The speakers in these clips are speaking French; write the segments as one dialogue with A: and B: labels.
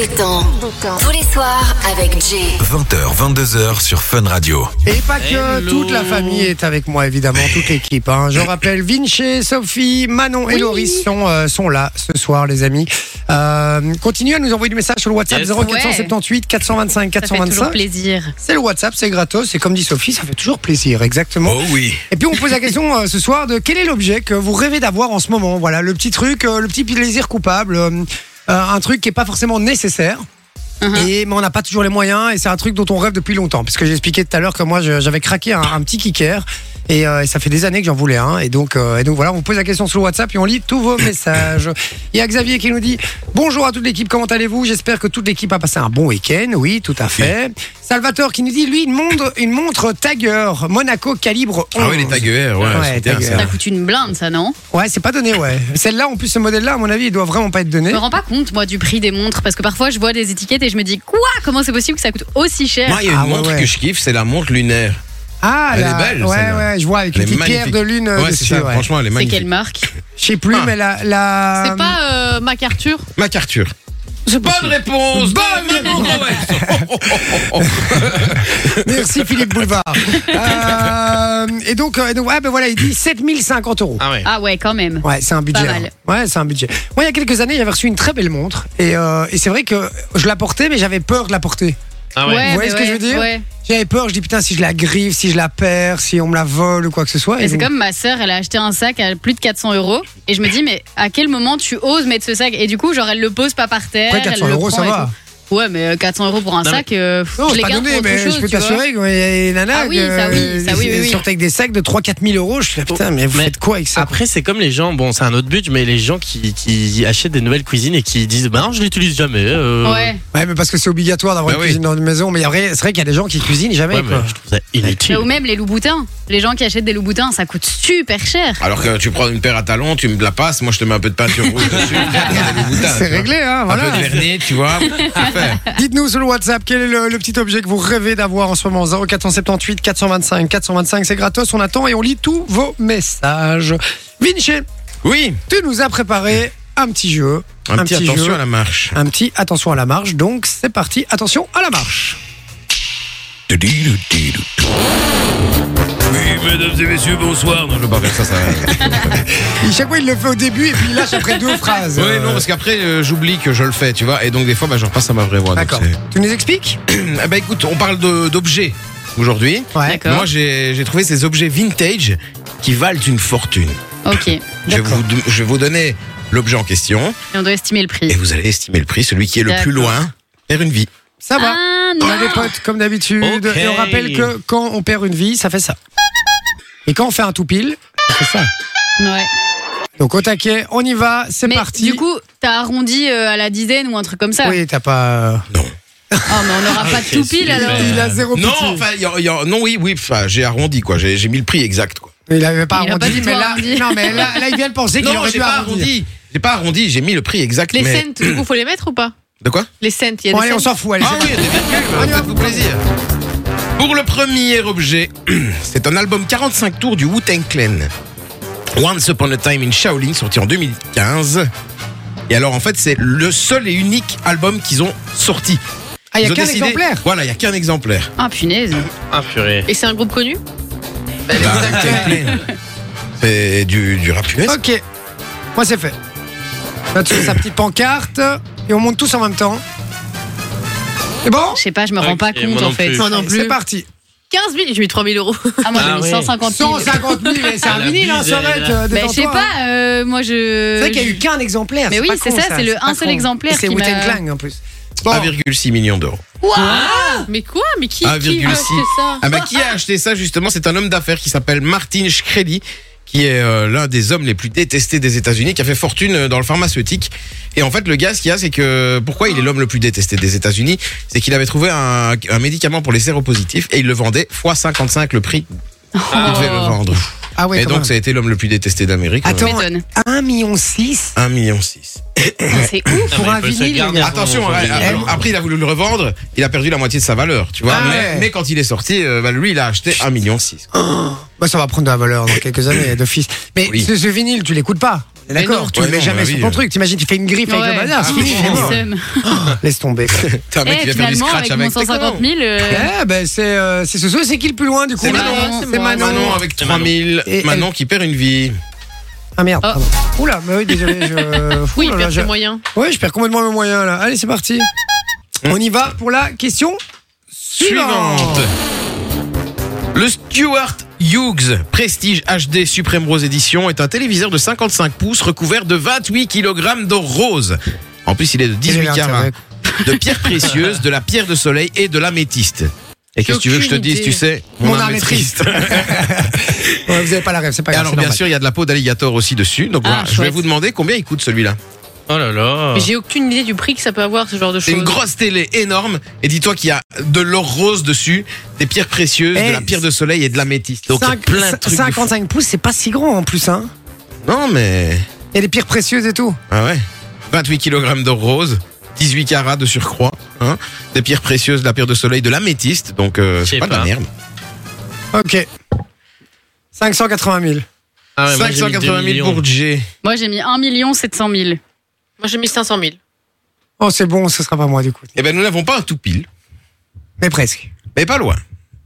A: détend. Tous les soirs avec Jay.
B: 20h, 22h sur Fun Radio.
C: Et pas que,
D: Hello.
C: toute la famille est avec moi évidemment, toute l'équipe. hein. Je rappelle, Vinci, Sophie, Manon et Loris sont, euh, sont là ce soir les amis. Euh, continuez à nous envoyer du message sur le WhatsApp
D: Yes.
C: 0478 425
E: Ça fait toujours
C: 425.
E: plaisir.
C: C'est le WhatsApp, c'est gratos et comme dit Sophie, ça fait toujours plaisir, exactement.
B: Oh oui.
C: Et puis on pose la question euh, ce soir de quel est l'objet que vous rêvez d'avoir en ce moment. Voilà, le petit truc, euh, le petit plaisir coupable, euh, euh, un truc qui est pas forcément nécessaire.
D: Hein.
E: Mhm.
C: Et mais on n'a pas toujours les moyens et c'est un truc dont on rêve depuis longtemps. Parce que j'expliquais tout à l'heure que moi je- j'avais craqué un, un petit kicker et, euh, et ça fait des années que j'en voulais un. Et donc, euh, et donc voilà, on vous pose la question sur le WhatsApp et on lit tous vos messages. Il y a Xavier qui nous dit Bonjour à toute l'équipe, comment allez-vous J'espère que toute l'équipe a passé un bon week-end. Oui, tout à fait. Salvatore qui nous dit Lui, une montre, une montre Tiger Monaco calibre 11.
B: Ah oui, les tagueurs, ouais.
C: Ouais,
B: c'est bien,
C: tagueurs.
B: ça.
E: Ça coûte une blinde, ça, non
C: Ouais, c'est pas donné, ouais. Celle-là, en plus, ce modèle-là, à mon avis, il doit vraiment pas être donné.
E: Je me rends pas compte, moi, du prix des montres, parce que parfois, je vois des étiquettes et je me dis, quoi Comment c'est possible que ça coûte aussi cher
D: Moi, il y a une
C: Ah, ouais,
D: montre
C: ouais.
D: que je kiffe, c'est la montre lunaire.
C: Ah,
D: Elle
C: là,
D: est belle,
C: Ouais,
D: celle-là.
C: ouais, je vois, avec
D: Elle
C: une
D: est
C: petite
D: magnifique.
C: pierre de lune euh,
D: ouais,
C: dessus.
D: c'est ça.
C: ouais.
B: Franchement, elle est
E: C'est
B: magnifique.
E: quelle marque
C: Je sais plus,
D: Ah.
C: mais la. la...
F: C'est pas euh, MacArthur
D: MacArthur. Bonne réponse Bonne réponse
C: Merci Philippe Boulevard. Euh, et donc, euh, et donc, ouais, ben voilà, il dit 7050 euros.
D: Ah ouais.
E: Ah ouais, quand même.
C: Ouais, c'est un budget.
E: Pas mal.
C: hein. Ouais, c'est un budget. Moi, il y a quelques années, j'avais reçu une très belle montre. Et, euh, et c'est vrai que je la portais, mais j'avais peur de la porter.
D: Ah ouais.
C: Vous voyez
E: bah
C: ce que je veux dire
E: ouais.
C: J'avais peur, je dis putain, si je la griffe, si je la perds, si on me la vole ou quoi que ce soit.
E: Mais
C: Et
E: c'est
C: donc-
E: comme ma sœur, elle a acheté un sac à plus de 400 euros. Et je me dis, mais à quel moment tu oses mettre ce sac Et du coup, genre, elle le pose pas par terre.
C: Après, 400
E: elle le
C: euros,
E: prend
C: ça
E: et
C: va.
E: tout. Ouais, mais euh, 400 euros pour un
D: Non,
E: sac, euh, pff,
C: Non,
E: je
C: c'est
E: les
C: pas
E: garde
C: donné,
E: pour
C: mais
E: autre chose.
C: je peux
E: tu vois.
C: t'assurer qu'il y a des nanas
E: Ah oui,
C: que-
E: ça oui, ça oui, oui,
C: qui
E: oui.
C: sortent avec des sacs de 3-4 000 euros. Je suis là, putain, mais vous
G: Mais
C: faites quoi avec ça quoi
G: Après, c'est comme les gens, bon, c'est un autre but, mais les gens qui, qui achètent des nouvelles cuisines et qui disent, bah non, je l'utilise jamais. euh,
E: Ouais,
C: Ouais, mais parce que c'est obligatoire d'avoir
D: Bah
C: une
D: oui.
C: cuisine dans une maison. Mais après, c'est vrai qu'il y a des gens qui cuisinent jamais.
G: ouais, mais
C: quoi.
G: je trouve ça inutile.
E: ou même les loups boutins. Les gens qui achètent des loups boutins, ça coûte super cher.
D: Alors que tu prends une paire à talons, tu me la passes, moi je te mets un peu de peinture rouge dessus. Regardez les boutins,
C: C'est
D: tu vois.
C: réglé, hein,
D: Un
C: voilà.
D: peu de vernis, tu vois. C'est fait.
C: Dites-nous sur le WhatsApp quel est le, le petit objet que vous rêvez d'avoir en ce moment. 0478 425 425, c'est gratos, on attend et on lit tous vos messages. Vinci,
D: Oui,
C: tu nous as préparé un petit jeu.
D: un, petit, attention
C: jeu,
D: à la marche.
C: Un petit attention à la marche, donc c'est parti, attention à la marche.
D: Oui, mesdames et messieurs, bonsoir. Non, je veux pas faire ça, ça va.
C: Et chaque fois il le fait au début et puis il lâche après deux phrases.
D: Oui,
C: Euh,
D: non, parce qu'après, euh, j'oublie que je le fais, tu vois. Et donc, des fois, bah, je repasse à ma vraie voix. donc
C: D'accord.
D: c'est-
C: Tu nous expliques
D: Eh ben écoute, on parle de- d'objets aujourd'hui.
C: Ouais.
E: D'accord.
D: Moi, j'ai j'ai trouvé ces objets vintage qui valent une fortune.
E: Ok, et
D: Je vais,
C: D'accord.
D: vous, do- je vais vous donner l'objet en question
E: on doit estimer le prix.
D: et vous allez estimer le prix, celui qui est le
E: D'accord.
D: plus loin vers une vie.
C: Ça
F: bah,
C: va.
E: Ah
C: On
E: non
C: a des potes comme d'habitude.
G: Ok.
C: Et on rappelle que quand on perd une vie, ça fait ça. Et quand on fait un tout pile, ça fait ça.
E: Ouais.
C: Donc au taquet, on y va, c'est
E: Mais
C: parti.
E: du coup, t'as arrondi euh, à la dizaine ou un truc comme ça.
C: Oui, t'as pas. euh,
E: Oh, mais on n'aura pas
G: ok,
E: tout pile
G: super.
E: alors.
G: Euh,
C: Il a zéro
D: Non,
C: pitié.
D: enfin, il y a- il y a- non, oui, oui, enfin, j'ai arrondi, quoi. J'ai j'ai mis le prix exact, quoi.
C: il avait pas
E: Il a
C: arrondi,
E: pas du tout
C: mais là,
E: arrondi.
C: non, mais là, là, il vient de penser qu'il
D: Non,
C: aurait
D: j'ai
C: dû
D: pas
C: arrondir.
D: arrondi. J'ai pas arrondi, j'ai mis le prix exact.
F: Les
D: mais...
F: cents, du coup, faut les mettre ou pas
D: De quoi
F: Les cents, il y a
C: Bon,
F: des
C: allez, on
F: cents.
C: s'en fout, allez.
D: Ah oui,
C: c'est-
D: il y a des virgules, faites-vous plaisir. Pour le premier objet, c'est un album 45 tours du Wu-Tang Clan. Once Upon a Time in Shaolin, sorti en 2015. Et alors, en fait, c'est le seul et unique album qu'ils ont sorti.
C: Ah, il y
D: Ils
C: a
D: ont
C: qu'un
D: décidé-
C: exemplaire.
D: Voilà, il n'y a qu'un exemplaire.
E: Ah punaise.
G: Ah, purée.
F: Et c'est un groupe connu
D: Bah, Wu-Tang Clan. C'est du, du rap US.
C: Ben, Ok. Moi, c'est fait. Là, tu fais sa petite pancarte et on monte tous en même temps. C'est bon
E: Je sais pas, je me rends
G: Ok,
E: pas compte
G: moi non
E: en fait.
G: plus.
F: Moi non
C: C'est
F: plus.
C: parti.
F: 15 000, j'ai mis 3 000 euros.
E: Ah, moi j'ai
G: Ah
E: mis
G: ouais.
E: 150 000.
C: 150 000, mais c'est un
G: Elle
C: vinyle, hein,
G: abuse,
C: ça
G: elle,
C: va
G: elle,
C: être.
G: elle.
C: euh,
E: Bah, je sais
C: détends-toi, hein.
E: pas, euh, moi je.
C: C'est vrai qu'il y a eu qu'un exemplaire.
E: Mais oui,
C: pas
E: c'est
C: con,
E: ça, c'est le
C: pas
E: un seul
C: con.
E: exemplaire
C: Et C'est
E: qui
C: Wu-Tang
E: m'a-
C: Clan en plus.
D: Ah
C: Bon.
D: 1,6 million d'euros.
F: Mais quoi Mais qui, qui veut
D: 1,6.
F: acheter ça
D: Ah bah qui a acheté ça justement C'est un homme d'affaires qui s'appelle Martin Shkreli, qui est euh, l'un des hommes les plus détestés des États-Unis, qui a fait fortune euh, dans le pharmaceutique. Et en fait, le gars, ce qu'il y a, c'est que pourquoi il est l'homme le plus détesté des États-Unis, c'est qu'il avait trouvé un, un médicament pour les séropositifs et il le vendait fois 55 le prix. Il devait le vendre.
C: Ah ouais,
D: et
C: quand
D: donc,
C: même.
D: ça a été l'homme le plus détesté d'Amérique. euh,
E: Je
C: Attends.
E: m'étonne.
C: 1,6 million
D: Un million six.
E: Ah, C'est ouf.
G: Non,
C: pour
G: mais
C: un
G: il peut se
C: vinyle,
G: garder
C: les gars.
G: son-
D: Attention,
G: son
D: ouais,
G: vinyle.
D: alors, après il a voulu le revendre, il a perdu la moitié de sa valeur, tu vois.
C: Ah
D: mais,
C: ouais.
D: mais quand il est sorti, euh, bah, lui il a acheté un million six.
C: Bah, ça va prendre de la valeur dans quelques années d'office. Mais
D: Oui.
C: ce, ce vinyle, tu l'écoutes pas. D'accord, tu
D: Ouais,
C: le mets
D: non,
C: jamais
D: bah
C: sur
D: oui,
C: ton
D: euh.
C: truc. T'imagines, tu fais une griffe avec le
F: Ouais.
C: bazar, c'est
F: Ah
C: fini,
F: oui,
C: c'est
F: il
C: mort.
F: sonne.
C: Laisse tomber.
D: T'as un mec
E: Eh,
D: qui vient faire du
E: finalement,
D: scratch
E: avec mon
D: avec.
E: 150 000,
C: Eh,
E: euh,
C: ben, c'est euh, c'est ce soir, c'est qui le plus loin du coup
D: C'est
C: là
D: Manon,
C: C'est Manon.
D: Manon avec
G: C'est Manon.
D: 3000.
C: Et elle-
D: Manon qui perd une vie.
C: Ah merde,
F: Oh.
C: pardon. Oula, mais oui, désolé, je.
F: Oui,
C: Ouh
F: il
C: là là,
F: perd
C: je-
F: ses moyens.
C: Ouais, je perds complètement le moyen là. Allez, c'est parti.
D: Mmh.
C: On y va pour la question
D: Suivante.
C: suivante.
D: Le Stuart Hughes Prestige HD Supreme Rose Edition est un téléviseur de 55 pouces recouvert de 28 kg d'or rose. En plus, il est de 18
C: Quel est
D: carats
C: l'intérêt
D: de pierres précieuses, de la pierre de soleil et de l'améthyste. Et qu'est-ce que tu veux que je te
F: aucune
D: dise,
F: idée.
D: tu sais
C: Mon âme est triste. Ouais, vous avez pas la rêve, c'est pas
D: Et
C: grave.
D: alors,
C: c'est
D: bien
C: normal.
D: sûr, il y a de la peau d'alligator aussi dessus. Donc,
F: Ah,
D: voilà, je vais
F: chouette.
D: vous demander combien il coûte celui-là.
G: Oh là là.
F: Mais j'ai aucune idée du prix que ça peut avoir ce genre de
D: C'est
F: choses.
D: une grosse télé énorme. Et dis-toi qu'il y a de l'or rose dessus, des pierres précieuses,
C: Eh,
D: de la pierre de soleil et de l'améthyste. Donc, il y a
C: Cinq-
D: plein de trucs. de fou.
C: 55 pouces, c'est pas si grand en plus, hein.
D: Non, mais.
C: Et les pierres précieuses et tout.
D: Ah ouais 28 kg d'or rose, 18 carats de surcroît, hein, des pierres précieuses, de la pierre de soleil, de l'améthyste. Donc, euh,
G: Je sais
D: c'est pas, de la
G: pas.
D: merde.
C: Ok. 580 000.
G: Ah ouais, moi, j'ai mis
D: 580 000
G: deux millions.
D: pour J.
E: moi j'ai mis 1 700 000.
F: Moi j'ai mis 500 000.
C: Oh, c'est bon, ce sera pas moi du coup.
D: Eh ben, nous n'avons pas un tout pile.
C: Mais presque.
D: Mais pas loin.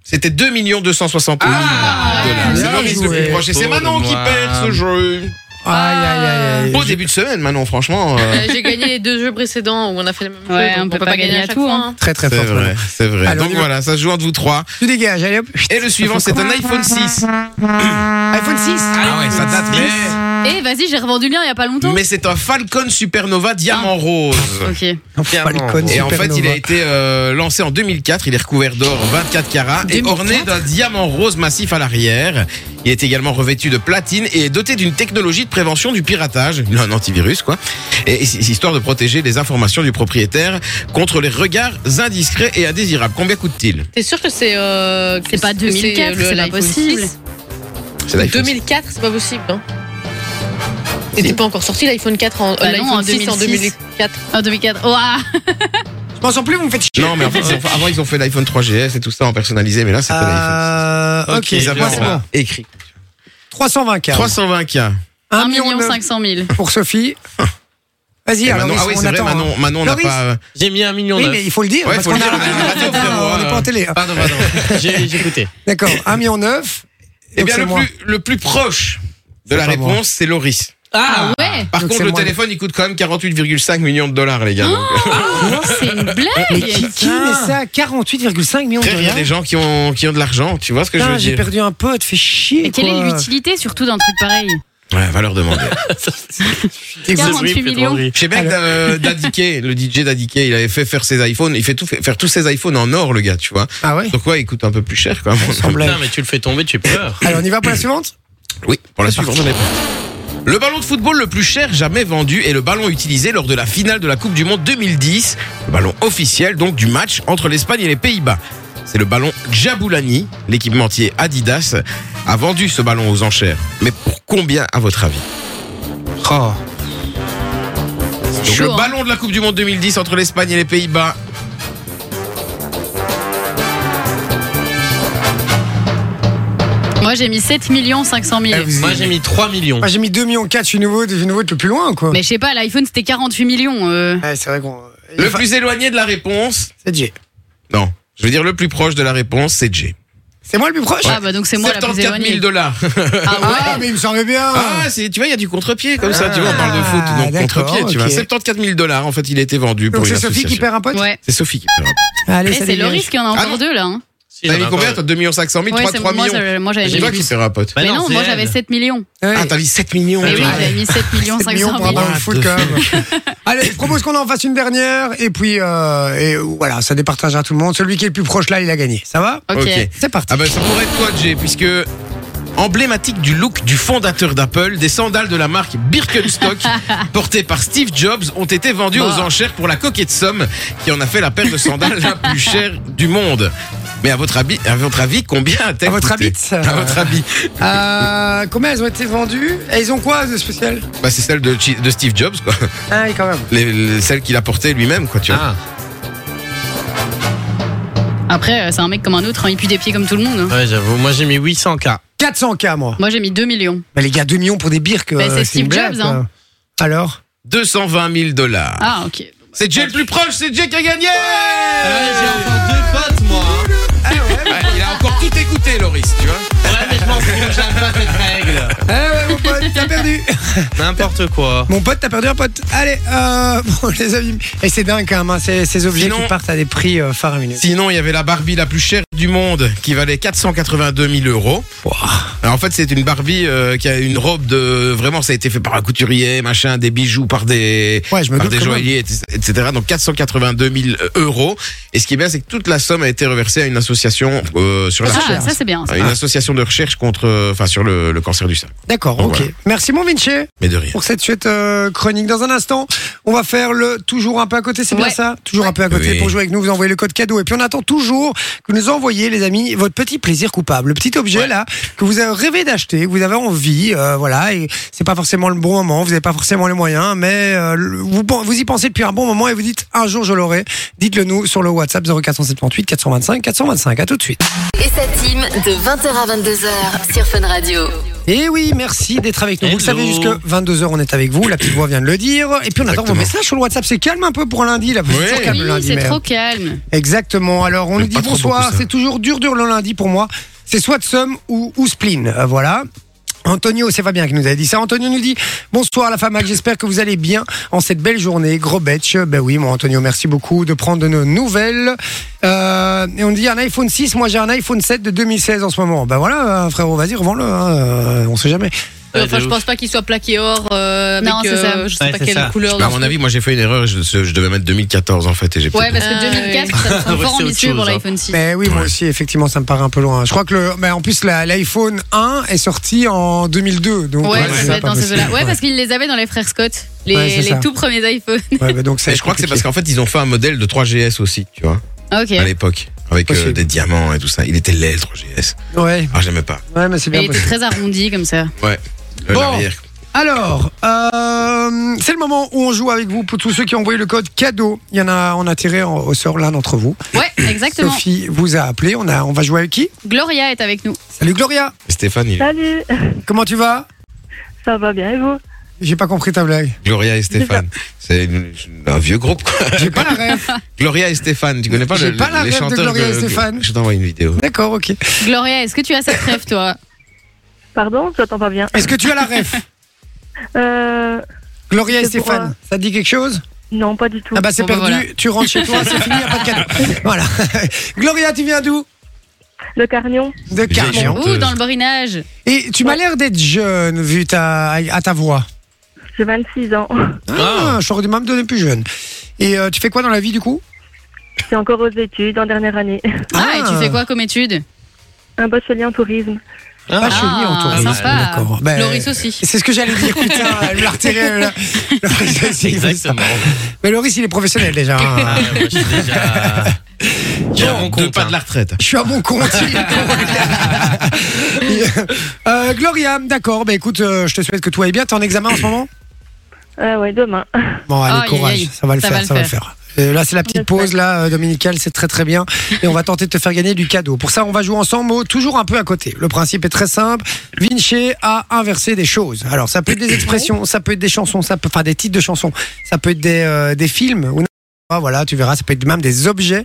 D: C'était 2 260 000 dollars.
C: bien
D: C'est Maurice le
C: joué.
D: plus proche. Et c'est
G: Pauvre
D: Manon qui
G: moi.
D: perd ce jeu.
C: Aïe, aïe, aïe, aïe.
D: Beau début de semaine, Manon, franchement. euh,
F: Euh, j'ai gagné les deux jeux précédents où on a fait le même
E: Ouais,
F: jeu. donc
E: on peut pas gagner à
F: chaque
E: tout,
F: fois,
E: hein.
F: hein.
C: Très, très
D: C'est
C: fort.
D: vrai, c'est vrai.
C: Allez, on
D: Donc
C: y va.
D: voilà, ça se joue entre vous trois.
C: Tu dégages, allez hop.
D: Et le suivant, c'est un iPhone 6.
C: iPhone 6.
D: Ah ouais, ça date, mais,
F: hein.
E: Eh, vas-y, j'ai revendu le mien il y a pas longtemps.
D: mais c'est un Falcon Supernova Diamant Rose.
E: Ok.
C: Ah, Falcon
D: Et en fait, il a
C: Supernova.
D: été euh, lancé en 2004. Il est recouvert d'or 24 carats et
F: 2004?
D: orné d'un diamant rose massif à l'arrière. Il est également revêtu de platine et est doté d'une technologie de prévention du piratage. Il a un antivirus, quoi. Et et c'est histoire de protéger les informations du propriétaire contre les regards indiscrets et indésirables. Combien coûte-t-il
F: T'es sûr que c'est. euh, que
E: C'est pas
F: que
E: 2004,
F: le-
E: c'est pas
F: l'iPhone
E: possible.
F: 6?
D: C'est l'iPhone
F: 2004, c'est pas possible. Hein. C'était pas encore sorti l'iPhone 4 en, euh,
E: Bah non,
F: l'iPhone
E: en
F: 6 en
E: 2006.
F: 2004.
E: En 2004. Ouah.
C: Je pense en plus, vous me faites chier.
D: Non, mais en fait, ils ont- avant, ils ont fait l'iPhone 3GS et tout ça en personnalisé, mais là, c'était l'iPhone.
C: Euh, ok,
G: Ok,
D: Ils avaient
C: moi, c'est
D: en-
C: bon.
D: écrit
C: 324.
D: 320K.
E: 1
C: neuf
E: 500 000.
C: pour Sophie. Vas-y,
D: Et
C: alors
D: Manon-
C: on-
D: ah oui,
C: on
D: c'est vrai,
C: attend. hein.
D: Manon, Manon, on n'a
C: Loris
D: pas. euh,
G: J'ai mis un million
C: Oui,
G: neuf.
C: mais il faut le dire.
D: Ouais,
C: parce
D: faut le
C: qu'on
D: dire,
C: a-
D: on est à la radio,
C: on a- on n'est pas en télé. hein.
D: Pardon, pardon.
G: J'ai j'ai écouté.
C: D'accord, 1 million 9.
D: Eh bien, le plus, le plus proche de
C: C'est
D: la
C: pas moi.
D: réponse, c'est Loris.
E: Ah ouais
D: Par
C: Donc
D: contre,
C: c'est
D: le
C: moi. Ah,
D: téléphone, il coûte quand même 48,5 millions de dollars, les gars. Donc, euh,
E: C'est une
C: Mais qui,
E: blague
C: qui met ça à 48,5 millions de
D: frère, il y a des
C: dollars
D: gens qui ont, qui ont de l'argent, tu vois ce que
C: Putain,
D: je
C: J'ai
D: veux dire
C: perdu un pote, fais chier.
E: Mais quelle est
C: quoi.
E: l'utilité surtout d'un truc pareil
D: Ouais, va leur demander.
G: C'est
E: 48
G: Louis
E: millions.
G: Pedrandri.
D: Je sais bien que euh, Dadiké, le DJ Dadiké, il avait fait faire ses iPhones, il fait tout fait- faire tous ses iPhones en or, le gars, tu vois.
C: Ah ouais
D: Donc ouais, il coûte un peu plus cher, quand même.
C: Semblait.
G: Putain, mais tu le fais tomber, tu pleures.
C: Allez, on y va pour la suivante
D: Oui, pour la suivante, j'en ai pas. Le ballon de football le plus cher jamais vendu est le ballon utilisé lors de la finale de la Coupe du Monde 2010, le ballon officiel donc du match entre l'Espagne et les Pays-Bas. C'est le ballon Jaboulani, l'équipementier Adidas a vendu ce ballon aux enchères. Mais pour combien à votre avis
C: Oh.
D: Donc,
E: chaud,
D: Le
E: hein.
D: ballon de la Coupe du Monde 2010 entre l'Espagne et les Pays-Bas.
E: Moi j'ai mis 7 500
C: Ah,
E: 000.
G: Moi, j'ai mis 3 millions.
C: Moi j'ai mis 2 millions 4, je suis nouveau, je suis nouveau de le plus loin quoi.
E: Mais je sais pas, l'iPhone c'était 48 millions. euh.
C: Ouais, c'est vrai qu'on.
D: Le
C: Enfin,
D: plus éloigné de la réponse
C: C'est Jay.
D: Non, je veux dire le plus proche de la réponse, c'est J.
C: C'est moi le plus proche
E: Ah bah donc c'est moi la plus
D: 74 000
E: éloignée.
D: dollars.
E: Ah
C: Ah,
E: ouais
C: mais il me semblait bien
D: Ah, c'est- tu vois, il y a du contre-pied comme ça. Tu vois, on parle de
C: Ah,
D: foot, donc
C: d'accord,
D: contre-pied. Tu vois,
C: ok.
D: 74 000 dollars en fait, il a été vendu
C: Donc
D: pour une
C: c'est Sophie qui
D: association.
C: perd un pote
E: Ouais.
D: C'est Sophie qui perd.
C: Allez,
E: Eh,
C: ça
E: c'est
C: dégage.
E: Loris qui en a
D: Ah
E: encore
D: non.
G: non.
E: deux là. hein.
G: Si,
D: T'as
G: j'en ai
D: mis combien toi 2 500 000,
E: Ouais,
D: 3,
E: c'est-
D: 3
E: moi,
D: millions.
E: ça- moi j'avais
D: C'est
E: mis
D: toi qui
E: plus.
D: perds un pote.
G: Bah
E: Mais
G: non,
E: non,
G: c'est
E: moi
G: elle.
E: j'avais 7 millions.
C: Ouais.
D: Ah, t'as mis 7 millions.
E: Mais oui,
D: toi.
E: j'avais mis 7 millions
C: 7 millions
E: 500
C: pour un
E: 000.
C: ballon de foot quand même. Allez, je propose qu'on en fasse une dernière et puis euh, et voilà, ça départagera tout le monde. Celui qui est le plus proche là, il a gagné. Ça va
E: Ok.
D: Ok.
C: C'est parti.
D: Ah bah ça pourrait être toi, Jay, puisque emblématique du look du fondateur d'Apple, des sandales de la marque Birkenstock portées par Steve Jobs ont été vendues aux
E: Bah.
D: enchères pour la coquette somme qui en a fait la paire de sandales la plus chère du monde. Mais à votre avis, à votre avis combien a-t-elle
C: À votre
D: coûté
C: habit, euh,
D: À votre avis
C: Euh, combien elles ont été vendues Et ils ont quoi de spécial
D: Bah c'est celle de, Chi- de Steve Jobs quoi.
C: Ah oui, quand même.
D: Les- les- celle qu'il a portée lui-même quoi tu vois.
G: Ah,
E: Après, euh, c'est un mec comme un autre, hein, il pue des pieds comme tout le monde. hein.
G: ouais, j'avoue. Moi, j'ai mis 800K.
C: 400K moi.
E: Moi j'ai mis 2 millions.
C: Mais les gars, 2 millions pour des birques.
E: Bah,
C: euh,
E: c'est Steve
C: une blague,
E: Jobs, hein.
C: quoi. Alors
D: 220 000 dollars.
E: Ah, ok.
D: C'est Jay le plus proche, c'est Jay qui a gagné
G: j'ai encore deux potes, moi.
D: Ah, Ouais, Il a encore tout écouté, Loris, tu vois.
G: Ouais, mais je pense que j'aime pas cette règle.
C: Eh ouais, mon pote, t'as perdu
G: N'importe quoi.
C: Mon pote, t'as perdu un pote. Allez, euh, bon, les amis. Et c'est dingue quand même, hein, ces, ces objets
D: Sinon-
C: qui partent à des prix euh, faramineux.
D: Sinon, il y avait la Barbie la plus chère du monde qui valait 482 000 euros. Alors, en fait, c'est une Barbie euh, qui a une robe de. Vraiment, ça a été fait par un couturier, machin, des bijoux par des,
C: Ouais, je me
D: par
C: doute
D: des
C: quand même.
D: joailliers, etc. Donc 482 000 euros. Et ce qui est bien, c'est que toute la somme a été reversée à une association euh, sur la
E: Ah, ça, c'est bien. ça.
D: Une association de recherche contre, euh, enfin, sur le, le cancer du sein.
C: D'accord,
D: Donc,
C: ok.
D: voilà.
C: Merci, mon Vinci,
D: Mais de rien.
C: pour cette chouette euh, chronique. Dans un instant, on va faire le toujours un peu à côté, c'est bien
E: Ouais.
C: ça Toujours un peu à côté.
D: Oui.
C: Pour jouer avec nous, vous envoyez le code cadeau. Et puis, on attend toujours que vous nous envoyez, les amis, votre petit plaisir coupable. Le petit objet,
D: Ouais.
C: là, que vous avez rêvé d'acheter, que vous avez envie, euh, voilà. Et c'est pas forcément le bon moment, vous n'avez pas forcément les moyens, mais euh, le- vous, pen- vous y pensez depuis un bon moment et vous dites un jour je l'aurai. Dites-le nous sur le WhatsApp 0478 425 425. À tout de suite.
A: Et sa team de 20h à 22h sur Fun Radio.
C: Et Eh oui, merci d'être avec nous. Vous le
G: Hello.
C: savez, jusque 22h, on est avec vous. La petite voix vient de le dire. Et puis, on attend vos
D: Exactement.
C: messages sur le WhatsApp. C'est calme un peu pour un lundi. Là,
D: Oui.
C: c'est toujours calme
E: Oui,
C: le lundi.
E: c'est
C: mais-
E: trop calme.
C: Exactement. Alors, on
D: Mais
C: nous dit
D: pas trop
C: bonsoir.
D: beaucoup, ça.
C: C'est toujours dur, dur le lundi pour moi. C'est soit de somme ou, ou spleen. Euh, voilà. Antonio, c'est Fabien qui nous avait dit ça. Antonio nous dit Bonsoir la famac, j'espère que vous allez bien en cette belle journée. Gros betch. Ben oui, mon Antonio, merci beaucoup de prendre de nos nouvelles. Euh, et on dit un iPhone 6, moi j'ai un iPhone 7 de 2016 en ce moment. Ben voilà, euh, frérot, vas-y, revends-le. hein, euh, on sait jamais.
G: Ouais,
F: enfin,
G: de
F: je
G: ouf.
F: pense pas qu'il soit plaqué or euh, avec,
E: Non, c'est ça.
F: euh, je sais
G: Ouais,
F: pas
G: c'est
F: quelle
G: ça.
F: couleur.
D: Bah, à mon avis, moi, j'ai fait une erreur. Je, je devais mettre 2014, en fait, et j'ai
E: Ouais,
D: peut-être-
E: parce que
F: Ah,
E: 2004,
F: oui.
E: ça me semble
G: Ouais, c'est
E: fort
G: autre
E: ambitieux
G: chose,
E: pour
G: hein.
E: l'iPhone 6.
C: Mais oui, moi aussi, effectivement, ça me paraît un peu loin. Je crois que le, mais en plus, la- l'iPhone 1 est sorti en 2002. Donc,
E: Ouais,
C: euh,
E: ça
C: c'est
E: doit
C: pas
E: être dans ces
C: possible.
E: eaux-là. Ouais, parce qu'ils les avaient dans les frères Scott, les,
C: Ouais, c'est
E: les
C: ça.
E: tout premiers iPhones.
C: Ouais, bah donc ça
D: Et je crois que c'est parce qu'en fait, ils ont fait un modèle de 3GS aussi, tu vois,
E: Ok.
D: à l'époque. Avec euh,
C: Possible.
D: des diamants et tout ça. Il était laid, le 3GS.
C: que ouais,
D: Ah, j'aimais pas.
C: ouais, mais c'est
E: Mais
C: bien.
E: il était
C: possible.
E: très arrondi comme ça.
D: Euh,
C: Bon.
D: l'arrière.
C: Alors, euh, c'est le moment où on joue avec vous pour tous ceux qui ont envoyé le code cadeau. Il y en a, on a tiré en- au sort l'un d'entre vous.
E: Ouais, exactement.
C: Sophie vous a appelé. On a, on va jouer avec qui
E: Gloria est avec nous.
C: Salut Gloria.
D: Stéphane, il...
H: Salut,
C: Comment tu vas
H: ça va bien et vous
C: J'ai pas compris ta blague.
D: Gloria et Stéphane. C'est une- un vieux groupe, quoi.
C: J'ai pas la rêve.
D: Gloria et Stéphane, tu connais pas,
C: J'ai
D: le-
C: pas la rêve
D: les
C: de
D: chanteurs
C: Gloria et Stéphane.
D: Je t'envoie une vidéo.
C: D'accord, ok.
E: Gloria, est-ce que tu as cette rêve, toi
H: Pardon, je t'entends pas bien.
C: Est-ce que tu as la rêve
H: Euh,
C: Gloria et
H: C'est pour,
C: Stéphane, ça te dit quelque chose
H: non, pas du tout.
C: Ah bah c'est
E: Bon, bah,
C: perdu, tu rentres chez toi, c'est fini, y a pas de cadeau. Voilà. Gloria, tu viens d'où
H: Le carnion,
C: De Carillon.
D: chanteuse.
E: Ouh, dans le borinage.
C: Et tu m'as l'air d'être jeune vu ta, à ta voix.
H: j'ai 26 ans.
C: Ah, je t'aurais dû même donner plus jeune. Et euh, tu fais quoi dans la vie du coup
H: Je suis encore aux études en dernière année.
E: Ah, et tu
C: Ah.
E: fais quoi comme étude
H: Un bachelier en tourisme.
C: Ah, cheville en
E: Ah,
C: tourisme.
E: sympa.
C: D'accord. Ben,
F: Loris aussi.
C: C'est ce que j'allais dire, putain, elle me l'a retiré. là. Loris, c'est-
G: Exactement.
C: Mais Loris, il est professionnel déjà. hein.
G: Ah, moi, je suis déjà. J'ai un bon
D: Deux
G: compte,
D: pas
G: hein.
D: de la retraite.
C: Je suis à bon compte. il est drôle. Euh, Gloria, d'accord. Bah écoute, euh, je te souhaite que tout aille bien. T'es en examen en ce moment
H: Ah ouais, demain.
C: Bon, allez,
E: Aïe,
C: courage,
E: aïe, aïe.
C: ça va le
E: Ça
C: faire,
E: va le
C: ça va le faire. Euh, là, c'est la petite pause, là, euh, dominicale, c'est très très bien. Et on va tenter de te faire gagner du cadeau. Pour ça, on va jouer ensemble, au toujours un peu à côté. Le principe est très simple. Vinci a inversé des choses. Alors, ça peut être des expressions, ça peut être des chansons, ça peut, enfin, des titres de chansons, ça peut être des, euh, des films ou ah, voilà, tu verras, ça peut être même des objets.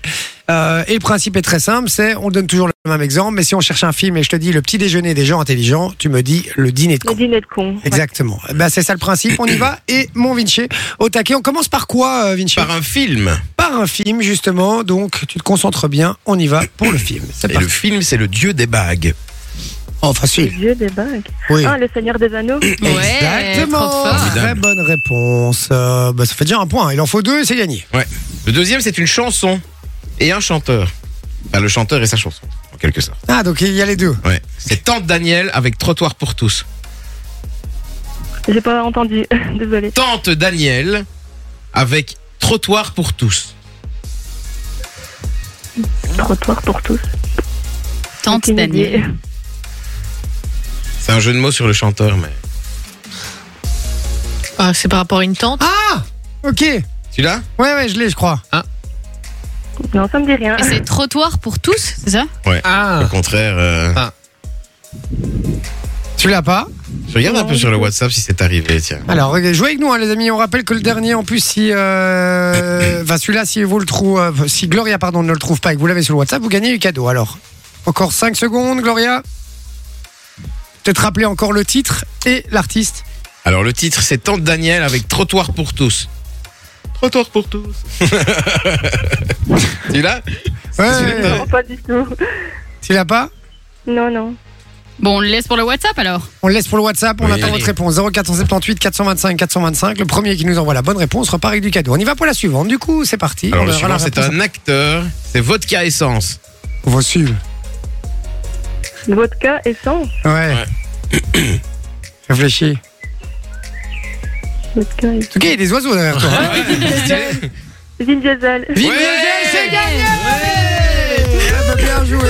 C: Euh, et le principe est très simple, c'est on donne toujours le même exemple, mais si on cherche un film et je te dis le petit déjeuner des gens intelligents, tu me dis le dîner de
H: Le
C: con.
H: dîner de con. Ouais.
C: Exactement. Eh Ben, c'est ça le principe. On y va. Et mon Vinci, au taquet, on commence par quoi, euh, Vinci
D: Par un film.
C: Par un film, justement. Donc, tu te concentres bien. On y va pour le film. C'est
D: Et le
C: parti.
D: film, c'est le dieu des bagues.
C: Oh, facile.
H: Dieu des bagues.
C: Oui.
H: Ah, le Seigneur des Anneaux.
E: Oh, Ouais,
C: Exactement.
E: trop fort.
C: Très bonne réponse. Euh, ben, ça fait déjà un point. Il en faut deux et c'est gagné.
D: Le deuxième, c'est une chanson et un chanteur. Enfin, le chanteur et sa chanson, en quelque sorte.
C: Ah, donc il y a les deux.
D: Ouais. C'est Tante Daniel avec Trottoir pour tous.
H: J'ai pas entendu, désolé.
D: Tante Daniel avec Trottoir pour tous.
H: Trottoir pour tous.
E: Tante
H: Aucune
E: Daniel.
H: idée.
D: C'est un jeu de mots sur le chanteur, mais.
F: Ah, c'est par rapport à une tente.
C: Ah Ok.
D: Celui-là
C: Ouais, ouais, je l'ai, je crois.
H: Non, ça me dit rien.
E: Et c'est trottoir pour tous, c'est ça
C: Ah.
D: Ah. Au contraire. euh,
C: Tu l'as pas
D: Je regarde un peu sur le WhatsApp si c'est arrivé, tiens.
C: Alors, regardez, jouez avec nous, hein, les amis. On rappelle que le dernier, en plus, si. Euh, enfin, celui-là, si vous le trouvez. euh, si Gloria, pardon, ne le trouve pas et que vous l'avez sur le WhatsApp, vous gagnez du cadeau. Alors, encore 5 secondes, Gloria. Peut-être rappeler encore le titre et l'artiste.
D: Alors le titre c'est Tante Daniel avec Trottoir pour tous. Trottoir pour tous. tu l'as
C: Ouais,
D: Ouais.
H: Non, pas du tout.
C: S'il a pas,
H: Non, non.
E: Bon, on le laisse pour le WhatsApp alors.
C: on le laisse pour le WhatsApp. On
D: Oui,
C: attend
D: allez.
C: votre réponse. 0478 425 425. Le premier qui nous envoie la bonne réponse repart avec du cadeau. On y va pour la suivante. Du coup, c'est parti.
D: Alors
C: On
D: le
C: verra
D: suivant
C: la
D: c'est
C: réponse.
D: un acteur, c'est Vodka Essence.
C: Voici.
H: Vodka et sang.
C: Ouais. Réfléchis.
H: Vodka et
C: En tout cas, il y a des oiseaux derrière toi. hein.
H: Vin Diesel.
C: Vin Diesel, c'est gagné Ah bah, Bien joué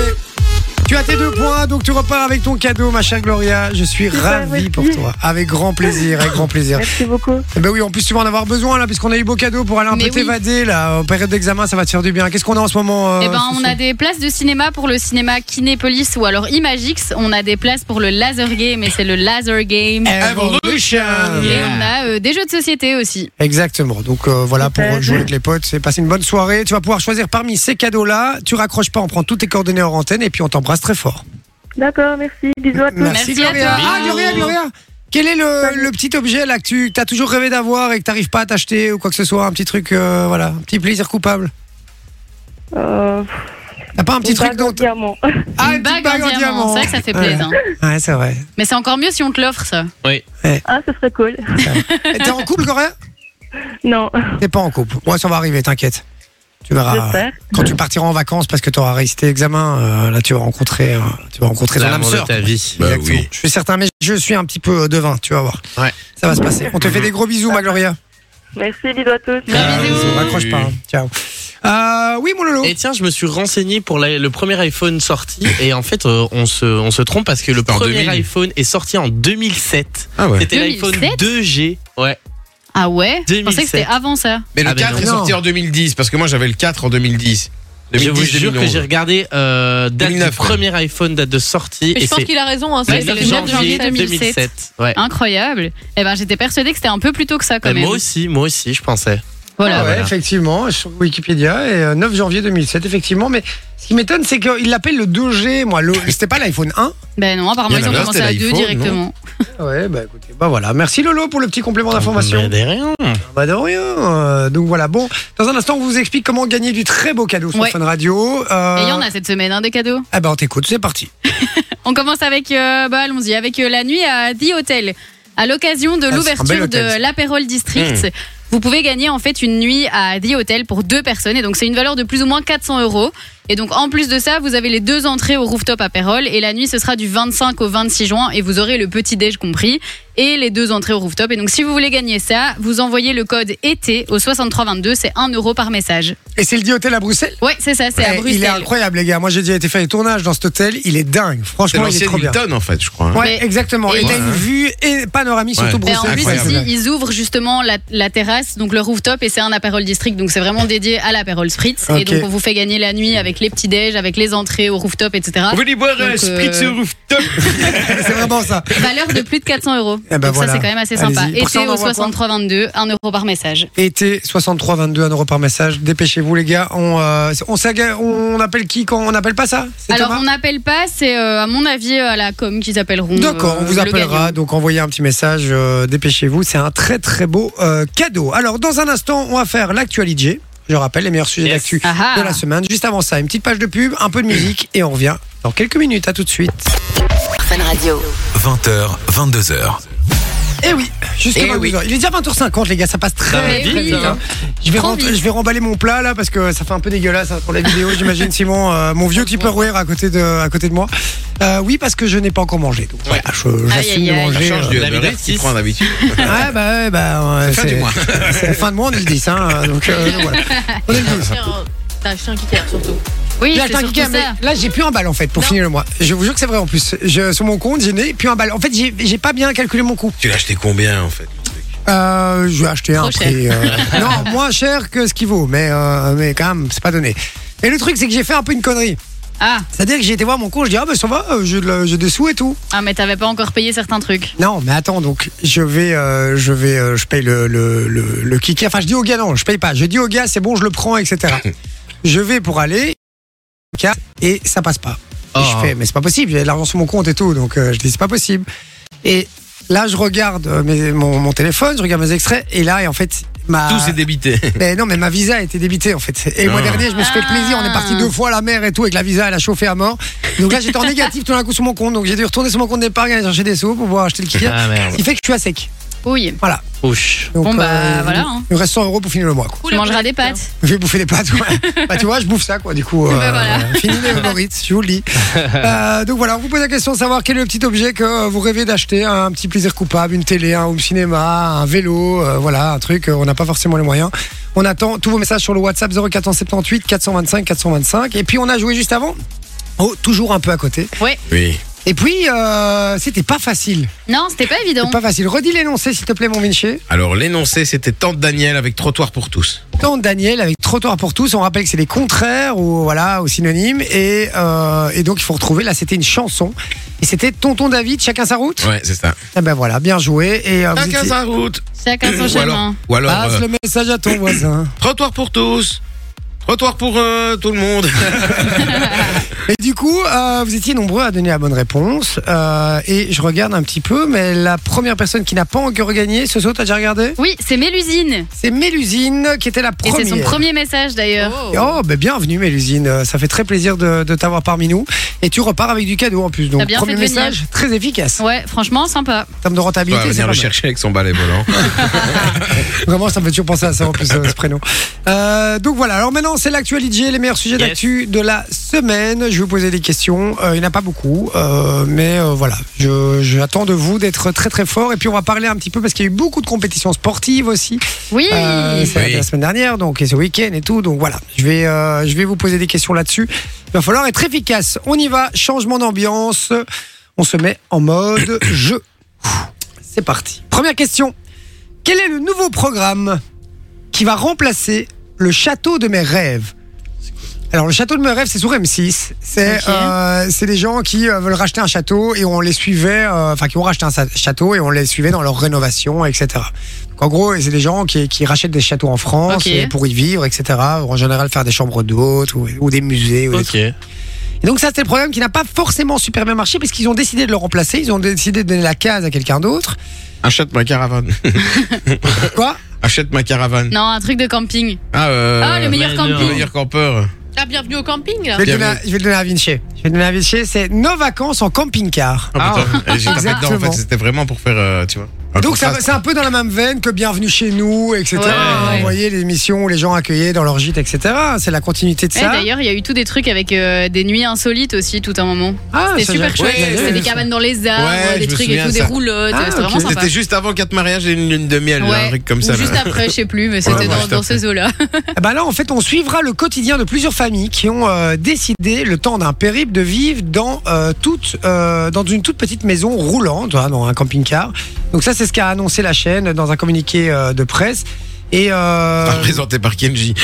C: tu as tes deux points, donc tu repars avec ton cadeau, ma chère Gloria. Je suis
H: Super,
C: ravi
H: merci.
C: pour toi. Avec grand plaisir, avec grand plaisir.
H: Merci beaucoup.
C: Eh ben oui, en plus tu vas en avoir besoin là, puisqu'on a eu beau cadeau pour aller un
E: Mais
C: peu
E: oui.
C: t'évader là. En période d'examen, ça va te faire du bien. Qu'est-ce qu'on a en ce moment euh,
E: eh ben, on
C: Soso
E: a des places de cinéma pour le cinéma Kinépolis ou alors Imagix. On a des places pour le Laser Game et c'est le Laser Game.
C: Eh
D: Evolution.
E: Et on a euh, des jeux de société aussi.
C: Exactement. Donc euh, voilà, pour
H: Super.
C: jouer avec les potes, c'est passer une bonne soirée. Tu vas pouvoir choisir parmi ces cadeaux-là. Tu raccroches pas, on prend toutes tes coordonnées en antenne et puis on t'embrasse très fort.
H: D'accord, merci. Bisous à tous.
C: Merci,
E: Merci à
C: Gloria.
E: toi.
C: Ah, Gloria, Gloria. Quel est le, le petit objet là que tu as toujours rêvé d'avoir et que t'arrives pas à t'acheter ou quoi que ce soit Un petit truc, euh, voilà, un petit plaisir coupable.
H: Euh,
C: T'as pas un petit
H: une
C: truc
H: bague
C: dont.
H: en diamant.
C: Ah,
E: Une
C: une petite
E: bague en diamant. C'est vrai que ça fait plaisir.
C: Ouais, c'est vrai.
E: Mais c'est encore mieux si on te l'offre ça.
H: Ah, ce serait cool.
C: Et T'es en couple, Gloria
H: Non,
C: T'es pas en couple. Moi, ça va arriver, t'inquiète. Tu verras.
H: j'espère.
C: Quand tu partiras en vacances parce que t'auras récité l'examen, euh, là, tu vas rencontrer, euh, tu vas rencontrer ton âme
G: L'amour de
C: sœur.
G: ta vie.
D: Bah
C: Exactement.
D: oui.
C: Je suis certain, mais je suis un petit peu euh, devin, tu vas voir.
D: Ouais.
C: Ça va se passer. On te fait des gros bisous, ma Gloria.
H: Merci, bisous à tous.
E: Des bisous.
C: On raccroche pas. hein. Ciao. Euh, oui, mon Lolo.
G: Et tiens, je me suis renseigné pour la- le premier iPhone sorti et en fait, euh, on se, on se trompe parce que le
D: C'était en
G: premier
D: 2000.
G: iPhone est sorti en 2007.
D: Ah ouais.
G: C'était l'iPhone
E: 2007?
G: 2G. Ouais.
E: Ah ouais Je pensais
G: 2007.
E: que c'était avant ça.
D: Mais le
G: Ah, ben
D: 4 est
C: non.
D: sorti en 2010 parce que moi j'avais le 4 en 2010. 2010
G: je vous jure que
D: 2011.
G: j'ai regardé euh, date
D: 2009,
G: du premier iPhone, date de sortie
F: Mais
G: et
F: je pense
G: c'est
F: qu'il a raison, hein,
E: Ouais,
F: c'est
E: c'est
F: le
E: le
F: 9
E: neuf
F: janvier
E: janvier
F: 2007.
G: 2007. Ouais.
E: Incroyable. Eh ben, j'étais persuadée que c'était un peu plus tôt que
F: Ah,
E: ça quand
G: Bah,
E: même.
G: moi aussi, moi aussi, je pensais.
E: Voilà.
C: Ah ouais,
G: voilà.
C: effectivement, sur Wikipédia, et euh, 9 janvier 2007, effectivement. Mais ce qui m'étonne, c'est qu'il l'appelle le 2G, moi. le- C'était pas l'iPhone 1
E: Ben non, apparemment,
D: Il y en
E: ils ont
D: avait un,
E: commencé
D: c'était
E: à deux
D: l'iPhone,
E: directement.
C: Ouais, bah écoutez, bah voilà. Merci Lolo pour le petit complément d'information.
G: Mais des rien.
C: Bah de rien. euh, donc voilà, bon, dans un instant, on vous explique comment gagner du très beau cadeau sur
E: Ouais.
C: Fun Radio. Euh,
E: Et il y en a cette semaine, hein, des cadeaux.
C: Eh ben, on t'écoute, c'est parti.
E: On commence avec, euh, bah, allons-y, avec euh, la nuit à The Hotel. À l'occasion de
C: c'est Ah, un bel
E: l'ouverture
C: hôtel, Hmm. ça.
E: de l'Apérol District, vous pouvez gagner en fait une nuit à The Hotel pour deux personnes. Et donc, c'est une valeur de plus ou moins 400 euros. Et donc, en plus de ça, vous avez les deux entrées au rooftop Apérol. Et la nuit, ce sera du 25 au 26 juin. Et vous aurez le petit déj compris. Et les deux entrées au rooftop. Et donc, si vous voulez gagner ça, vous envoyez le code été au 6322. C'est 1 euro par message.
C: Et c'est le dit hôtel à Bruxelles
E: Ouais, c'est ça, c'est à
C: Eh,
E: Bruxelles.
C: Il est incroyable, les gars. Moi, j'ai déjà été faire des tournages dans cet hôtel. Il est dingue.
D: C'est
C: Franchement, il est
D: l'ancien
C: trop bien.
D: Hilton en fait, je crois. hein.
C: Ouais,
E: Mais-
C: exactement. Et
E: et-
C: t'as une vue et panoramique sur
D: Ouais.
C: tout
E: Et
C: Bruxelles.
E: en plus,
D: incroyable.
E: ici, ils ouvrent justement la, la terrasse, donc le rooftop, et c'est un apérol district, donc c'est vraiment dédié à l'apérol Spritz.
C: Ok.
E: Et donc, on vous fait gagner la nuit avec les petits déj, avec les entrées au rooftop, etc.
D: On veut lui boire
E: Donc,
D: un spritz
E: euh,
D: sur rooftop.
C: c'est vraiment ça.
E: Valeur de plus de 400 euros.
C: Eh ben
E: donc,
C: voilà.
E: ça, c'est quand même assez sympa.
C: Allez-y. Pour ça,
E: Été
C: on
E: au
C: envoie quoi
E: 6322, 1 euro par message.
C: Été 63 22 1 euro par message. Dépêchez-vous les gars. On euh, on, s'aga- on appelle qui quand on n'appelle pas ça C'est
E: Alors,
C: Thomas
E: on n'appelle pas, c'est euh, à mon avis euh, à la com qu'ils appelleront.
C: D'accord,
E: euh,
C: on vous
E: le
C: appellera.
E: gagnant.
C: Donc envoyez un petit message. euh, Dépêchez-vous. C'est un très très beau euh, cadeau. Alors dans un instant, on va faire l'actualité. Je rappelle les meilleurs sujets
G: Yes.
C: d'actu
E: Aha.
C: de la semaine. Juste avant ça, une petite page de pub, un peu de musique et on revient dans quelques minutes. À tout de suite.
A: Fun Radio.
B: 20h, 22h.
C: Eh oui, jusque
D: Eh
C: 22
D: oui.
C: heures. Il est déjà 20h50, les gars, ça passe très,
G: Ça va
C: très
E: vite,
C: vite.
E: hein.
C: Je, vais
E: Trop
C: rentrer-
E: vite.
C: je vais remballer mon plat là parce que ça fait un peu dégueulasse hein, pour la vidéo, j'imagine, Simon. euh, mon vieux Tupperware à côté de, à côté de moi. Euh, oui, parce que je n'ai pas encore mangé. Donc voilà, je- j'assume
E: Aïe,
C: de
E: aïe, aïe.
D: Ça
C: manger.
D: change
C: euh,
D: du
G: la
D: Uber
G: Uber
D: Eats qui
G: Eats.
D: prend d'habitude.
C: ouais, bah, ouais, bah, euh,
D: fin du mois.
C: c'est fin de mois, on est le 10. Hein, donc, euh, donc voilà. On est le 10.
F: T'as acheté un kicker surtout.
E: Oui,
C: Là,
E: c'est
C: t'as un
E: surtout
C: kicker, mais
E: ça.
C: là, j'ai plus un bal en fait pour finir le mois. Je vous jure que c'est vrai en plus. Je, sur mon compte, j'ai n'ai plus un bal. En fait, j'ai j'ai pas bien calculé mon coût.
D: Tu l'as acheté combien en fait
C: Euh, je vais acheter un
E: Trop cher.
C: prix. euh, non, moins cher que ce qu'il vaut, mais, euh, mais quand même, c'est pas donné. Et le truc, c'est que j'ai fait un peu une connerie.
E: Ah,
C: C'est-à-dire que j'ai été voir mon con, je dis ah ben ça va, euh, j'ai de la- j'ai des sous et tout.
E: ah mais t'avais pas encore payé certains trucs.
C: Non, mais attends, donc je vais, euh, je vais, euh, je paye le le le, le kicker. Enfin, je dis au gars non, je paye pas. Je dis au gars c'est bon, je le prends, etc. je vais pour aller et ça passe pas. Et je
D: Ah.
G: Oh.
C: fais mais c'est pas possible, j'ai de l'argent sur mon compte et tout, donc euh, je dis c'est pas possible. Et là, je regarde euh, mes- mon, mon téléphone, je regarde mes extraits et là, et en fait ma
D: Tout s'est débité.
C: mais non, mais ma visa a été débitée en fait. Et le mois
D: Ah.
C: dernier, je me suis fait plaisir. On est parti
E: Ah.
C: deux fois à la mer et tout avec la visa, elle a chauffé à mort. Donc là, j'étais en négatif tout d'un coup sur mon compte. Donc j'ai dû retourner sur mon compte d'épargne, aller chercher des sous pour pouvoir acheter le kicker.
G: Ah
C: Ce
G: merde.
C: qui fait que je suis à sec.
E: Oui.
C: Voilà.
G: Ouch.
C: Donc, euh,
E: Bon, bah, voilà, hein.
C: Il me reste 100 euros pour finir le mois. Quoi.
E: Tu mangeras des pâtes.
C: Je vais bouffer des pâtes. ouais. bah, tu vois, je bouffe ça, quoi. Du coup, euh,
E: Bah, voilà.
C: euh, fini les favorites, je vous le dis. Euh, donc voilà, on vous pose la question de savoir quel est le petit objet que euh, vous rêvez d'acheter, un petit plaisir coupable, une télé, un home cinéma, un vélo, euh, voilà, un truc, euh, on n'a pas forcément les moyens. On attend tous vos messages sur le WhatsApp 0478 425 425. Et puis on a joué juste avant. Oh, toujours un peu à côté.
D: Oui.
C: Et puis, euh, c'était pas facile.
E: Non, c'était pas évident.
C: C'était pas facile. Redis l'énoncé, s'il te plaît, mon Vinci.
D: Alors l'énoncé, c'était Tante Daniel avec Trottoir pour tous.
C: Tante Daniel avec Trottoir pour tous. On rappelle que c'est les contraires ou voilà ou synonymes et, euh, et donc il faut retrouver. Là, c'était une chanson et c'était Tonton David. Chacun sa route.
D: Ouais, c'est ça.
C: Eh ben voilà, bien joué et euh, vous
D: Chacun
C: étiez-
D: sa route.
E: Chacun son
D: Ou alors,
E: chemin.
D: ou alors,
C: passe
D: euh,
C: le message à ton voisin.
D: Trottoir pour tous. Trottoir pour euh, tout le monde.
C: Et du coup, euh, vous étiez nombreux à donner la bonne réponse euh, et je regarde un petit peu, mais la première personne qui n'a pas encore gagné, ce saut, t'as déjà regardé
E: Oui, c'est Mélusine.
C: C'est Mélusine qui était la
E: Et
C: première.
E: c'est son premier message d'ailleurs.
C: Et Oh, ben bienvenue Mélusine, Euh, ça fait très plaisir de, de t'avoir parmi nous. Et tu repars avec du cadeau en plus, donc
E: T'as bien
C: premier
E: fait de venir.
C: message très efficace.
E: Ouais, franchement, sympa.
C: En termes de
D: On va
C: rentabilité, c'est
D: venir
C: pas
D: le
C: mal.
D: chercher avec son balai volant.
C: Vraiment, ça me fait toujours penser à ça en plus, euh, ce prénom. Euh, donc voilà, alors maintenant, c'est l'actualité, les meilleurs sujets
G: Yes.
C: d'actu de la semaine. Je vais vous poser des questions, Euh, il n'y en a pas beaucoup, euh, mais euh, voilà, Je- j'attends de vous d'être très très fort. Et puis on va parler un petit peu, parce qu'il y a eu beaucoup de compétitions sportives aussi.
E: Oui.
C: Euh, c'est
D: Oui.
C: la semaine dernière, donc et ce week-end et tout. Donc voilà, je vais, euh, je vais vous poser des questions là-dessus. Il va falloir être efficace. On y va, changement d'ambiance. On se met en mode jeu. C'est parti. Première question. Quel est le nouveau programme qui va remplacer le château de mes rêves alors le château de mes rêves c'est sur M6. C'est
E: Ok.
C: euh, c'est des gens qui euh, veulent racheter un château et on les suivait, euh, enfin qui ont racheté un sa- château et on les suivait dans leur rénovation, etc. Donc, en gros c'est des gens qui, qui rachètent des châteaux en France
E: Ok.
C: et pour y vivre, etc. Ou en général faire des chambres d'hôtes ou, ou des musées. ou des
G: Ok.
C: et donc ça, c'était le programme qui n'a pas forcément super bien marché parce qu'ils ont décidé de le remplacer, ils ont décidé de donner la case à quelqu'un d'autre.
D: Achète ma caravane.
C: Quoi
D: Achète ma caravane.
E: Non, un truc de camping.
D: Ah, euh,
E: Ah, le meilleur
G: mais
D: le
E: camping.
G: non.
D: meilleur campeur.
F: Ah, bienvenue au camping, là.
C: je vais, le
D: Bien
C: donner à, je vais le donner à Vinci. Je vais le donner à Vinci, c'est nos vacances en camping-car.
D: Ah, putain. Et j'étais pas dedans, en
C: Exactement.
D: fait. C'était vraiment pour faire, euh, tu vois. un
C: Donc ça-
D: contraste.
C: c'est un peu dans la même veine que Bienvenue chez nous, etc.
E: Ouais, ouais.
C: Vous voyez les émissions où les gens accueillés dans leur gîte, etc. C'est la continuité de
E: Eh,
C: ça.
E: d'ailleurs, il y a eu tout des trucs avec euh, des nuits insolites aussi, tout un moment.
C: ah,
E: C'était
C: ça,
E: super
C: j'ai-
E: chouette.
D: Ouais,
E: C'était des
C: ouais.
E: cabanes dans les arbres,
D: Ouais,
E: des
D: je me
E: trucs et
D: souviens
E: tout,
D: de
E: des
D: ça.
E: roulottes.
C: Ah,
E: C'était
C: ok.
E: vraiment sympa.
D: C'était juste avant quatre mariages et une lune de miel,
E: Ouais.
D: un truc comme
E: Ou
D: ça. là.
E: juste après, je sais plus, mais c'était
D: Ouais,
E: dans,
D: ouais.
E: dans ces eaux-là.
C: Eh ben là, en fait, on suivra le quotidien de plusieurs familles qui ont euh, décidé, le temps d'un périple, de vivre dans, euh, toute, euh, dans une toute petite maison roulante, hein, dans un camping-car. Donc ça, c'est ce qu'a annoncé la chaîne dans un communiqué euh, de presse. Et, euh,
D: Enfin, présenté par Kenji.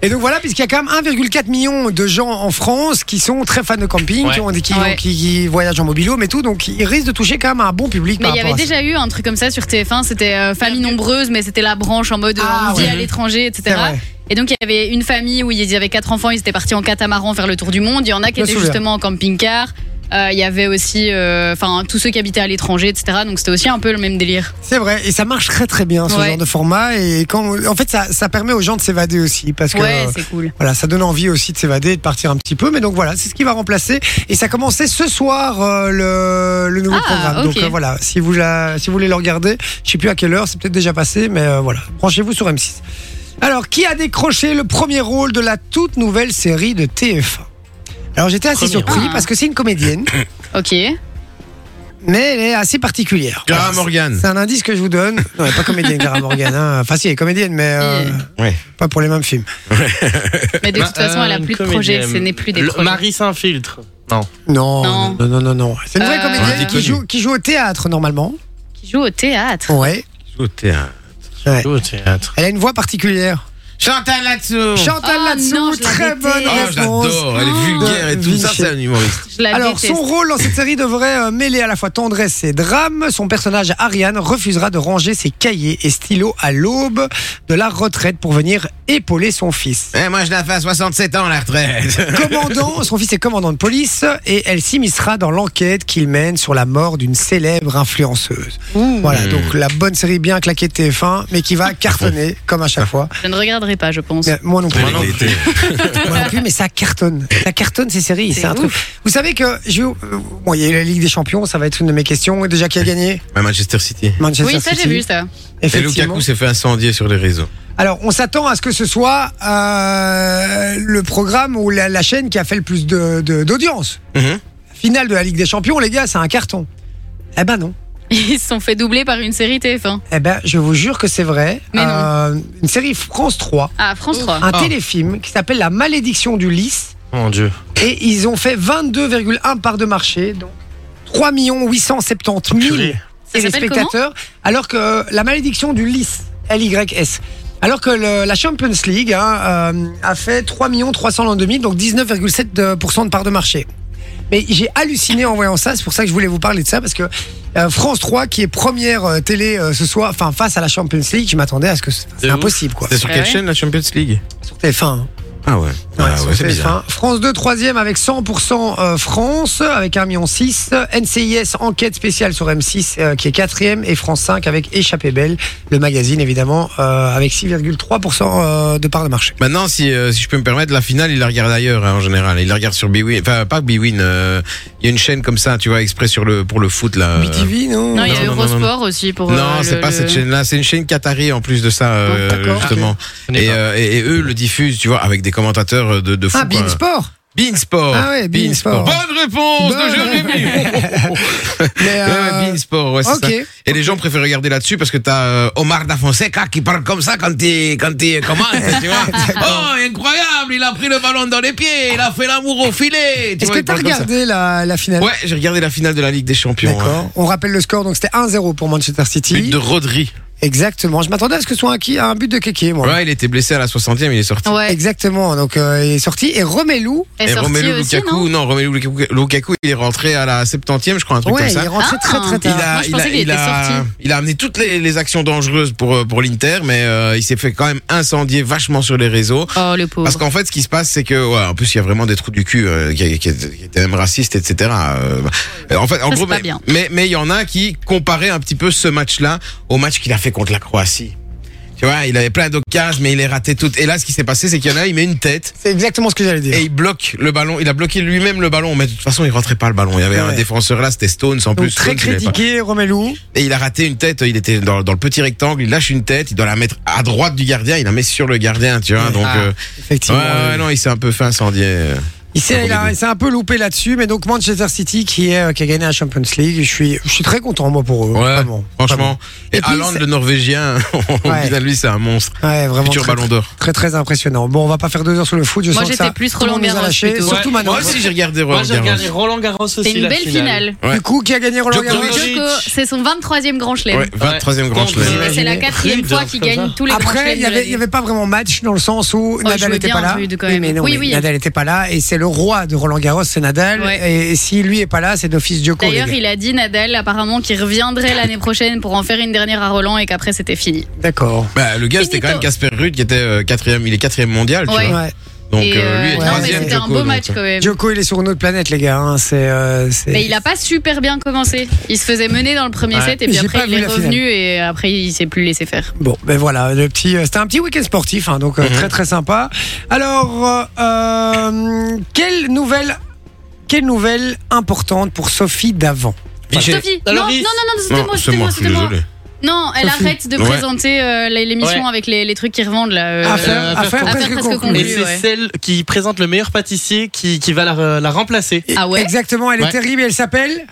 C: et donc voilà, puisqu'il y a quand même 1,4 million de gens en France qui sont très fans de camping,
G: Ouais.
C: qui, ont, des- qui,
E: Ouais.
C: qui- qui voyagent en mobilhome mais tout, donc ils risquent de toucher quand même un bon public.
E: Mais
C: par
E: il y
C: rapport
E: avait
C: à ça.
E: déjà eu un truc comme ça sur TF1. C'était euh, famille nombreuse, mais c'était la branche en mode euh,
C: Ah,
E: on vit
C: ouais.
E: à l'étranger,
C: C'est
E: etc.
C: vrai.
E: Et donc, il y avait une famille où ils avaient quatre enfants, ils étaient partis en catamaran faire le tour du monde. Il y en a qui
C: Je me
E: étaient
C: souviens.
E: justement en camping-car. Euh, Il y avait aussi euh, enfin tous ceux qui habitaient à l'étranger, etc. Donc, c'était aussi un peu le même délire.
C: C'est vrai, et ça marche très très bien ce
E: Ouais.
C: genre de format. Et quand, en fait, ça, ça permet aux gens de s'évader aussi, parce que
E: Ouais, c'est cool.
C: voilà, ça donne envie aussi de s'évader, et de partir un petit peu. Mais donc voilà, c'est ce qui va remplacer. Et ça commençait ce soir euh, le, le nouveau
E: Ah,
C: programme.
E: ok.
C: Donc euh, voilà, si vous, la- si vous voulez le regarder, je sais plus à quelle heure, c'est peut-être déjà passé, mais euh, voilà, branchez-vous sur M6. Alors, qui a décroché le premier rôle de la toute nouvelle série de TF1 Alors j'étais assez
G: Premier
C: surpris
E: rôle.
C: parce que c'est une comédienne,
E: Ok.
C: mais elle est assez particulière.
D: Clara
C: Voilà,
D: Morgan.
C: Ah, c'est un indice que je vous donne. Non, elle n'est pas comédienne, Clara Morgan. hein. Enfin, si, elle est comédienne, mais euh,
D: Ouais.
C: pas pour les mêmes films.
E: Mais de toute façon, elle a plus de projets, ce n'est plus des projets.
G: Marie s'infiltre. Non.
C: Non, non,
E: Non.
C: non, non. non, non. C'est une vraie
E: Euh,
C: comédienne
D: Ouais,
C: qui
D: déconne.
C: joue, qui joue au théâtre normalement.
E: Qui joue au théâtre.
C: Ouais.
D: Au théâtre.
C: ouais.
D: Oh,
G: Au théâtre.
C: Elle a une voix particulière.
D: Chantal là-dessous.
C: Chantal
E: Oh
C: là-dessous,
E: non, je la
C: très
E: déteste.
C: bonne
D: Oh,
C: réponse.
D: je l'adore, elle
E: Ah,
D: est vulgaire et tout. Ça, c'est un humoriste.
E: Je la
C: Alors,
E: déteste.
C: son rôle dans cette série devrait euh, mêler à la fois tendresse et drame. Son personnage, Ariane, refusera de ranger ses cahiers et stylos à l'aube de la retraite pour venir épauler son fils.
D: Eh, moi, je la fais à 67 ans, la retraite.
C: Commandant, son fils est commandant de police et elle s'immiscera dans l'enquête qu'il mène sur la mort d'une célèbre influenceuse. Voilà,
D: Hmm.
C: donc la bonne série bien claquée de TF1, mais qui va cartonner comme à chaque fois.
E: Je ne regarderai pas, je pense.
C: Euh, Moi non plus.
D: non
B: L'été.
C: Moi non plus, mais ça cartonne. Ça cartonne ces séries, c'est un truc. Vous savez que je vais- euh, bon, il y a eu la Ligue des Champions, ça va être une de mes questions. Déjà qui a gagné
D: À Manchester City.
C: Manchester
E: Oui, ça j'ai
C: City.
E: vu ça.
D: Et
C: Effectivement.
D: Lukaku s'est fait incendier sur les réseaux.
C: Alors, on s'attend à ce que ce soit euh, le programme ou la, la chaîne qui a fait le plus de- de- d'audience.
D: Mhm.
C: Finale de la Ligue des Champions, les gars, c'est un carton. Eh ben non.
E: Ils se sont fait doubler par une série TF1.
C: Eh ben, je vous jure que c'est vrai.
E: Mais non.
C: Euh, une série France 3,
E: Ah, France 3.
C: un
D: Ah.
C: téléfilm qui s'appelle La Malédiction du Lys.
G: Oh, Mon Dieu.
C: Et ils ont fait 22,1 parts de marché, donc 3 870 000
G: Purée.
E: Ça s'appelle
C: téléspectateurs, alors que euh, la malédiction du LYS, L-Y-S, alors que le- la Champions League hein, euh, a fait 3 392 000, donc 19,7% de, pourcent euh, de parts de marché. Mais j'ai halluciné en voyant ça, c'est pour ça que je voulais vous parler de ça, parce que euh, France 3, qui est première euh, télé euh, ce soir, enfin face à la Champions League, je m'attendais à ce que c'est c'est
G: ouf.
C: impossible, quoi.
D: C'était sur
E: Ouais.
G: Eh
D: quelle chaîne, la Champions League
C: Sur TF1. hein.
D: Ah ouais.
C: Ouais,
D: Ah
C: sur
D: ouais, c'est
C: TF1.
D: bizarre.
C: France 2 troisième avec 100% euh, France avec 1,6 million. NCIS enquête spéciale sur M6 euh, qui est quatrième et France 5 avec Échappée Belle, le magazine évidemment euh, avec 6,3% euh, de part de marché.
D: Maintenant, si, euh, si je peux me permettre, la finale, il la regarde ailleurs hein, en général. Il la regarde sur Bwin. Enfin, pas Bwin. euh, Il y a une chaîne comme ça, tu vois, exprès sur le pour le foot là. euh.
C: BTV non, Ah,
E: Non, il y a
D: Non, non, non,
E: Eurosport aussi pour.
D: Non,
E: euh,
D: c'est
E: le-
D: pas
E: le-
D: cette chaîne-là. C'est une chaîne qatari en plus de ça, euh,
C: d'accord.
D: justement.
G: connais
D: Et,
G: pas.
D: euh, et, et eux le diffusent, tu vois, avec des commentateurs euh, de de fou.
C: Ah
D: quoi.
C: Beansport
D: Beansport.
C: Ah ouais, Beansport.
D: Bonne réponse
C: Bonne
D: de Jérémy.
C: Mais, euh,
D: Ouais, Beansport, ouais, c'est
C: ok.
D: ça. Et les gens préfèrent regarder là-dessus parce que t'as euh, Omar Da Fonseca qui parle comme ça quand il, quand il commente, tu vois. Oh, incroyable, il a pris le ballon dans les pieds, il a fait l'amour au filet.
C: Est-ce
D: tu vois,
C: que
D: il
C: t'as
D: parle comme ça.
C: regardé la, la finale
D: Ouais, j'ai regardé la finale de la Ligue des Champions.
C: D'accord. On rappelle le score, donc c'était 1-0 pour Manchester
D: ouais. But
C: City.
D: de Rodri.
C: Exactement. Je m'attendais à ce que ce soit un, qui- un but de Kéké, moi.
D: Ouais, il était blessé à la 60e, il est
C: Ah
D: sorti.
E: Ouais.
C: Exactement. Donc euh, il est sorti et Romelu.
E: Elle est
D: Et
E: sortie
D: Romelu
E: aussi,
D: Lukaku,
E: non
D: Romelu Lukaku, Lukaku, il est rentré à la 70e, je crois, un truc
C: Ouais,
D: comme
C: il
D: ça.
C: est rentré
E: Ah.
C: très très
D: Il
C: tard.
D: a,
E: Moi, je
D: il,
E: pensais
D: a,
E: qu'il
D: il
E: était
D: a-
E: sorti.
D: il a amené toutes les, les actions dangereuses pour, euh, pour l'Inter, mais euh, il s'est fait quand même incendier vachement sur les réseaux.
E: Oh, le pauvre.
D: Parce qu'en fait, ce qui se passe, c'est que, ouais, en plus, il y a vraiment des trous du cul euh, qui, qui, qui étaient même racistes, etc. Euh, bah, en fait, en
E: c'est
D: gros,
E: pas
D: mais-
E: bien.
D: mais mais il y en a qui comparaient un petit peu ce match-là au match qu'il a fait contre la Croatie. Tu vois, il avait plein d'occasions, mais il les ratait toutes. Et là, ce qui s'est passé, c'est qu'il y en a, il met une tête
C: C'est exactement ce que j'allais dire.
D: et il bloque le ballon. Il a bloqué lui-même le ballon, mais de toute façon, il rentrait pas le ballon. Il y avait
C: Ouais.
D: un défenseur là, c'était Stones en
C: Donc
D: plus.
C: très
D: Stones, il l'avait pas.
C: critiqué, Romelu.
D: Et il a raté une tête, il était dans, dans le petit rectangle, il lâche une tête, il doit la mettre à droite du gardien, il la met sur le gardien, tu vois.
C: Ouais.
D: donc,
C: Ah,
D: euh, ouais,
C: Effectivement.
D: ouais, non, il s'est un peu fait incendier.
C: Il s'est il a-
D: Romelu.
C: il s'est un peu loupé là-dessus, mais donc Manchester City qui, est, euh, qui a gagné la Champions League, je suis, je suis très content moi pour eux.
D: Ouais,
C: vraiment,
D: Franchement. Et,
C: Et puis,
D: Haaland,
C: c'est-
D: le Norvégien, au
C: Ouais.
D: final, lui, c'est un monstre.
C: Vraiment. Ouais, vraiment
D: Futur
C: très,
D: ballon d'or.
C: très très impressionnant. Bon, on va pas faire deux heures sur le foot. Je
E: Moi,
C: sens que
E: j'étais
C: ça-
E: plus
C: tout le monde
E: Roland
C: nous a
E: Garros
C: lâchés,
E: plutôt.
C: Surtout
G: Ouais.
C: Manon.
D: Moi aussi, j'ai regardé
G: Moi,
D: Roland
G: j'ai
D: Garros.
G: regardé Roland Garros aussi.
E: C'est une
G: la
E: belle finale.
D: Ouais.
C: Du coup, qui a gagné Roland Garros
D: Djokovic.
E: Joko, c'est son 23e grand chelem.
D: Ouais, 23 e grand
G: Contre-
D: chelem.
E: Mais C'est la
C: Imaginez.
E: quatrième fois qu'il gagne tous les grands
C: Après,
E: chelems.
C: il y avait, il y avait pas vraiment match dans le sens où Nadal
E: jouait
C: n'était
E: bien,
C: pas là.
E: Rude, quand
C: Oui,
E: même.
C: mais non,
E: Oui,
C: mais
E: oui.
C: Nadal n'était pas là et c'est le roi de Roland Garros, c'est Nadal.
E: Ouais.
C: Et, et si lui est pas là, c'est d'office Djokovic.
E: D'ailleurs, il a dit Nadal apparemment qu'il reviendrait l'année prochaine pour en faire une dernière à Roland et qu'après c'était fini.
C: D'accord.
D: Bah, le gars, c'était
E: Finito.
D: quand même Casper Ruud qui était euh, quatrième, il est quatrième mondial, tu
E: Ouais.
D: vois.
C: Ouais.
D: Donc,
E: et
D: euh, lui
E: euh,
D: est
E: non, mais
D: troisième.
E: c'était un
D: Djoko,
E: beau
D: donc, euh,
E: match quand même.
C: Djoko, il est sur une autre planète, les gars. hein, C'est. euh, c'est-
E: Mais il a pas super bien commencé. Il se faisait mener dans le premier
G: Ouais.
E: set et puis
C: J'ai pas
E: après il
C: vu
E: est
C: la
E: revenu et après il s'est plus laissé faire.
C: Bon, ben voilà, le petit, euh, c'était un petit week-end sportif, hein, donc euh,
D: Mhm.
C: très très sympa. Alors, euh, euh, quelle nouvelle, quelle nouvelle importante pour Sophie d'avant
G: Michel.
E: Sophie, non, non,
G: Alors,
E: non,
G: il-
E: non, c'était
D: Non,
E: moi,
D: c'est
E: c'était
D: moi,
E: moi,
D: je suis
E: c'était moi.
D: désolé.
E: Non, elle
G: Sophie.
E: arrête de
D: Ouais.
E: présenter euh, les- l'émission
G: Ouais.
E: avec les, les trucs qu'ils revendent là. euh,
C: Affaire-
G: euh,
C: affaire
G: affaire
C: presque
E: presque
C: conclue.
E: conclue.
G: Et
E: Oui,
G: c'est
E: ouais.
G: celle qui présente le meilleur pâtissier qui, qui va la, euh, la remplacer.
E: Ah ouais
C: Exactement, elle est
G: Ouais.
C: terrible, elle s'appelle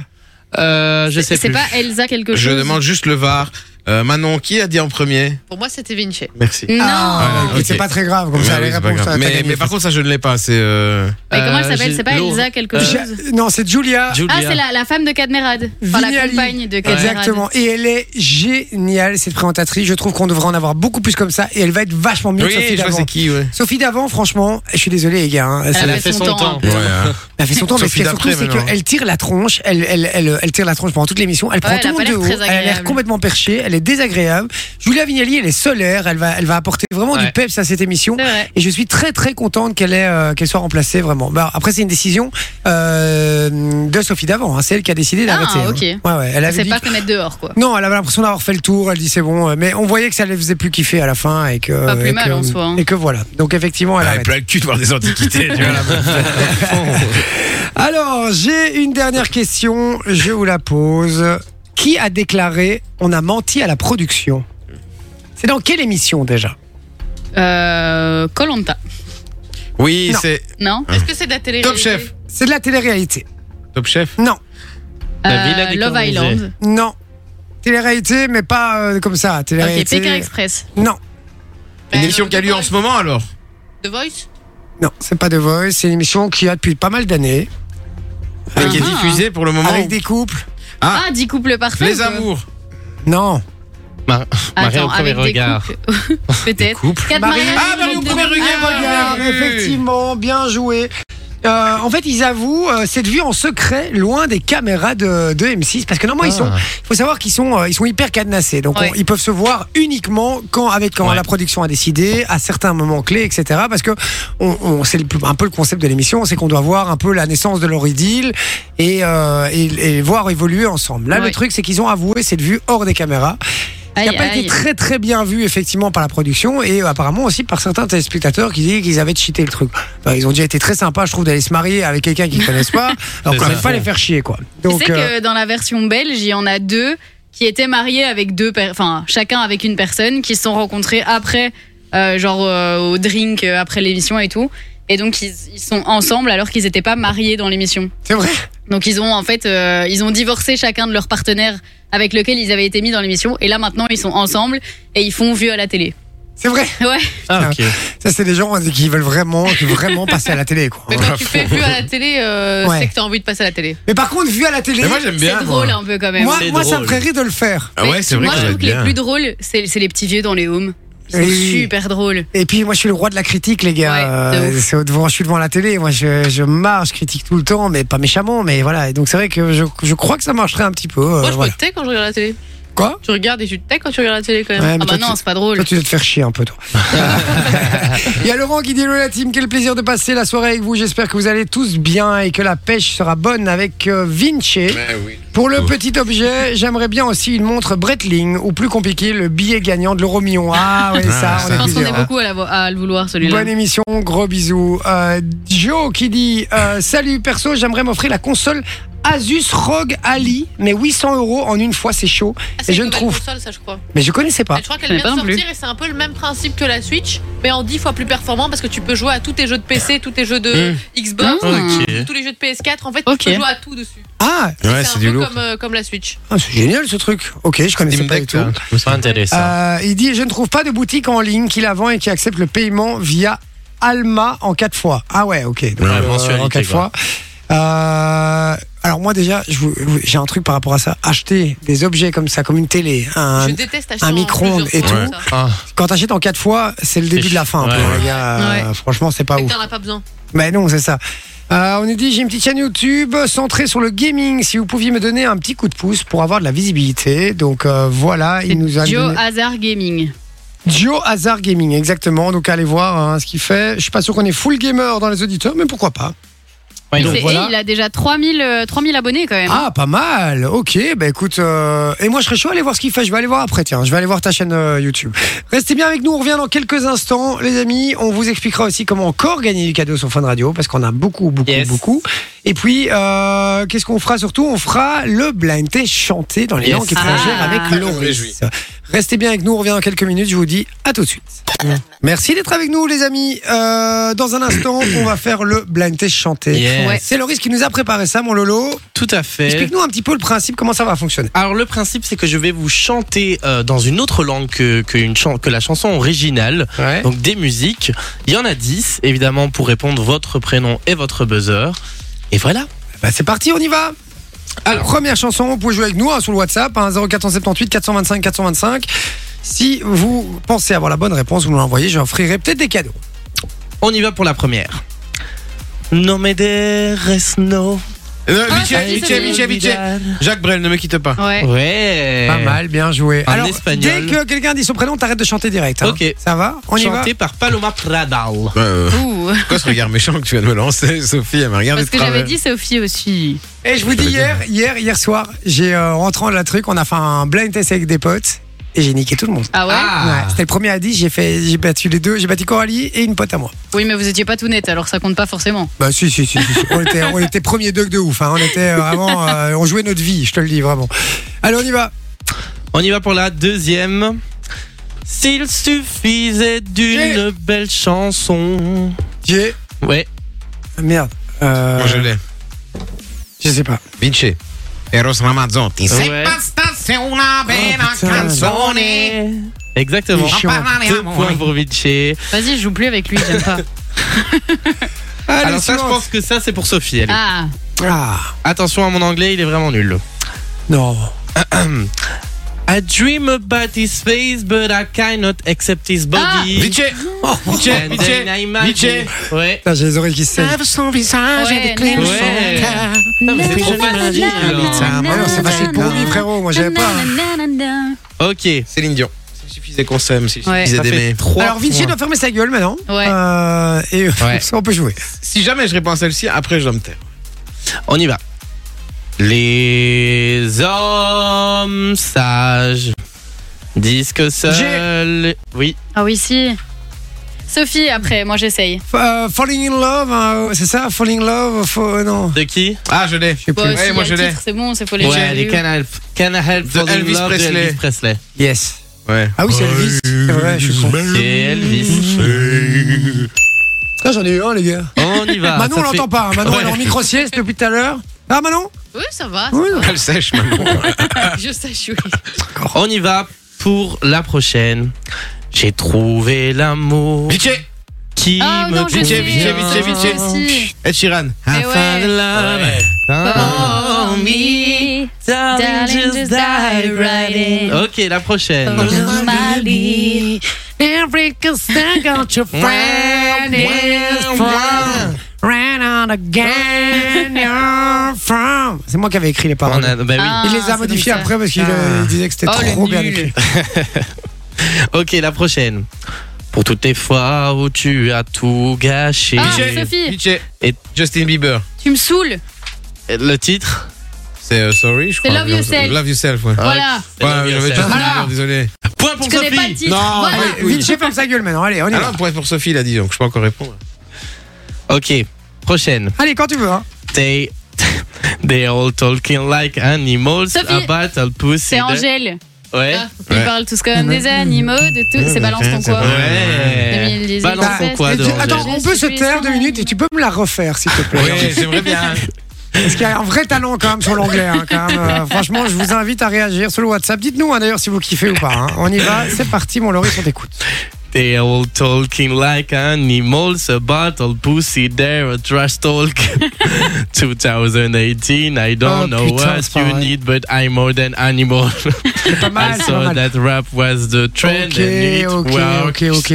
G: Euh, je sais
E: C'est
G: plus.
E: pas Elsa quelque chose.
D: Je demande juste le VAR. Euh, Manon, qui a dit en premier
F: Pour moi, c'était Vinci.
D: Merci.
E: Non.
C: Ah,
D: Voilà,
C: écoute, C'est
D: ok.
C: pas très grave comme
D: Ouais,
C: ça,
D: oui,
C: les
D: c'est pas
C: réponses.
D: grave.
C: t'as
D: mais,
C: gagné.
D: mais par contre, ça, je ne l'ai pas. C'est. euh,
E: Mais comment elle
G: Euh,
E: s'appelle
G: j'ai-
E: C'est pas
G: Laure.
E: Elsa quelque
G: Euh,
E: chose
C: Ja- Non, c'est Julia.
G: Julia.
E: Ah, c'est la, la femme de Cadmerade. Enfin, la
C: Vignali.
E: compagne de Cadmerade.
C: Exactement. Et elle est géniale, cette présentatrice. Je trouve qu'on devrait en avoir beaucoup plus comme ça. Et elle va être vachement mieux
D: Oui,
C: que Sophie
D: je vois
C: d'avant.
D: c'est qui, ouais.
C: Sophie d'avant, franchement, je suis désolé, les gars. hein, c'est-
G: Elle a fait son temps.
D: Ouais, hein.
C: Elle fait son temps, mais ce
D: Sophie
C: qui est surtout,
D: d'après,
C: c'est
D: maintenant.
C: qu'elle tire la tronche, elle, elle, elle, elle tire la tronche pendant toute l'émission, elle prend
E: elle
C: tout
E: a
C: le
E: pas
C: monde de
E: l'air
C: haut,
E: très
C: elle a l'air
E: agréable.
C: complètement perchée, elle est désagréable. Julia Vignali, elle est solaire, elle va, elle va apporter vraiment du
G: Ouais.
C: peps à cette émission.
E: C'est vrai.
C: Et je suis très très contente qu'elle ait, euh, qu'elle soit remplacée vraiment. Bah, après c'est une décision euh, de Sophie d'avant, hein. c'est elle qui a décidé
E: Ah,
C: d'arrêter. hein.
E: ok.
C: Ouais, ouais, elle avait
E: C'est
C: dit
E: pas que mettre dehors, quoi.
C: non, elle avait l'impression d'avoir fait le tour. Elle dit c'est bon, euh, mais on voyait que ça ne faisait plus kiffer à la fin et que
E: Pas plus
C: et
E: mal
C: que,
E: en soi, hein.
C: et que voilà. Donc effectivement, elle
D: Elle a
C: arrête.
D: plein le cul de voir des antiquités. tu vois, la meuf.
C: Alors j'ai une dernière question. Je vous la pose. Qui a déclaré on a menti à la production C'est dans quelle émission déjà
E: Euh. Colanta.
D: oui,
C: Non.
D: c'est
E: Non
F: Est-ce que c'est de la télé
D: Top Chef.
C: C'est de la télé-réalité.
D: Top Chef.
C: Non,
G: La
E: Euh,
G: ville a
E: Love
G: décolonisé.
E: Island.
C: non. Télé-réalité, mais pas euh, comme ça.
E: Ok,
C: Télé-réalité.
E: Pékin Express.
C: non,
D: Une émission qu'a lu en ce moment alors
F: The Voice
C: non, c'est pas The Voice. C'est une émission qui a depuis pas mal d'années
D: Et qui est
E: Ah.
D: diffusée pour le moment.
C: avec
D: où-
C: des couples.
D: Ah.
E: Ah, 10 couples parfaits.
D: Les
E: quoi.
D: amours.
C: Non.
G: Mar- Marie au
E: Attends,
G: premier
E: avec des
G: regard.
E: couples. Peut-être.
D: Couple.
E: Quatre
C: Marie-
E: mariages.
D: Ah, Marie au
E: des-
D: premier regard,
E: Ah,
C: regard,
D: bien vu.
C: effectivement, bien joué. Euh, en fait, ils avouent euh, cette vue en secret, loin des caméras de, de M6, parce que normalement ils sont. Il faut savoir qu'ils sont, euh, ils sont hyper cadenassés, donc
F: Ouais.
C: on- ils peuvent se voir uniquement quand, avec quand
G: Ouais.
C: la production a décidé, à certains moments clés, etc. Parce que on, on- c'est le- un peu le concept de l'émission, c'est qu'on doit voir un peu la naissance de leur idylle et, euh, et- et voir évoluer ensemble. Là, le
E: Ouais.
C: truc, c'est qu'ils ont avoué cette vue hors des caméras qui
E: Aïe,
C: n'a pas été
E: aïe.
C: très très bien vu effectivement par la production et euh, apparemment aussi par certains téléspectateurs qui disaient qu'ils avaient cheaté le truc. Enfin, ils ont déjà été très sympas, je trouve, d'aller se marier avec quelqu'un qu'ils connaissent pas, alors
G: C'est
C: qu'on
G: ça.
C: même pas les faire chier quoi.
E: tu
C: Donc
E: sais
C: euh,
E: que dans la version belge, il y en a deux qui étaient mariés avec deux, per- enfin chacun avec une personne, qui se sont rencontrés après, euh, genre euh, au drink euh, après l'émission et tout. Et donc ils, ils sont ensemble alors qu'ils n'étaient pas mariés dans l'émission.
C: c'est vrai.
E: Donc ils ont en fait, euh, ils ont divorcé chacun de leur partenaire avec lequel ils avaient été mis dans l'émission. Et là maintenant ils sont ensemble et ils font vieux à la télé.
C: C'est vrai.
E: Ouais.
G: Ah, ok.
C: Ça c'est des gens euh, qui veulent vraiment qui veulent vraiment passer à la télé quoi.
F: Mais quand tu fais vu à la télé, euh,
C: Ouais.
F: c'est que t'as envie de passer à la télé.
C: Mais par contre, vu à la télé,
D: Mais moi j'aime
E: C'est
D: bien.
E: drôle
D: moi.
E: un peu quand même.
C: moi,
G: C'est
C: moi, ça me
G: drôle.
C: ferait rire de le faire.
D: Ah ouais, c'est vrai
E: Moi
D: que
E: je
D: ça va
E: trouve
D: être
E: que les
D: bien.
E: plus drôles, c'est c'est les petits vieux dans les homes. Ils sont
C: Oui.
E: super drôles.
C: Et puis moi je suis le roi de la critique les gars.
E: Ouais, de
C: Euh, c'est au devant, je suis devant la télé. Moi je, je marche, je critique tout le temps, mais pas méchamment. Mais voilà. Et donc c'est vrai que je, je crois que ça marcherait un petit peu. euh,
F: Moi, je
C: voilà.
F: me tais quand je regarde la télé.
C: Quoi
F: Tu regardes et tu te tais quand tu regardes la télé quand même.
C: Ouais, mais
E: Ah
C: toi,
E: bah non,
C: tu-
E: c'est pas drôle.
C: Toi, tu dois te faire chier un peu, toi. Il y a Laurent qui dit Hello la team, quel plaisir de passer la soirée avec vous. J'espère que vous allez tous bien et que la pêche sera bonne avec euh, Vinci.
D: Ouais, oui.
C: Pour le petit objet, j'aimerais bien aussi une montre Bretling ou plus compliqué, le billet gagnant de l'euro million. Ah oui, ça,
D: Ah,
C: on
D: ça.
C: est
E: Je pense qu'on est
C: plusieurs.
E: beaucoup à, la vo- à le vouloir celui-là.
C: Bonne émission, gros bisous. Euh, Joe qui dit euh, Salut perso, j'aimerais m'offrir la console Asus ROG Ali, mais 800 euros en une fois, c'est chaud.
F: Ah, c'est
C: et je
F: une
C: ne
F: nouvelle
C: trouve.
F: console, ça, je crois.
C: Mais je connaissais pas.
F: je crois
E: Mais
F: qu'elle vient
E: pas
F: de
E: non plus.
F: sortir et c'est un peu le même principe que la Switch, mais en 10 fois plus performant parce que tu peux jouer à tous tes jeux de PC, tous tes jeux de
C: Mm.
F: Xbox,
C: Mmh.
G: Ok.
F: tous les jeux de PS4. En fait,
E: Ok.
F: tu peux jouer à tout dessus.
C: Ah,
D: Ouais,
F: c'est
D: c'est
F: un
D: du
F: peu
D: lourd.
F: comme, euh, comme la Switch.
C: ah, c'est génial ce truc. Ok, je connaissais
D: Steam
C: pas du
D: Deck,
C: tout.
D: là.
G: C'est Ah, intéressant.
C: Euh, il dit Je ne trouve pas de boutique en ligne qui la vend et qui accepte le paiement via Alma en 4 fois. Ah ouais, ok.
G: Ouais,
C: euh,
G: mensualité,
C: en 4 fois.
G: quoi.
C: Euh, alors, moi, déjà, je vous- vous- j'ai un truc par rapport à ça. Acheter des objets comme ça, comme une télé, un-
F: je déteste acheter
C: un
F: en
C: micro-ondes
F: plusieurs
C: et
F: fois,
C: tout.
F: ça.
G: Ah.
C: quand t'achètes en 4 fois, c'est le début de la fin. un peu,
G: Ouais,
C: les gars. Euh, Franchement, c'est pas
F: Et
C: ouf.
F: que T'en as pas besoin.
C: Mais non, c'est ça. Euh, on nous dit j'ai une petite chaîne YouTube centrée sur le gaming. Si vous pouviez me donner un petit coup de pouce pour avoir de la visibilité, donc euh, voilà, il nous a
E: Joe
C: donné-
E: Hazard Gaming.
C: Joe Hazard Gaming, exactement. Donc allez voir hein, ce qu'il fait. Je suis pas sûr qu'on est full gamer dans les auditeurs, mais pourquoi pas
G: Ouais,
E: C'est-
G: donc,
E: et
C: voilà.
E: il a déjà 3000, euh, 3000 abonnés quand même.
C: Ah, pas mal. Ok, bah écoute. euh, Et moi, je serais chaud à aller voir ce qu'il fait. Je vais aller voir après. Tiens, je vais aller voir ta chaîne euh, YouTube. Restez bien avec nous. On revient dans quelques instants, les amis. On vous expliquera aussi comment encore gagner du cadeau sur Fun Radio parce qu'on a beaucoup, beaucoup,
G: Yes.
C: beaucoup. Et puis, euh, qu'est-ce qu'on fera surtout On fera le blind test chanté dans les
G: Yes.
C: langues étrangères
E: Ah.
C: avec
D: Je me
C: Loris.
D: réjouis.
C: Restez bien avec nous, on revient dans quelques minutes. Je vous dis à tout de suite. Merci d'être avec nous, les amis. Euh, dans un instant, on va faire le blind test chanté.
G: Yes.
E: Ouais.
C: C'est Loris qui nous a préparé ça, mon Lolo.
G: Tout à fait.
C: Explique-nous un petit peu le principe, comment ça va fonctionner.
G: Alors le principe c'est que je vais vous chanter euh, dans une autre langue que, que, une chan- que la chanson originale,
C: Ouais.
G: donc des musiques. Il y en a 10 évidemment pour répondre votre prénom et votre buzzer. Et voilà.
C: Bah, c'est parti, on y va.
D: Alors.
C: première chanson, vous pouvez jouer avec nous hein, sur le WhatsApp, hein, 0478 425 425. Si vous pensez avoir la bonne réponse, vous nous l'envoyez, j'offrirai peut-être des cadeaux.
G: On y va pour la première. No me dejes no.
D: Euh,
E: Ah,
D: Vichy,
E: ça,
D: Vichy,
E: c'est
D: Vichy, Vichy. Jacques Brel, ne me quitte
C: Ah.
D: pas.
E: Ouais.
G: Ouais.
C: Pas mal, bien joué.
G: Eh. En
C: Alors,
G: espagnol.
C: dès que quelqu'un dit son prénom, t'arrêtes de chanter direct. hein.
G: Ok.
C: Ça va On y va
G: Chanté par Paloma Pradal.
D: Euh,
C: Oh. Ah,
E: Ouh.
D: pourquoi ce regard méchant que tu viens de me lancer, Sophie Elle m'a regardé
E: Parce que
D: de
E: j'avais
D: travers.
E: dit Sophie aussi.
C: Et je vous dis hier, hier, hier soir, j'ai euh, en rentrant de la truc, on a fait un blind test avec des potes et j'ai niqué tout le monde.
E: Ah ouais
C: Ouais, c'était le premier à 10, j'ai fait, j'ai battu les deux, j'ai battu Coralie et une pote à moi.
E: Oui, mais vous étiez pas tout net, alors ça compte pas forcément.
C: Bah si si si, si, si. on était on était premier deux de ouf, hein. on était euh, vraiment, euh, on jouait notre vie, je te le dis vraiment. Allez on y va.
G: On y va pour la deuxième. S'il suffisait d'une belle chanson.
C: J'ai
G: Ouais.
C: ah, merde. Euh,
D: Moi, je l'ai.
C: je sais pas.
D: Vinci. Eros Ramazzotti.
G: Ouais.
C: Il
G: Exactement.
C: est chiant.
G: Deux points pour Vinci.
E: Vas-y, je joue plus avec lui, j'aime pas.
C: Allez,
G: Alors ça, je
C: suivante.
G: pense que ça, c'est pour Sophie. allez.
E: Ah,
C: Ah
G: Attention à mon anglais, il est vraiment nul.
C: non.
G: I dream about his face, but I cannot accept his body.
D: Vinci. Vinci,
G: And
D: Vinci,
G: then I imagine-
D: Vinci.
G: Ouais.
C: Putain, j'ai les oreilles qui se saignent.
E: ouais, non.
G: Ouais. Non, mais c'est trop facile.
C: Ah, mais non, c'est facile pour lui frérot, moi j'avais pas. hein.
G: Ok.
D: Céline Dion. S'il suffisait qu'on s'aime, s'il
E: Ouais.
D: suffisait
G: Ça fait
D: d'aimer.
G: trois
C: Alors Vinci
G: points.
C: doit fermer sa gueule maintenant.
E: Ouais.
C: Euh, et
G: Ouais.
C: on peut jouer.
D: Si jamais je réponds à celle-ci, après je dois me taire.
G: On y va. Les hommes sages disent que seuls. Oui.
E: Ah oui, si. Sophie, après, moi j'essaye.
C: F- euh, falling in love, hein, c'est ça Falling in love, fa- non.
G: De qui
D: Ah, je l'ai.
C: sais
E: Bon,
C: plus.
E: si,
D: Ouais, moi,
E: il y
D: je
E: a le
D: l'ai.
E: titre, C'est bon, c'est faut les
G: Ouais, les Can I Help, Can I Help
D: De
G: falling in
D: Elvis
G: love de
D: Presley.
G: Elvis Presley.
C: Yes.
D: Ouais.
C: Ah oui, c'est Elvis. C'est vrai, je suis con.
G: Et Elvis.
C: Ah, j'en ai eu un, les gars.
G: On y va.
C: Manon,
G: Ah, ça
C: on l'entend
G: fait-
C: pas. hein. Manon, elle est en
G: Ouais.
C: micro-sieste depuis tout à l'heure. Ah, Manon
E: Oui, ça va.
C: Oui,
E: ça
C: non.
D: Elle sèche maintenant.
E: va. Je sache, oui.
G: On y va pour la prochaine. J'ai trouvé l'amour
D: Vinci.
G: qui
E: Ah
G: me
E: non, je
G: convient.
E: sais.
D: Vite, vite, vite, vite, vite.
E: Si.
D: Ed Sheeran.
E: Eh
G: Find
E: ouais.
G: love.
E: Oh, me.
G: Darling, just die right in. Ok, la prochaine.
C: C'est moi qui avais écrit les
G: On
C: paroles.
G: a- bah oui.
E: Ah,
C: Il les
E: c'est
C: a
E: donc
C: modifiés
E: ça.
C: après parce qu'il
G: Ah.
C: euh, il disait que c'était
E: Oh, le
C: trop bien
E: nul.
C: écrit.
G: Ok, la prochaine. Pour toutes les fois où tu as tout gâché.
E: Ah,
D: Vinci.
E: Sophie.
D: Vinci.
G: Et-
D: Justin Bieber.
E: Tu me saoules.
G: Le titre
D: C'est euh, Sorry, je
E: C'est
D: crois.
E: Love Yourself.
D: Love Yourself, ouais.
E: Voilà.
D: Ouais, j'avais Justin
G: Ah,
D: Bieber, désolé.
G: Point pour
E: Tu connais pas le
G: Sophie.
E: titre.
D: Non,
E: Voilà.
D: ouais. Oui.
C: Vinci, ferme sa gueule maintenant. Allez, on y
D: Ah
C: va.
D: non, pour être pour Sophie, il a dit, donc je peux encore répondre.
G: Ok, prochaine.
C: Allez, quand tu veux. hein.
G: They, they all talking like animals
E: Sophie.
G: about a pussy.
E: C'est Angèle.
G: Ouais.
E: Ah, Ils
D: Ouais.
E: parlent tous comme des animaux, de tout. C'est Balance ton quoi.
G: Ouais.
E: 2018.
G: Balance ton quoi
C: Et
G: de
C: tu-
G: Angèle.
C: Attends, on peut se taire deux minutes et tu peux me la refaire, s'il te plaît.
D: Ouais, j'aimerais bien.
C: Parce qu'il y a un vrai talent quand même sur l'anglais. hein, quand même. Euh, franchement, je vous invite à réagir sur le WhatsApp. Dites-nous hein, d'ailleurs si vous kiffez ou pas. hein. On y va, c'est parti, mon Loris, on t'écoute.
G: They all talking like animals about a pussy. They're a trash talk. 2018, I don't
C: Oh,
G: know
C: putain, c'est
G: what
C: pas
G: you
C: vrai.
G: need, but I'm more than animal.
C: C'est pas
G: I
C: mal, c'est
G: saw
C: pas mal.
G: that rap was the trend
C: Ok,
G: and it
C: ok,
G: worked.
C: ok, ok.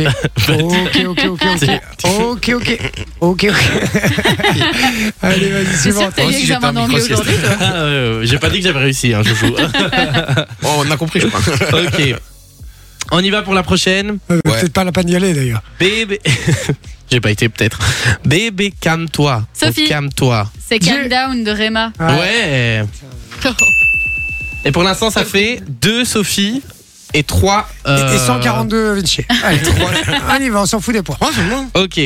C: Ok, ok, ok, ok. Ok, ok. Ok, ok. Allez, vas-y,
E: C'est sûr
C: suivante.
E: que t'as
D: Moi
E: eu
D: aussi, j'étais
E: l'examen
D: un
E: d'anglais
D: micro-sieste.
E: aujourd'hui. toi.
G: Ah, euh, J'ai pas dit que j'avais réussi, hein, Joujou.
D: Oh, on a compris, je crois.
G: ok. On y va pour la prochaine.
C: Euh,
D: Ouais.
C: Peut-être pas la peine d'y aller d'ailleurs.
G: Bébé. J'ai pas été peut-être. Bébé, calme-toi.
E: Sophie.
G: Oh, Calme-toi.
E: C'est Calm Down de Rema.
C: Ouais.
G: Ouais. Et pour l'instant, ça fait 2 Sophie et euh, 3.
C: Et 142 Vinci. Allez, on y va, on s'en fout des points.
G: Ok.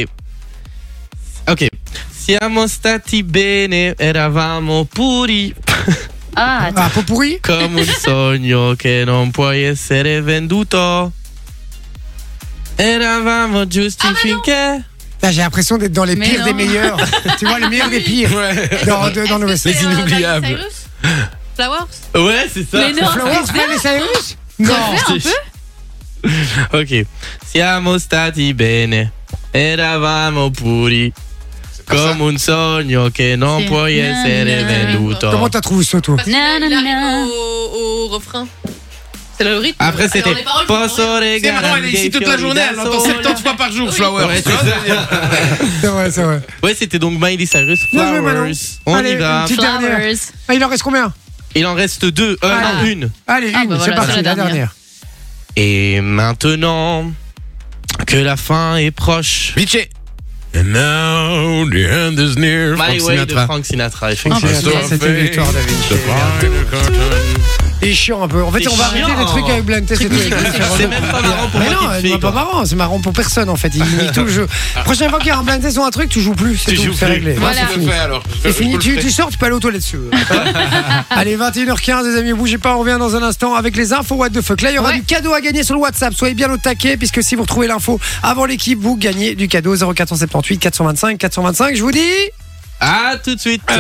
G: Ok. Siamo stati bene, eravamo puri.
E: Ah, attends.
C: Ah, pot pourri
G: Comme un sogno che non può essere
E: Ah,
G: venduto. Eravamo giusti finché.
C: Là, Ah, j'ai l'impression d'être dans les
E: Mais
C: pires des
E: non.
C: meilleurs. tu vois, les meilleurs des pires.
D: Ouais.
C: Dans, de- dans le West.
D: Les inoubliables.
F: Flowers
G: Ouais, c'est ça.
E: Mais non,
C: Flowers, Miley Cyrus Non.
G: ok. Siamo stati bene. Eravamo puri. Come un sogno che non
E: Sì.
G: può
E: Na,
G: essere
E: na, na.
C: Comment
G: venduto.
C: t'as trouvé ce toi
F: Parce que
E: Na, na,
F: il arrive
E: na.
F: Au, au refrain. C'est le rythme.
G: Après,
F: Alors,
G: c'était
F: les paroles,
G: Posso
F: vous
D: C'est marrant,
G: regarder
D: elle est ici toute la
G: fiori
D: journée, elle
G: da
D: entend
G: sole.
D: 70 fois par jour,
G: Ouais,
D: Flower.
G: c'est ça.
C: C'est vrai, c'est vrai.
G: Ouais, c'était donc Miley Cyrus
C: Bien joué,
G: Flowers.
C: Manon.
G: On
C: Allez,
G: y va.
C: une petite dernière.
E: Flowers.
C: Ah, il en reste combien
G: Il en reste deux. Euh,
C: Ah.
G: non, une.
C: Allez,
E: Ah,
C: une,
E: bah
C: c'est
E: voilà,
C: parti,
E: c'est
C: la
E: la
C: dernière.
G: Et maintenant que la fin est proche.
D: Vichy. And now the end is near.
G: My
D: Frank
G: Way de
D: Sinatra.
G: Frank Sinatra,
C: Ah, bah,
G: effectivement.
C: Sinatra, c'était une victoire, David.
D: The final curtain.
C: Il est chiant un peu. En fait,
G: C'est
C: on va arrêter
G: chiant.
C: les trucs avec Blunt. C'est
G: bah, C'est même pas marrant pour
C: Mais
G: moi
C: non,
G: qui le
C: c'est
G: fais,
C: pas
G: quoi.
C: marrant, c'est marrant pour personne en fait. Il nie tout le jeu. Prochaine fois qu'il y a un blind test ou un truc, tu joues plus, c'est
G: Tu
C: tout,
G: joues
C: c'est
G: plus.
C: réglé.
D: Moi,
E: Voilà.
D: je le fais alors. Je-
C: C'est
D: je
C: fini,
D: peux le
C: tu,
D: faire.
C: tu sors, tu peux aller aux toilettes dessus. Allez, 21h15, les amis, bougez pas, on revient dans un instant avec les infos What the fuck. Là, il y aura
E: Ouais.
C: du cadeau à gagner sur le WhatsApp. Soyez bien au taquet, puisque si vous retrouvez l'info avant l'équipe, vous gagnez du cadeau 0478 425 425. Je vous dis.
G: Ah, tout de suite.
C: Ah,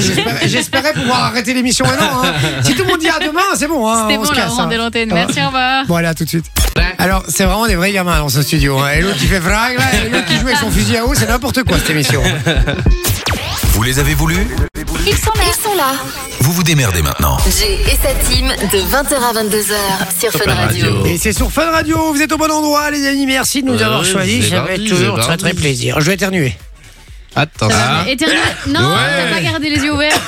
C: j'espérais- J'espérais pouvoir arrêter l'émission maintenant. hein. Si tout le monde dit à demain, c'est bon. hein,
E: C'était
C: on
E: bon,
C: se
E: là,
C: casse,
E: on
C: hein.
E: rendait l'antenne. Merci, au revoir.
C: Bon, allez, à tout de suite. Alors, c'est vraiment des vrais gamins dans ce studio. hein. Et l'autre qui fait frag, là, et l'autre qui joue avec son fusil à eau, c'est n'importe quoi cette émission.
B: Vous les avez voulu
A: Ils sont là. Ils sont là.
B: Vous vous démerdez maintenant.
A: Jay et sa team de 20h à 22h sur Fun Radio.
C: Et c'est sur Fun Radio, vous êtes au bon endroit, les amis. Merci de nous
G: Ouais,
C: avoir choisis.
G: c'est
C: Ça fait
G: parti,
C: toujours
G: c'est
C: très très
G: parti.
C: plaisir. Je vais éternuer.
G: Attends. Ah.
D: Ah,
E: Et terminé. Non, t'as pas gardé les yeux ouverts.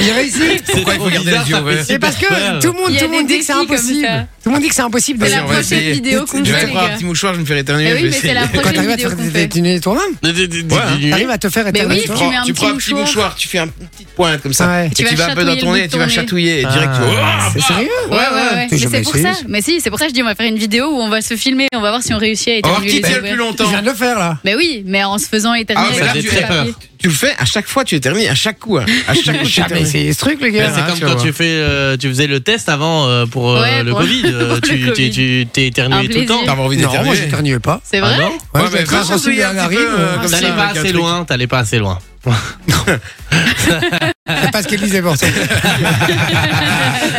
C: Il réussit.
D: Pourquoi il faut garder les yeux ouverts
C: C'est parce que tout le monde,
E: Il y a
C: tout le monde
E: des
C: dit que c'est
E: défis comme ça.
C: impossible. Tout le monde dit que c'est impossible.
E: C'est
C: de
E: la
D: on va
E: prochaine
D: essayer.
E: vidéo
D: Je
E: qu'on fait,
D: vais
E: les
D: prendre un
E: gars.
D: petit mouchoir, je vais me faire
E: Eh
D: éternuer.
E: oui,
D: je vais
E: mais c'est
D: essayer.
E: la
C: Quand
E: prochaine
C: t'arrives à te
E: vidéo qu'on
C: faire
E: fait.
C: éternuer toi-même,
G: Ouais.
C: t'arrives à te faire
E: Mais
C: éternuer
E: oui,
C: toi
E: tu mets un
D: Tu prends un
E: petit
D: petit
E: mouchoir.
D: mouchoir, tu fais un- une petite pointe comme ça.
C: Ouais.
D: Et tu
E: Tu vas
D: vas un peu
E: chatouiller
D: dans
E: le
D: ton nez et tu vas
E: tourner.
D: chatouiller. Oh, Et direct, tu
C: Ah, C'est sérieux
E: Ouais, ouais, ouais.
C: J'ai
E: Mais
C: jamais
E: c'est pour
C: essayé
E: ça. Mais si, c'est pour ça que je dis, on va faire une vidéo où on va se filmer, on va voir si on réussit
D: On va
E: à
D: voir
E: éternuer
D: qui
E: les
D: tient
E: yeux
D: le plus
E: ouverts.
C: Je
D: longtemps.
C: viens de le faire là.
E: Mais oui, mais en se faisant éternuer.
D: Ah, mais là,
E: avec le
D: tu
E: papier.
D: fais peur. Tu le fais à chaque fois, tu éternues à chaque coup. hein. À chaque coup, tu
C: J'ai jamais
D: éternues.
C: essayé ce truc, les
G: Ben,
C: gars.
G: c'est
D: Ah,
G: comme
D: tu
G: quand
D: vois.
G: tu, fais, euh, tu faisais le test avant euh, pour euh,
E: Ouais,
G: le
E: pour-
G: Covid. euh,
E: pour
G: tu
E: le
G: t'es- tu- t'es éternué
E: Un
G: tout le temps.
E: plaisir.
D: T'as envie
C: Non, moi
D: d'éternuer.
C: j'éternuais pas.
E: C'est
G: Ah
E: vrai
G: non
C: Ouais,
D: Ouais,
C: j'étais
D: mais
C: très
D: fais
C: sensible
D: chatouiller
C: à la
D: un petit
C: narine.
D: peu, euh,
C: euh,
D: comme ça.
G: T'allais pas
D: avec un
G: assez
D: truc.
G: loin, t'allais pas assez loin.
C: C'est pas ce qu'elle disait pour ça.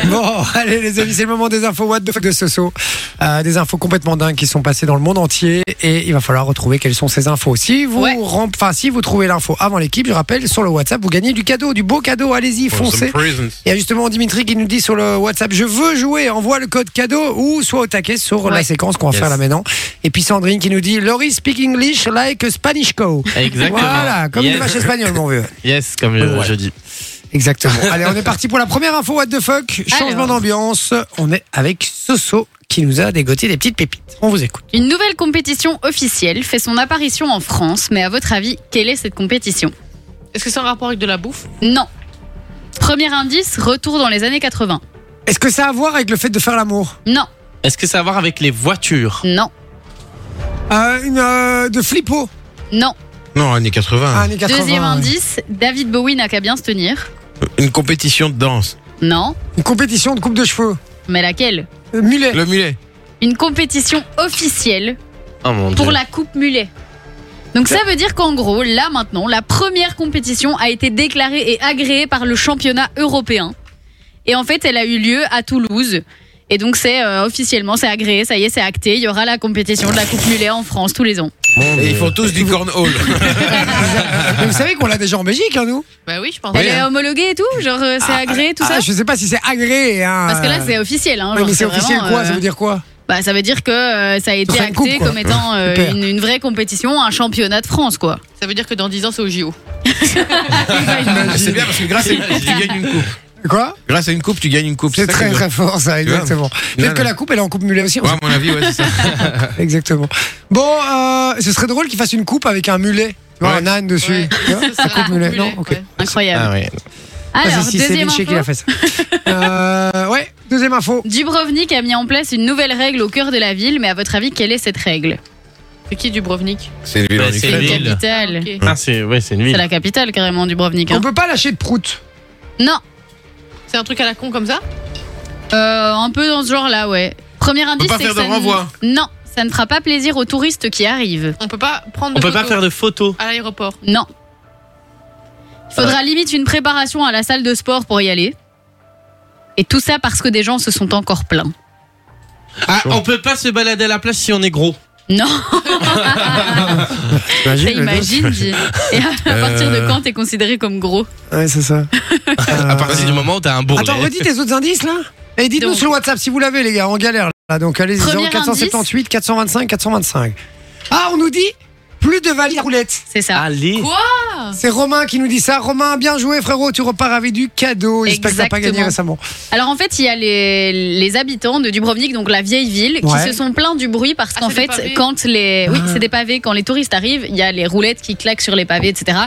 C: bon, allez les amis, c'est le moment des infos what the fuck de Soso. Euh, des infos complètement dingues qui sont passées dans le monde entier et il va falloir retrouver quelles sont ces infos. Si vous,
E: Ouais.
C: rem- enfin, si vous trouvez l'info avant l'équipe, je rappelle, sur le WhatsApp, vous gagnez du cadeau, du beau cadeau. Allez-y,
D: For some
C: foncez.
D: prisons.
C: Il y a justement Dimitri qui nous dit sur le WhatsApp Je veux jouer, envoie le code cadeau ou soit au taquet sur la
E: Ouais.
C: séquence qu'on va
G: Yes.
C: faire là maintenant. Et puis Sandrine qui nous dit Laurie speak English like a Spanish cow.
G: Exactement.
C: Voilà, comme une
G: yes.
C: vache espagnole, mon vieux.
G: yes, comme euh,
C: Ouais.
G: je dis.
C: Exactement. Allez, on est parti pour la première info What the fuck. Changement
E: Alors.
C: d'ambiance. On est avec Soso qui nous a dégoté des petites pépites. On vous écoute.
E: Une nouvelle compétition officielle fait son apparition en France, mais à votre avis, quelle est cette compétition
F: Est-ce que c'est en rapport avec de la bouffe
E: Non. Premier indice, retour dans les années 80.
C: Est-ce que ça a à voir avec le fait de faire l'amour
E: Non,
G: Est-ce que ça a à voir avec les voitures
E: non,
C: Euh, une, euh, De flippo.
E: non.
D: Non, années 80.
C: Ah, années 80,
E: Deuxième
C: ouais.
E: indice, David Bowie n'a qu'à bien se tenir.
D: Une compétition de danse.
E: Non,
C: Une compétition de coupe de cheveux.
E: mais laquelle
C: Euh, mulet.
D: Le mulet.
E: Une compétition officielle
G: Oh mon
E: pour
G: Dieu.
E: la coupe mulet. Donc ça veut dire qu'en gros, là maintenant, la première compétition a été déclarée et agréée par le championnat européen. Et en fait, elle a eu lieu à Toulouse. Et donc c'est euh, officiellement, c'est agréé, ça y est, c'est acté. Il y aura la compétition de la coupe mulet en France tous les ans.
G: Mon
D: Et
G: Dieu.
D: ils font tous du cornhole.
C: Mais vous savez qu'on l'a déjà en Belgique, hein, nous
F: Bah oui, je pense.
E: Elle est homologuée et tout, genre euh, c'est agréé tout
C: Ah,
E: ça.
C: Je sais pas si c'est agréé. Hein.
E: Parce que là, c'est officiel. Hein,
C: Ouais,
E: genre,
C: mais c'est
E: vraiment,
C: officiel quoi
E: euh,
C: Ça veut dire quoi
E: bah, ça veut dire que euh, ça a été
C: sera une coupe,
E: acté
C: quoi.
E: comme étant euh,
C: Super.
E: une, une vraie compétition, un championnat de France, quoi.
F: Ça veut dire que dans 10 ans, c'est au JO.
D: Ah, C'est bien parce que grâce à une coupe, tu gagnes une coupe.
C: Quoi
D: Grâce à une coupe, tu gagnes une coupe.
C: C'est
D: ça qui
C: très
D: est bien.
C: très fort, ça,
D: vois
C: exactement.
D: Là,
C: Peut-être
D: là.
C: que la coupe, elle est en coupe mulet aussi. on
D: Ouais, à mon avis, ouais, c'est ça.
C: Exactement. Bon, euh, ce serait drôle qu'il fasse une coupe avec un mulet. Tu vois,
D: Ouais.
C: un âne dessus.
F: Ouais.
C: Tu vois, ça coupe mulet. Non, ok.
F: ouais.
E: Incroyable.
G: Ah ouais.
E: Alors,
C: Vas-y, si c'est
E: deuxième
C: Vinci
E: info.
C: qui a fait ça. Euh, ouais, deuxième info.
E: Dubrovnik a mis en place une nouvelle règle au cœur de la ville, mais à votre avis, quelle est cette règle
F: C'est qui Dubrovnik
D: C'est une ville en
G: Bah, c'est
E: C'est
D: Ukraine.
E: une
G: Ville.
E: capitale.
F: Ok.
G: Ah, c'est ouais, c'est une
E: C'est
G: ville.
E: la capitale carrément du Brovnik.
C: On
E: hein.
C: peut pas lâcher de prout.
E: Non,
F: C'est un truc à la con comme ça
E: euh, un peu dans ce genre-là, ouais. Premier indice,
D: pas
E: c'est
D: faire
E: que
D: de
E: ça ne-
D: renvoi.
E: Non, ça ne fera pas plaisir aux touristes qui arrivent.
F: On peut pas prendre de
G: On peut pas
F: photos
G: faire de photos.
F: à l'aéroport.
E: Non. Il faudra limite une préparation à la salle de sport pour y aller. Et tout ça parce que des gens se sont encore plaints.
G: Ah, on peut pas se balader à la place si on est gros.
E: Non,
C: T'imagines, le dos
E: imagine. dis. Et à
C: Euh.
E: partir de quand t'es considéré comme gros
C: Ouais, c'est ça.
G: À partir du moment où t'as un bourrelet.
C: Attends, redis tes autres indices là. Et dites-nous
E: Donc-
C: sur le WhatsApp si vous l'avez, les gars, en galère. Là. Donc allez-y,
E: Premier
C: 478 425 425. Ah, on nous dit plus de valise roulette.
E: C'est ça.
G: Allez.
E: Ah.
C: C'est Romain qui nous dit ça. Romain, bien joué, frérot. Tu repars avec du cadeau. J'espère que t'as pas gagné
E: Exactement.
C: récemment.
E: Alors en fait, il y a les, les habitants de Dubrovnik, donc la vieille ville,
C: Ouais. Ah.
E: qui se sont plaints du bruit parce
F: Ah,
E: qu'en
F: c'est des
E: fait,
F: pavés.
E: quand les oui, c'est des pavés, quand les touristes arrivent, il y a les roulettes qui claquent sur les pavés, etc.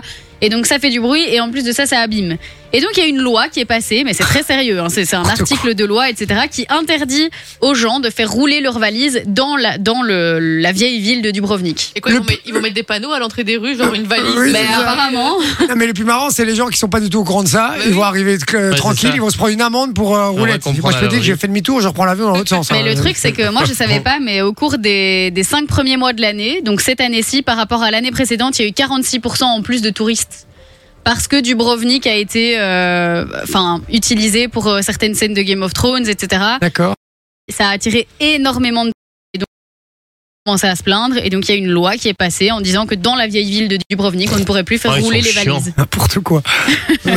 E: Et donc ça fait du bruit et en plus de ça, ça abîme. Et donc il y a une loi qui est passée, mais c'est très sérieux, hein, c'est c'est un article de loi, etc. qui interdit aux gens de faire rouler leurs valises dans la dans le, la vieille ville de Dubrovnik.
F: Et quoi, ils vont, mettre, ils vont mettre des panneaux à l'entrée des rues, genre une valise.
C: Oui,
E: Mais
C: c'est ça.
F: Euh,
E: apparemment,
C: Non, mais le plus marrant, c'est les gens qui sont pas du tout au courant de ça.
F: Bah
C: Ils
F: oui.
C: vont arriver euh,
G: Ouais,
C: tranquilles,
G: c'est ça.
C: ils vont se prendre une amende pour euh,
G: va
C: roulette. Moi,
G: comprendre
C: je te
G: la
C: dis que j'ai
G: logique.
C: fait demi-tour, je reprends l'avion dans l'autre sens.
E: Mais
C: hein.
E: le
G: euh,
E: truc, c'est que moi, je savais pas, mais au cours des, des cinq premiers mois de l'année, donc cette année-ci, par rapport à l'année précédente, il y a eu 46% en plus de touristes. Parce que Dubrovnik a été euh, enfin, utilisé pour euh, certaines scènes de Game of Thrones, etc.
C: D'accord.
E: Ça a attiré énormément de. Et donc, on commençait à se plaindre. Et donc, il y a une loi qui est passée en disant que dans la vieille ville de Dubrovnik, on ne pourrait plus faire
G: Ah, ils
E: rouler
G: sont
E: les
G: chiants.
E: valises.
C: N'importe quoi.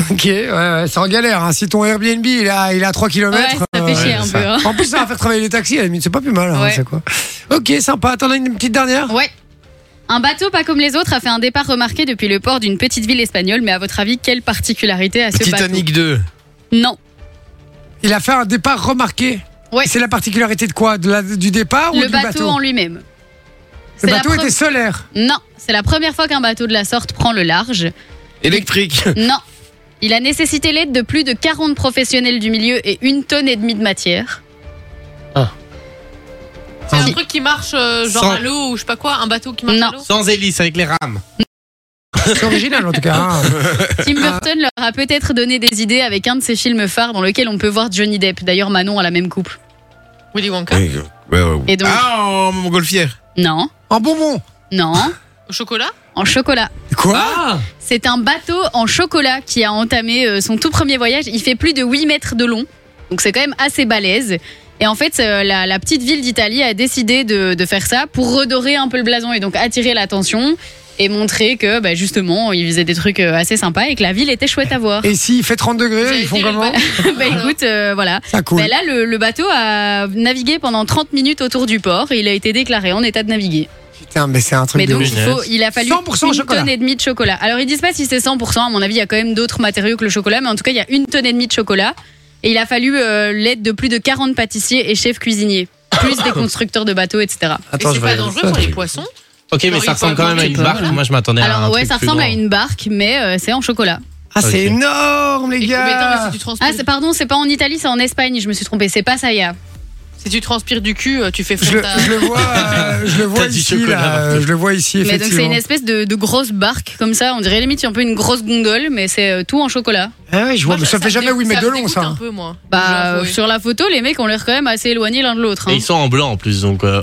C: ok, ouais, ouais, c'est en galère. hein. Si ton Airbnb, il a, il a 3 km.
E: Ouais, ça
C: euh,
E: fait chier un peu. hein.
C: En plus, ça va faire travailler les taxis, à la limite, c'est pas plus mal. hein,
E: Ouais.
C: c'est quoi. Ok, sympa. Attends, on a une petite dernière
E: Ouais. Un bateau pas comme les autres a fait un départ remarqué depuis le port d'une petite ville espagnole, mais à votre avis, quelle particularité a ce
D: Titanic 2.
E: bateau Non.
C: Il a fait un départ remarqué.
E: Ouais.
C: C'est la particularité de quoi De la- Du départ Ah, ou
E: Le
C: du
E: bateau,
C: bateau
E: en lui-même. C'est
C: Le
E: la
C: bateau
E: pre-
C: était solaire.
E: Non, c'est la première fois qu'un bateau de la sorte prend le large.
D: Électrique.
E: Non. Il a nécessité l'aide de plus de 40 professionnels du milieu et une tonne et demie de matière.
F: C'est un
E: Si.
F: truc qui marche euh, genre
G: Sans-
F: à l'eau ou je sais pas quoi, un bateau qui marche
E: Non.
F: à l'eau.
G: Sans hélice, avec les rames.
C: C'est original en tout cas. hein.
E: Tim Burton leur a peut-être donné des idées avec un de ses films phares dans lequel on peut voir Johnny Depp. D'ailleurs, Manon a la même coupe.
F: Willy Wonka.
D: Ouais, ouais, ouais.
E: Et donc-
D: Ah, en montgolfière.
E: Non,
C: En bonbon.
E: non,
F: Au chocolat
E: en chocolat.
C: Quoi
G: Ah
E: C'est un bateau en chocolat qui a entamé euh, son tout premier voyage. Il fait plus de 8 mètres de long, donc c'est quand même assez balèze. Et en fait, euh, la, la petite ville d'Italie a décidé de, de faire ça pour redorer un peu le blason et donc attirer l'attention et montrer que bah, justement, ils faisaient des trucs euh, assez sympas et que la ville était chouette à voir.
C: Et s'il fait 30 degrés,
F: J'allais
C: ils font
F: dire,
C: comment
F: ben,
E: bah écoute, euh, voilà.
C: Ça coule.
E: Bah, là, le, le bateau a navigué pendant 30 minutes autour du port et il a été déclaré en état de naviguer.
C: Putain, mais c'est un truc
E: Mais
C: de
E: donc,
C: ouf.
E: il, faut, il a fallu
C: 100%
E: une
C: chocolat.
E: tonne et demie de chocolat. Alors, ils disent pas si c'est 100%, à mon avis, il y a quand même d'autres matériaux que le chocolat, mais en tout cas, il y a une tonne et demie de chocolat. Et il a fallu euh, l'aide de plus de 40 pâtissiers et chefs cuisiniers, plus des constructeurs de bateaux, etc.
C: Attends, je
F: Et c'est
C: vais
F: pas
C: aller
F: dangereux
C: voir
F: pour les poissons.
G: Ok, mais
F: Non, il
G: ça ressemble
F: faut
G: quand même à une
E: attendre,
G: barque. Moi, je m'attendais à Ah, un
E: Alors, ouais,
G: truc
E: ça
G: plus
E: ressemble à
G: grand.
E: une barque, mais euh, c'est en chocolat.
C: Ah, c'est
G: Ok.
C: énorme, les
F: Et mais attends, mais
C: gars.
F: si tu
E: Ah,
F: transpires,
E: c'est- pardon, c'est pas en Italie, c'est en Espagne, je me suis trompée, c'est pas Saya.
F: si tu transpires du cul, euh, tu fais
C: Je,
F: fondre
C: le-
F: ta.
C: je le vois, euh, je le vois
G: T'as dit
C: ici,
G: chocolat,
C: là,
G: Martin.
C: je le vois ici,
E: Mais donc, c'est
C: effectivement.
E: une espèce de, de grosse barque, comme ça, on dirait limite un peu une grosse gondole, mais c'est euh, tout en chocolat.
C: Ah ouais, je vois,
F: Moi,
C: mais ça fait jamais
F: me dé-
C: 8 mètres de
F: me
C: long,
F: dégoûte
C: ça.
F: un peu, moi.
E: Bah,
F: Genre,
E: euh,
F: ouais.
E: sur la photo, les mecs ont l'air quand même assez éloignés l'un de l'autre.
G: Et
E: hein.
G: ils sont en blanc en plus, donc. euh,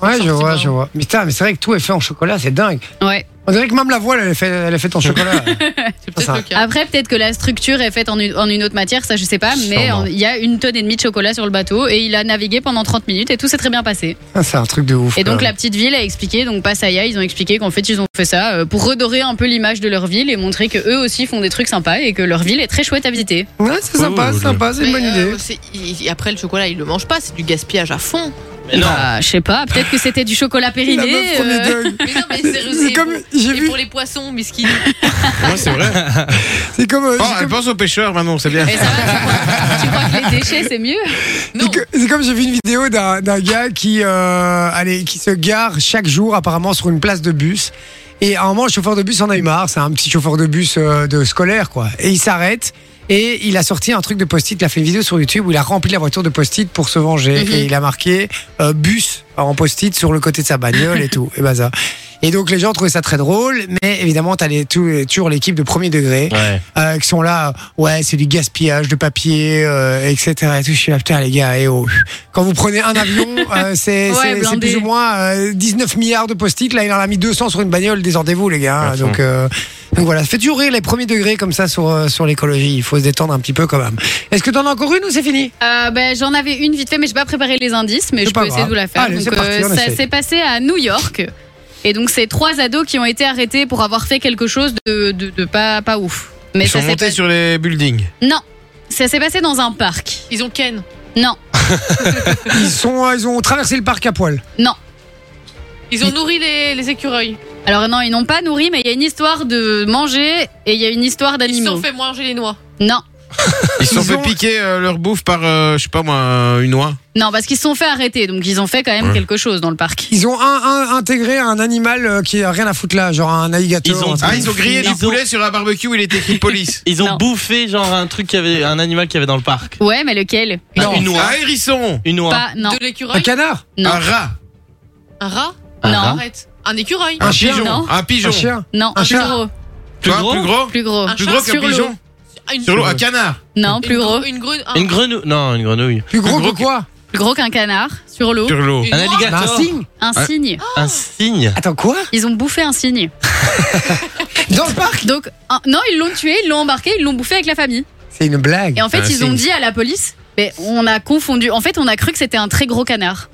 C: Ouais, je
F: Sorti
C: vois,
F: marron.
C: je vois. Mais putain, mais c'est vrai que tout est fait en chocolat, c'est dingue.
E: Ouais.
C: On dirait que même la voile, elle est faite, elle est faite en chocolat.
F: C'est peut-être
C: ça-
F: le cas.
E: Après, peut-être que la structure est faite en une, en une autre matière, ça je sais pas, mais
G: Sûrement.
E: en- il y a une tonne et demie de chocolat sur le bateau et il a navigué pendant 30 minutes et tout s'est très bien passé.
C: Ah, c'est un truc de ouf.
E: Et donc
C: quand
E: la petite ville a expliqué, donc Passaya, ils ont expliqué qu'en fait ils ont fait ça euh, pour redorer un peu l'image de leur ville et montrer que eux aussi font des trucs sympas et que leur ville est très chouette à visiter.
C: même. Ouais, c'est sympa, c'est
G: Cool.
C: sympa, c'est une bonne
F: Mais,
C: idée.
F: euh, c'est- il- il- après, le chocolat, il le mange pas, c'est du gaspillage à fond.
G: Mais non
E: Bah, je sais pas, peut-être que c'était du chocolat
C: la
E: périmé.
C: meuf
E: euh,
C: premier deuil.
F: Mais non, mais
C: C'est comme, j'ai
F: Et
C: vu,
F: pour les poissons, miskin.
D: Ouais, c'est vrai.
C: c'est comme, euh,
D: Oh,
C: j'ai
D: elle
C: comme-
D: pense aux pêcheurs, maintenant, c'est bien.
E: et ça va, tu crois, tu crois que les déchets c'est mieux
C: c'est
F: Non.
C: que- c'est comme j'ai vu une vidéo d'un d'un gars qui, euh, allez, qui se gare chaque jour apparemment sur une place de bus. Et à un moment, le chauffeur de bus en a eu marre. C'est un petit chauffeur de bus euh, de scolaire, quoi. Et il s'arrête. Et il a sorti un truc de post-it, il a fait une vidéo sur YouTube où il a rempli la voiture de post-it pour se venger.
E: Mhm.
C: Et il a marqué euh, bus en post-it sur le côté de sa bagnole et tout. Et ben ça. Et donc les gens trouvaient ça très drôle, mais évidemment, t'as les, tous- toujours l'équipe de premier degré
G: Ouais.
C: euh, qui sont là, euh, ouais, c'est du gaspillage de papier, euh, etc. Et tout. Je suis là, putain, les gars, et oh. Quand vous prenez un avion, euh, c'est
E: Ouais,
C: c'est- c'est
E: blindé.
C: plus ou moins euh, 19 milliards de post-it. Là, il en a mis 200 sur une bagnole, désordez-vous, les gars.
G: À fond.
C: Donc, euh, donc voilà, faites toujours rire les premiers degrés comme ça sur, euh, sur l'écologie. Il faut se détendre un petit peu quand même. Est-ce que t'en as encore une ou c'est fini
E: Euh, ben, J'en avais une vite fait, mais j'ai pas préparé les indices, mais
C: C'est
E: je
C: pas
E: peux essayer
C: grave.
E: de vous la faire.
C: Allez, c'est
E: donc, euh,
C: parti, on
E: ça
C: essaye.
E: s'est passé à New York. Et donc, c'est trois ados qui ont été arrêtés pour avoir fait quelque chose de, de, de pas, pas ouf. Mais
D: Ils sont
E: ça s'est
D: montés
E: pas-
D: sur les buildings.
E: Non, ça s'est passé dans un parc.
F: Ils ont Ken.
E: Non,
C: ils, sont, euh, ils ont traversé le parc à poil.
E: non.
F: Ils ont nourri les, les écureuils.
E: Alors, non, ils n'ont pas nourri, mais il y a une histoire de manger et il y a une histoire
F: Ils se sont
E: d'animaux.
F: fait manger les noix.
E: Non,
D: Ils se sont
C: Ils
D: fait
C: ont-
D: piquer euh, leur bouffe par, euh, je sais pas moi, euh, une oie.
E: non, parce qu'ils se sont fait arrêter, donc ils ont fait quand même
D: Ouais.
E: quelque chose dans le parc.
C: Ils ont un, un- intégré un animal euh, qui a rien à foutre là, genre un alligator.
G: Ils ont-
C: un truc.
D: Ah, ils ont grillé
G: Ils
D: du
G: ont-
D: poulet sur un barbecue, il était écrit police.
G: Ils ont
E: Non.
G: bouffé genre un truc qui avait un animal qui avait dans le parc.
E: Ouais, mais lequel
D: Bah, Ah,
G: Non. Une oie.
D: Un hérisson.
G: Une oie.
E: Pas, non,
F: De
C: Un
F: l'écureuil.
C: canard
E: non,
D: Un rat.
F: Un rat.
G: Un
E: non,
G: rat.
F: Arrête. Un écureuil.
C: Ah.
D: Un,
E: chien,
D: pigeon.
E: non
D: Un pigeon.
C: Un chien
E: non,
C: Un
E: plus
C: chat
E: gros,
D: Tu vois, plus gros
E: plus gros,
F: Un
D: Plus
F: chat
D: gros qu'un
E: sur l'eau.
D: pigeon.
F: Ah, Une-
D: Sur l'eau, un canard.
E: non,
F: une
E: plus
F: gre-
E: gros,
F: Une grenouille.
G: Une grenouille. Non, une grenouille.
C: Plus gros,
D: Plus gros
C: que quoi
E: plus gros qu'un canard, sur l'eau,
D: Sur l'eau.
F: Une
G: Un
F: oie.
C: Un
G: alligator.
C: signe
E: un
D: Ouais.
E: cygne.
G: Un cygne.
C: Attends, quoi
E: Ils ont bouffé un cygne.
C: Dans le parc
E: Donc, un- non, ils l'ont tué, ils l'ont embarqué, ils l'ont bouffé avec la famille.
C: C'est une blague.
E: Et en fait,
D: Un
E: ils ont
D: cygne.
E: dit à la police, mais on a confondu. En fait, on a cru que c'était un très gros canard.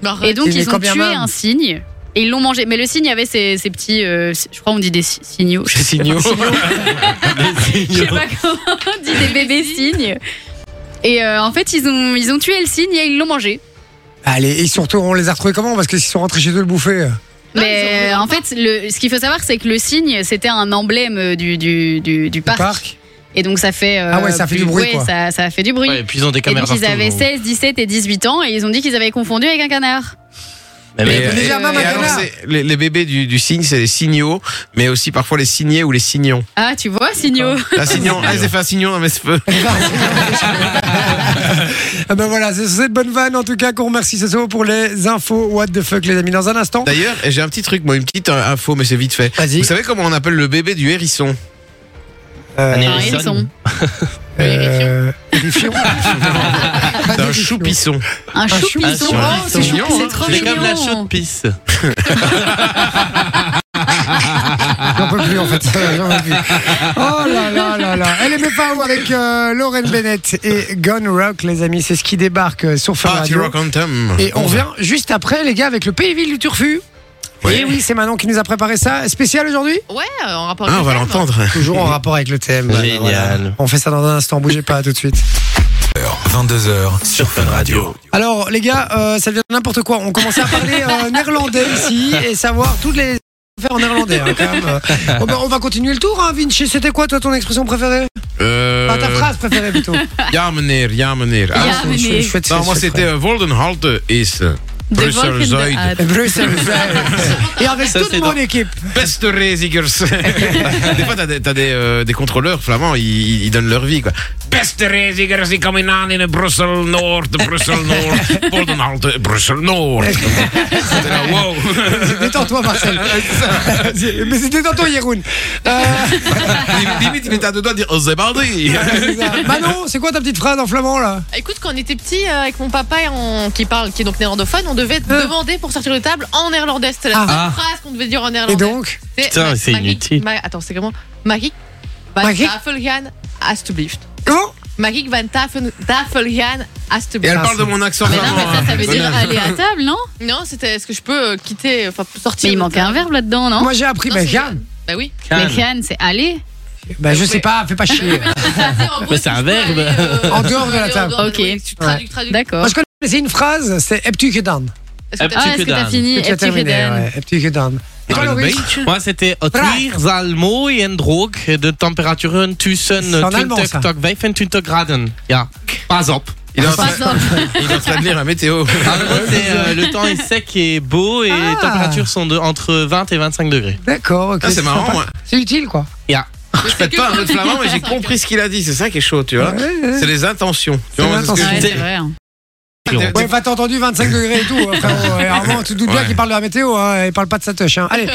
F: Mais Bah, arrête.
E: Et donc,
C: Mais
E: ils ont
C: combien
E: tué
C: même
E: un cygne et ils l'ont mangé. Mais le cygne avait ses, ses petits, euh, je crois, on dit des si- signaux. Je
D: C'est signaux.
E: je sais pas comment on dit des bébés cygnes. Et euh, en fait, ils ont, ils ont tué le cygne et ils l'ont mangé.
C: Allez, et surtout, on les a retrouvés comment Parce qu'ils sont rentrés chez eux le bouffer. euh,
E: Mais
F: Non,
E: euh,
F: ils ont-
E: en fait, le, ce qu'il faut savoir, c'est que le cygne, c'était un emblème euh, du, du, du, du
C: Le
E: parc. Et donc, ça fait. euh,
C: Ah ouais, ça fait du
E: plus-
C: bruit,
E: ouais,
C: quoi.
E: ça, ça fait du bruit.
G: Ouais, et puis ils ont des
E: Et
G: caméras
E: donc ils
G: partout,
E: avaient
G: gros.
E: 16, 17 et 18 ans et ils ont dit qu'ils avaient confondu avec un canard.
G: Mais
D: Et-
G: merde.
D: et-
C: Déjà, maman,
D: euh, et alors,
C: canard.
D: c'est- les, les bébés du, du cygne, c'est les signaux, mais aussi parfois les signés ou les signons.
E: Ah, tu vois, signaux.
D: La signon, ah, c'est fait un signon, ah, mais c'est feu.
C: Ah ben voilà, c'est sur cette bonne vanne en tout cas qu'on remercie Soso pour les infos. What the fuck, les amis, dans un instant.
D: D'ailleurs, j'ai un petit truc, moi, une petite euh, info, mais c'est vite fait.
C: Vas-y.
D: Vous savez comment on appelle le bébé du hérisson
C: Euh,
G: Un
E: Enfin, ils sont.
C: euh, Erifion.
D: C'est un choupisson.
E: Un
G: Un
E: choupisson.
G: choupisson.
E: Oh, c'est
D: C'est mignon,
E: choupi- c'est
D: hein.
E: trop
G: C'est
E: mignon.
G: comme la chaude pisse.
C: J'en peux plus en fait. J'en peux plus. Oh là là là là. Elle aimait pas où avec euh, Lauren Bennett et Gone Rock, les amis. C'est ce qui débarque euh, sur Fun
D: Party
C: Radio.
D: Ah, Rock Anthem.
C: Et on revient juste après, les gars, avec le pays ville du Turfu.
D: Ouais.
C: Et oui, c'est Manon qui nous a préparé ça. Spécial aujourd'hui
F: Ouais, euh, en rapport
D: Ah,
F: avec
D: on
F: le
D: va
F: thème.
D: l'entendre.
C: Toujours en rapport avec le thème.
G: Génial.
C: On fait ça dans un instant, bougez pas, à tout de suite.
B: 22h sur Fun Radio.
C: Alors, les gars, euh, ça devient n'importe quoi. On commençait à parler euh, néerlandais ici et savoir toutes les affaires en néerlandais. hein, quand même. Euh, bon, ben, on va continuer le tour, hein, Vinci. C'était quoi, toi, ton expression préférée
D: Euh,
C: Enfin, ta phrase préférée plutôt.
D: Jamener, jamener. Ah,
E: Ja,
C: je- je-
E: meneer.
C: je fais de-
D: Non,
C: je
D: moi,
C: fais de-
D: c'était euh, Voldenhalte is euh,
E: De
D: Brussels
E: Volk in the
D: Zoid.
C: euh,
E: Hat.
C: Bruxelles. Et avec
G: Ça,
C: toute
G: c'est
C: mon
G: dans-
C: équipe.
D: Beste Reisigers. des fois, t'as des, t'as des, euh, des contrôleurs flamands, ils, ils donnent leur vie, quoi. Beste Reisigers, die komen aan in Brussel Noord, Brussel Noord, Voldenhalte, Brussel Noord. C'était là, wow.
C: Détends-toi, Marcel. Mais c'était détends-toi, Yeroun. Euh,
D: Limite, il était à deux doigts de dire, oh, c'est mardi.
E: Ah,
C: C'est ça. Manon, c'est quoi ta petite phrase en flamand là
F: Écoute, quand on était petit, euh, avec mon papa et on- qui parle, qui est donc néerlandophone, on devait
C: Euh.
F: demander pour sortir de table en néerlandais. C'était la
C: Ah.
F: seule
G: Ah.
F: phrase qu'on devait dire en
C: Et
F: néerlandais.
C: donc
G: Putain,
F: ma-
G: c'est
F: Marie-
G: inutile.
F: Ma- Attends, c'est comment Marie van
C: Marie
F: Tafelgaan, alstublieft.
C: Comment
F: Marie van Tafen- Tafelgaan,
D: Et elle
F: alstublieft.
D: parle de mon accent
E: Mais non,
D: flamand.
E: mais ça, ça
D: hein.
E: veut dire euh, aller à table, non
F: Non, c'était est-ce que je peux euh, quitter, enfin sortir
E: Mais il
F: de-
E: manquait un verbe là-dedans, non
C: Moi j'ai appris,
F: Hein Non,
C: bah,
F: c'est-
C: Jeanne,
F: Bah oui.
E: Mais
G: Cannes.
E: Kian, c'est aller.
C: bah, je sais pas, fais pas chier.
F: En gros,
G: Mais Bah, c'est un
F: tu peux
G: verbe.
F: aller, euh,
C: En dehors de la
F: aller en
C: table.
F: dehors de-
E: Ok.
F: oui, Tu traduis, traduis.
E: D'accord.
C: Moi je connaissais une phrase, c'est Eptu Kedan.
F: Est-ce que t'as-
G: Ah,
E: Ah, est-ce que t'as
G: Eptukedan.
E: fini
C: Et tu as terminé, ouais. Eptu Kedan. Et toi,
D: Ah, le
C: Laurie
G: Moi, c'était het weer zal mooi en droog. De temperaturen tussen
C: C'est en allemand,
G: 20
C: ça.
G: tot 25 graden. Ja, pas op.
D: Il est en train-
E: Pas simple.
D: il est en train de lire la météo.
E: Ah,
D: Ah,
G: En gros, c'est, euh, le temps est sec et beau et
C: Ah.
G: les températures sont de, entre 20 et 25 degrés.
C: D'accord, ok.
D: Ah, c'est marrant, moi.
C: C'est utile quoi.
G: Ja.
D: Je pète pas un mot de flamand, mais j'ai compris ce qu'il a dit. C'est ça qui est chaud, tu vois. C'est les intentions. Tu
C: C'est
D: vois, c'est ce que
C: l'intention.
E: Ouais,
D: je dis.
E: c'est vrai. hein.
D: T'es-
C: Ouais, enfin, t'as entendu 25 degrés et tout, hein, frérot. Et Armand, tu te doutes bien
D: Ouais.
C: qu'il parle de la météo, hein, il parle pas de sa touche. Hein. Allez,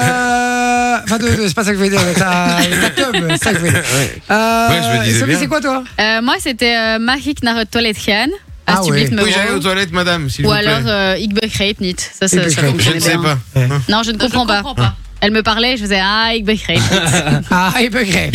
C: euh, enfin, de, de- c'est pas ça que je voulais dire, ta, ta tub, c'est ça que je voulais dire.
D: Ouais.
C: Euh,
D: Ouais, je me disais
C: Sophie,
D: bien.
C: c'est quoi toi
E: Euh, moi, c'était euh, Magic Naar het Toilet gaan. Als
C: Ah
E: je blieft
C: ouais.
E: me
D: Oui, j'allais
E: wou.
D: aux toilettes, madame, s'il
E: Ou
D: vous plaît.
E: alors euh, Ik begrijp niet. Ça,
C: Ik
E: ça, ça
C: begrijp
D: Je
E: fonctionnait
D: ne sais
E: bien.
D: pas.
E: Non, je ne comprends pas. Elle me parlait, je faisais Ah, ik begrijp.
C: Ah, il peut grève.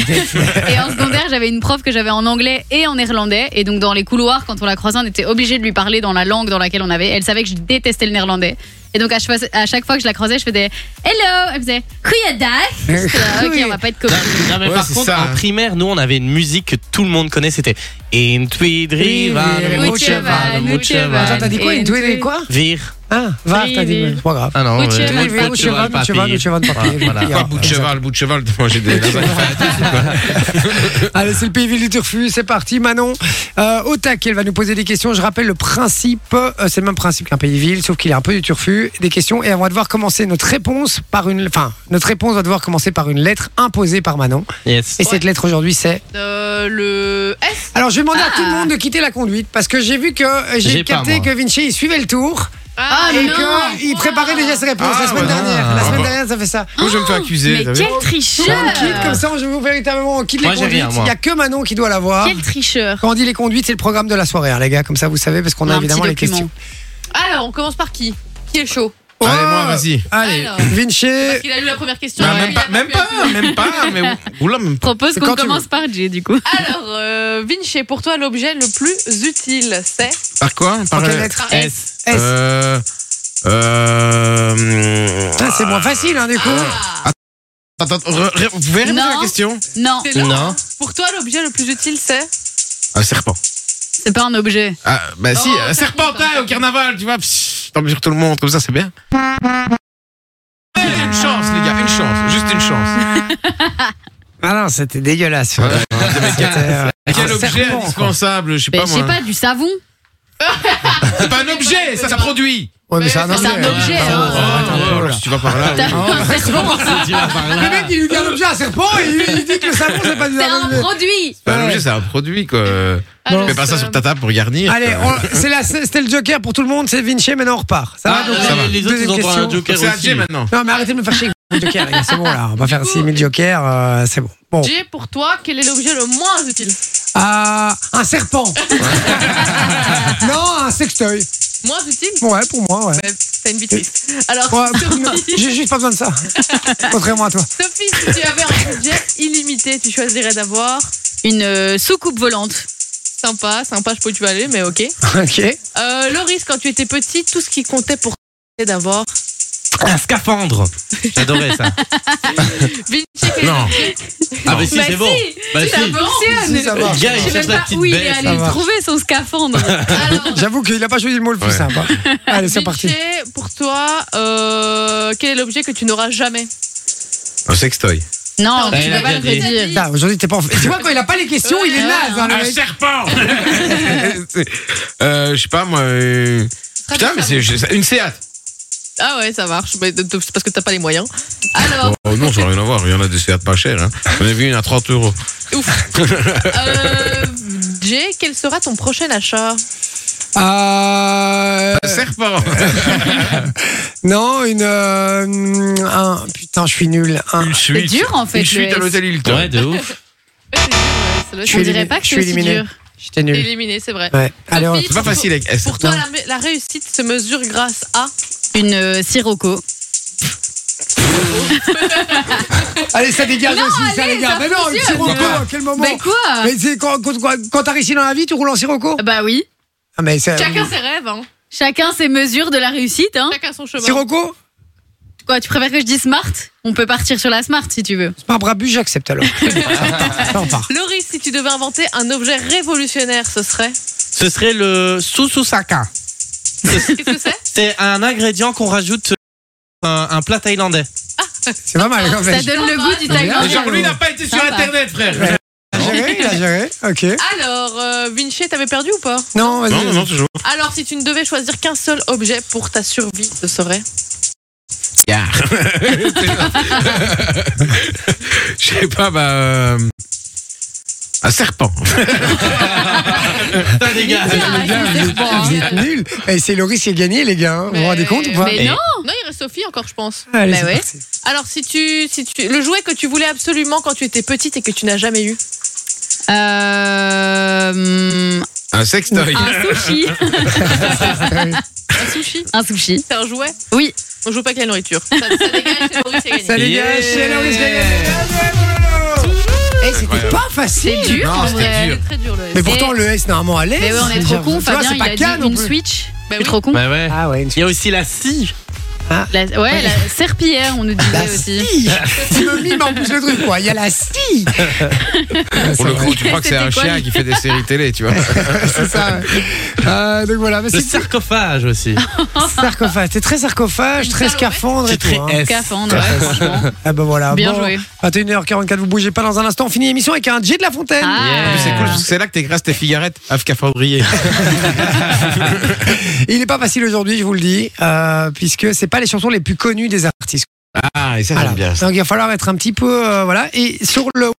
E: Et en secondaire, j'avais une prof que j'avais en anglais et en néerlandais. Et donc, dans les couloirs, quand on la croisait, on était obligé de lui parler dans la langue dans laquelle on avait. Elle savait que je détestais le néerlandais. Et donc, à chaque, fois- à chaque fois que je la croisais, je faisais Hello Elle faisait Goeiedag J'étais là, Ok, on va pas être
G: Non,
E: copains.
G: non, mais
D: Ouais,
G: par
D: c'est
G: contre,
D: ça, hein.
G: en primaire, nous, on avait une musique que tout le monde connaît, c'était In Tweed
C: Rivan,
G: Rivan,
C: Muchevan,
G: Muchevan,
C: Attends, t'as dit quoi
E: Et
C: Une douée,
E: douée.
C: quoi
G: Vir.
C: Ah, va, t'as dit.
E: Oui,
C: C'est pas grave.
G: Ah non,
E: Muchevan,
G: euh,
E: Muchevan,
G: Muchevan,
C: Muchevan,
G: Papille.
C: Muchevan, Papille.
G: Voilà.
D: Pas bout de cheval, bout de cheval. Moi, j'ai des lasagnes faillites.
C: Allez, c'est le pays du turfu, c'est parti. Manon, euh, au tac, elle va nous poser des questions. Je rappelle le principe, euh, c'est le même principe qu'un pays ville, sauf qu'il est un peu du turfu. Des questions, et on va devoir commencer notre réponse par une. Enfin, notre réponse va devoir commencer par une lettre imposée par Manon.
G: Yes.
C: Et cette lettre aujourd'hui, c'est.
F: Euh, le S.
C: Alors, je vais demander à tout le monde de quitter la conduite, parce que j'ai vu que euh, j'ai
G: J'ai pas,
C: capté
G: moi.
C: que Vinci, il suivait le tour,
F: Ah,
C: et
F: non.
C: qu'il préparait déjà ses réponses
D: Ah,
C: la semaine
D: voilà.
C: dernière. La
D: Ah,
C: semaine
D: bah.
C: dernière, ça fait ça.
D: Moi, je me fais accuser.
E: Mais
D: t'as vu
E: quel
C: On quitte comme
E: tricheur
C: ça, je vous véritablement, on quitte
G: Moi,
C: les
G: j'ai
C: conduites.
G: rien, moi.
C: Il n'y a que Manon qui doit l'avoir.
E: Quel tricheur
C: Quand on dit les conduites, c'est le programme de la soirée, hein, les gars, comme ça vous savez, parce qu'on a
E: Un
C: évidemment
E: petit
C: les
E: document.
C: questions.
F: Alors, on commence par qui Qui est chaud
D: Allez,
C: Oh,
D: moi, vas-y.
C: Allez,
F: Alors.
C: Vinci.
F: Parce qu'il a lu la première question.
D: Bah,
F: et
D: même
F: il a
D: pas, même
F: pu
D: pas, même pas, mais oula, même pas.
E: Propose
C: C'est
E: qu'on
C: quand tu
E: commence
C: veux.
E: par J, du coup.
F: Alors, euh, Vinci, pour toi, l'objet le plus utile, c'est
D: Par quoi Par
C: Par quelle
D: le-
C: lettre
G: S.
C: S.
D: Euh. Euh.
C: Putain, c'est
G: ah.
C: moins facile, hein, du coup.
E: Ah.
D: Attends, attends, re- re- vous pouvez répéter
E: Non.
D: la question
E: Non,
F: C'est long,
G: Non.
F: hein. Pour toi, l'objet le plus utile, c'est
D: Un serpent.
E: c'est pas un objet.
D: Ah, bah si,
F: Oh,
D: un
F: ça compte,
D: serpentin
F: ça.
D: au carnaval, tu vois. psst, T'en mesures tout le monde, comme ça, c'est bien. Ouais, Une chance, les gars, une chance, juste une chance.
C: Ah non, c'était dégueulasse. C'était, euh,
D: Quel
C: un
D: objet
C: serpent, quoi.
D: indispensable, je sais
E: Ben,
D: pas
E: je sais
D: moi.
E: pas, du savon
D: C'est pas un objet, ça, ça produit.
C: Ouais, mais c'est un
F: Mais
E: C'est
C: objet.
E: un objet,
C: hein.
E: hein.
D: Oh, oh, oh, si tu vas par là.
E: T'as-
D: oui.
G: Ah,
C: Le mec, il lui dit un objet, un serpent, et lui, il dit que le savon, c'est pas du
E: C'est un
C: objet.
E: produit
D: Bah,
C: Ouais.
D: L'objet, c'est un produit, quoi.
F: Ah,
D: Tu
F: je
D: mets pas ça
F: sais.
D: sur ta table pour garnir.
C: Allez,
D: quoi.
C: on- c'est la- c'était le joker pour tout le monde, c'est Vinci, maintenant on repart. Ça va donc euh,
D: ça va.
G: Ah, Les autres,
C: Deuxième
G: ils ont droit à
C: question.
G: un joker
D: C'est un
G: aussi.
D: J maintenant.
C: Non, mais arrêtez de me faire chier avec le joker, les gars, c'est bon là, on va faire 6000 jokers, euh, c'est bon. Bon.
F: J, pour toi, quel est l'objet le moins utile
C: Ah, un serpent. non, un sextoy.
F: Moins utile
C: Ouais, pour moi, ouais.
F: Ouais, T'as une vie triste. Alors,
C: Ouais.
F: Sophie,
C: J'ai juste pas besoin de ça. Contrairement à toi.
F: Sophie, si tu avais un budget illimité, tu choisirais d'avoir
E: Une euh, soucoupe volante.
F: Sympa, sympa, je sais pas où tu vas aller, mais ok.
C: Ok.
F: Euh, Loris, quand tu étais petit, tout ce qui comptait pour toi, c'était d'avoir.
G: Un scaphandre. J'adorais ça.
F: Vinci, quel
D: Non.
G: Ah, mais si,
E: Bah
G: c'est
E: si,
G: bon. Bah
E: Ça
G: si.
E: fonctionne
C: Si, ça va.
G: Le gars,
E: Je sais
G: il cherche
E: même
G: la
E: pas
G: petite
E: où il est
G: bête.
E: allé
C: ça va.
E: trouver son scaphandre.
F: Alors,
C: J'avoue qu'il a pas choisi le mot le plus
D: Ouais.
C: sympa. Allez, c'est parti.
F: Vinci, pour toi, euh, quel est l'objet que tu n'auras jamais
D: Un sextoy.
E: Non,
G: Elle
E: tu
G: a
E: peux pas le
G: bien dit.
E: redire.
C: Putain, Ah, Aujourd'hui, t'es pas en fait. Tu vois, quand il a pas les questions, il est naze, hein, le mec.
D: serpent euh, Je sais pas, moi. euh, Putain, mais c'est je- une Seat.
F: Ah ouais, ça marche, mais c'est parce que t'as pas les moyens. Alors,
D: Oh non, ça n'a rien à voir. Il y en a des Seat pas chères. Hein. J'en ai vu une à 30 euros.
F: euh, Jay, quel sera ton prochain achat
C: Euh,
D: Un serpent
C: non, une. euh, un, putain, je suis nul. Un,
D: Une
E: C'est
D: suite.
E: dur en fait.
D: Une suite
E: le
D: à
E: S.
D: l'hôtel Hilton.
G: Ouais, de ouf.
F: Je
C: suis
E: On
F: suis
E: dirait pas que
C: Je suis
E: c'est aussi
C: éliminé.
E: dur.
C: j'étais nul.
F: éliminé, c'est vrai.
C: Ouais. Allez, on-
F: Sophie,
D: C'est pas facile avec S.
F: Pour toi, la, la réussite se mesure grâce à.
E: Une euh, Sirocco.
C: allez, ça dégage aussi, ça
E: allez,
C: dégage.
E: ça
C: Mais non, le
E: fonctionne.
C: sirocco, à quel moment
E: Bah, Mais euh, quoi
C: Mais c'est quand, quand, quand, quand t'as réussi dans la vie, tu roules en sirocco
E: Bah oui.
C: Ah, mais c'est.
F: Chacun ses rêves, hein.
E: Chacun ses mesures de la réussite. Hein.
F: Chacun son chemin.
C: Sirocco
E: Quoi, tu préfères que je dise smart On peut partir sur la smart si tu veux.
C: C'est pas un brabu, j'accepte alors. Ça, on part.
F: Loris, si tu devais inventer un objet révolutionnaire, ce serait.
G: Ce serait le Sususaka.
F: Qu'est-ce que c'est
G: C'est un ingrédient qu'on rajoute à un, un plat thaïlandais.
C: C'est pas mal, quand
E: Ça
C: même.
E: donne le goût du
C: Ah,
E: thaïlandais.
C: Genre, lui, il n'a
D: pas été
E: sur
G: Ah,
E: Internet,
D: frère.
C: Il a géré, il a géré. Ok.
F: Alors, euh, Vinci, t'avais perdu ou pas
C: Non, vas-y.
D: Non, non, non, toujours.
F: Alors, si tu ne devais choisir qu'un seul objet pour ta survie, ce serait.
D: Gare. Je sais pas, bah. euh, Un serpent.
G: Putain, les gars.
C: Les gars, vous êtes- vous êtes nuls. Et c'est Loris qui a gagné, les gars. hein. Vous vous
F: Mais-
C: rendez compte ou pas Ah,
F: mais
D: Et-
F: non, non, il reste Sophie encore, je pense.
C: Allez,
F: Bah
C: c'est
F: ouais.
C: parti.
F: Alors, si tu, si tu, le jouet que tu voulais absolument quand tu étais petite et que tu n'as jamais eu.
E: hein. Euh, hum,
D: Un sextoy.
E: un sushi.
F: Un sushi,
E: un sushi.
F: c'est un jouet.
E: Oui.
F: On joue pas avec la nourriture. Ça, ça dégage, c'est Boris qui a gagné.
C: Ça, les gars,
G: Yeah.
C: chez Loris, les gars. Eh, c'était pas facile.
E: C'est dur
D: Non,
E: en
D: Ah, c'était
E: vrai.
D: dur.
F: Très dur le.
C: Mais pourtant, le S, normalement, à l'aise.
E: Mais ouais, on est trop con.
C: Tu vois,
E: Fabien,
C: c'est
E: il
C: pas
E: a
C: Cannes
E: dit
C: non
E: une
C: plus.
E: Switch.
F: Bah
E: c'est
F: oui.
E: trop con.
G: Bah ouais.
C: Ah ouais, une
G: Il y a aussi la scie.
E: La- ouais, la serpillière, on nous disait
C: La
E: aussi.
C: scie Tu me mimes en plus le truc, quoi. Il y a la scie
D: Pour le coup, tu crois que c'est un
E: C'était quoi,
D: chien qui fait des séries télé, tu vois.
C: C'est ça. ouais. Euh, donc voilà, mais
G: Le
C: c'est
G: sarcophage aussi.
C: sarcophage. C'est très sarcophage, très scaphandre et
G: C'est
C: tout.
G: très
C: hein.
G: F.
E: Scaphandre, ouais, franchement.
C: Ah bah voilà.
E: Bien
C: bon,
E: joué.
C: 21h44, vous bougez pas dans un instant. On finit l'émission avec un J de la Fontaine.
D: En plus,
E: Ah,
D: C'est cool, parce que c'est là que t'es grâce tes figarettes. Afka Fabrier.
C: Il est pas facile aujourd'hui, je vous le dis, euh, puisque c'est pas les chansons les plus connues des artistes.
D: Ah, et ça,
C: Voilà.
D: j'aime bien. ça.
C: Donc il va falloir être un petit peu euh, voilà. Et sur le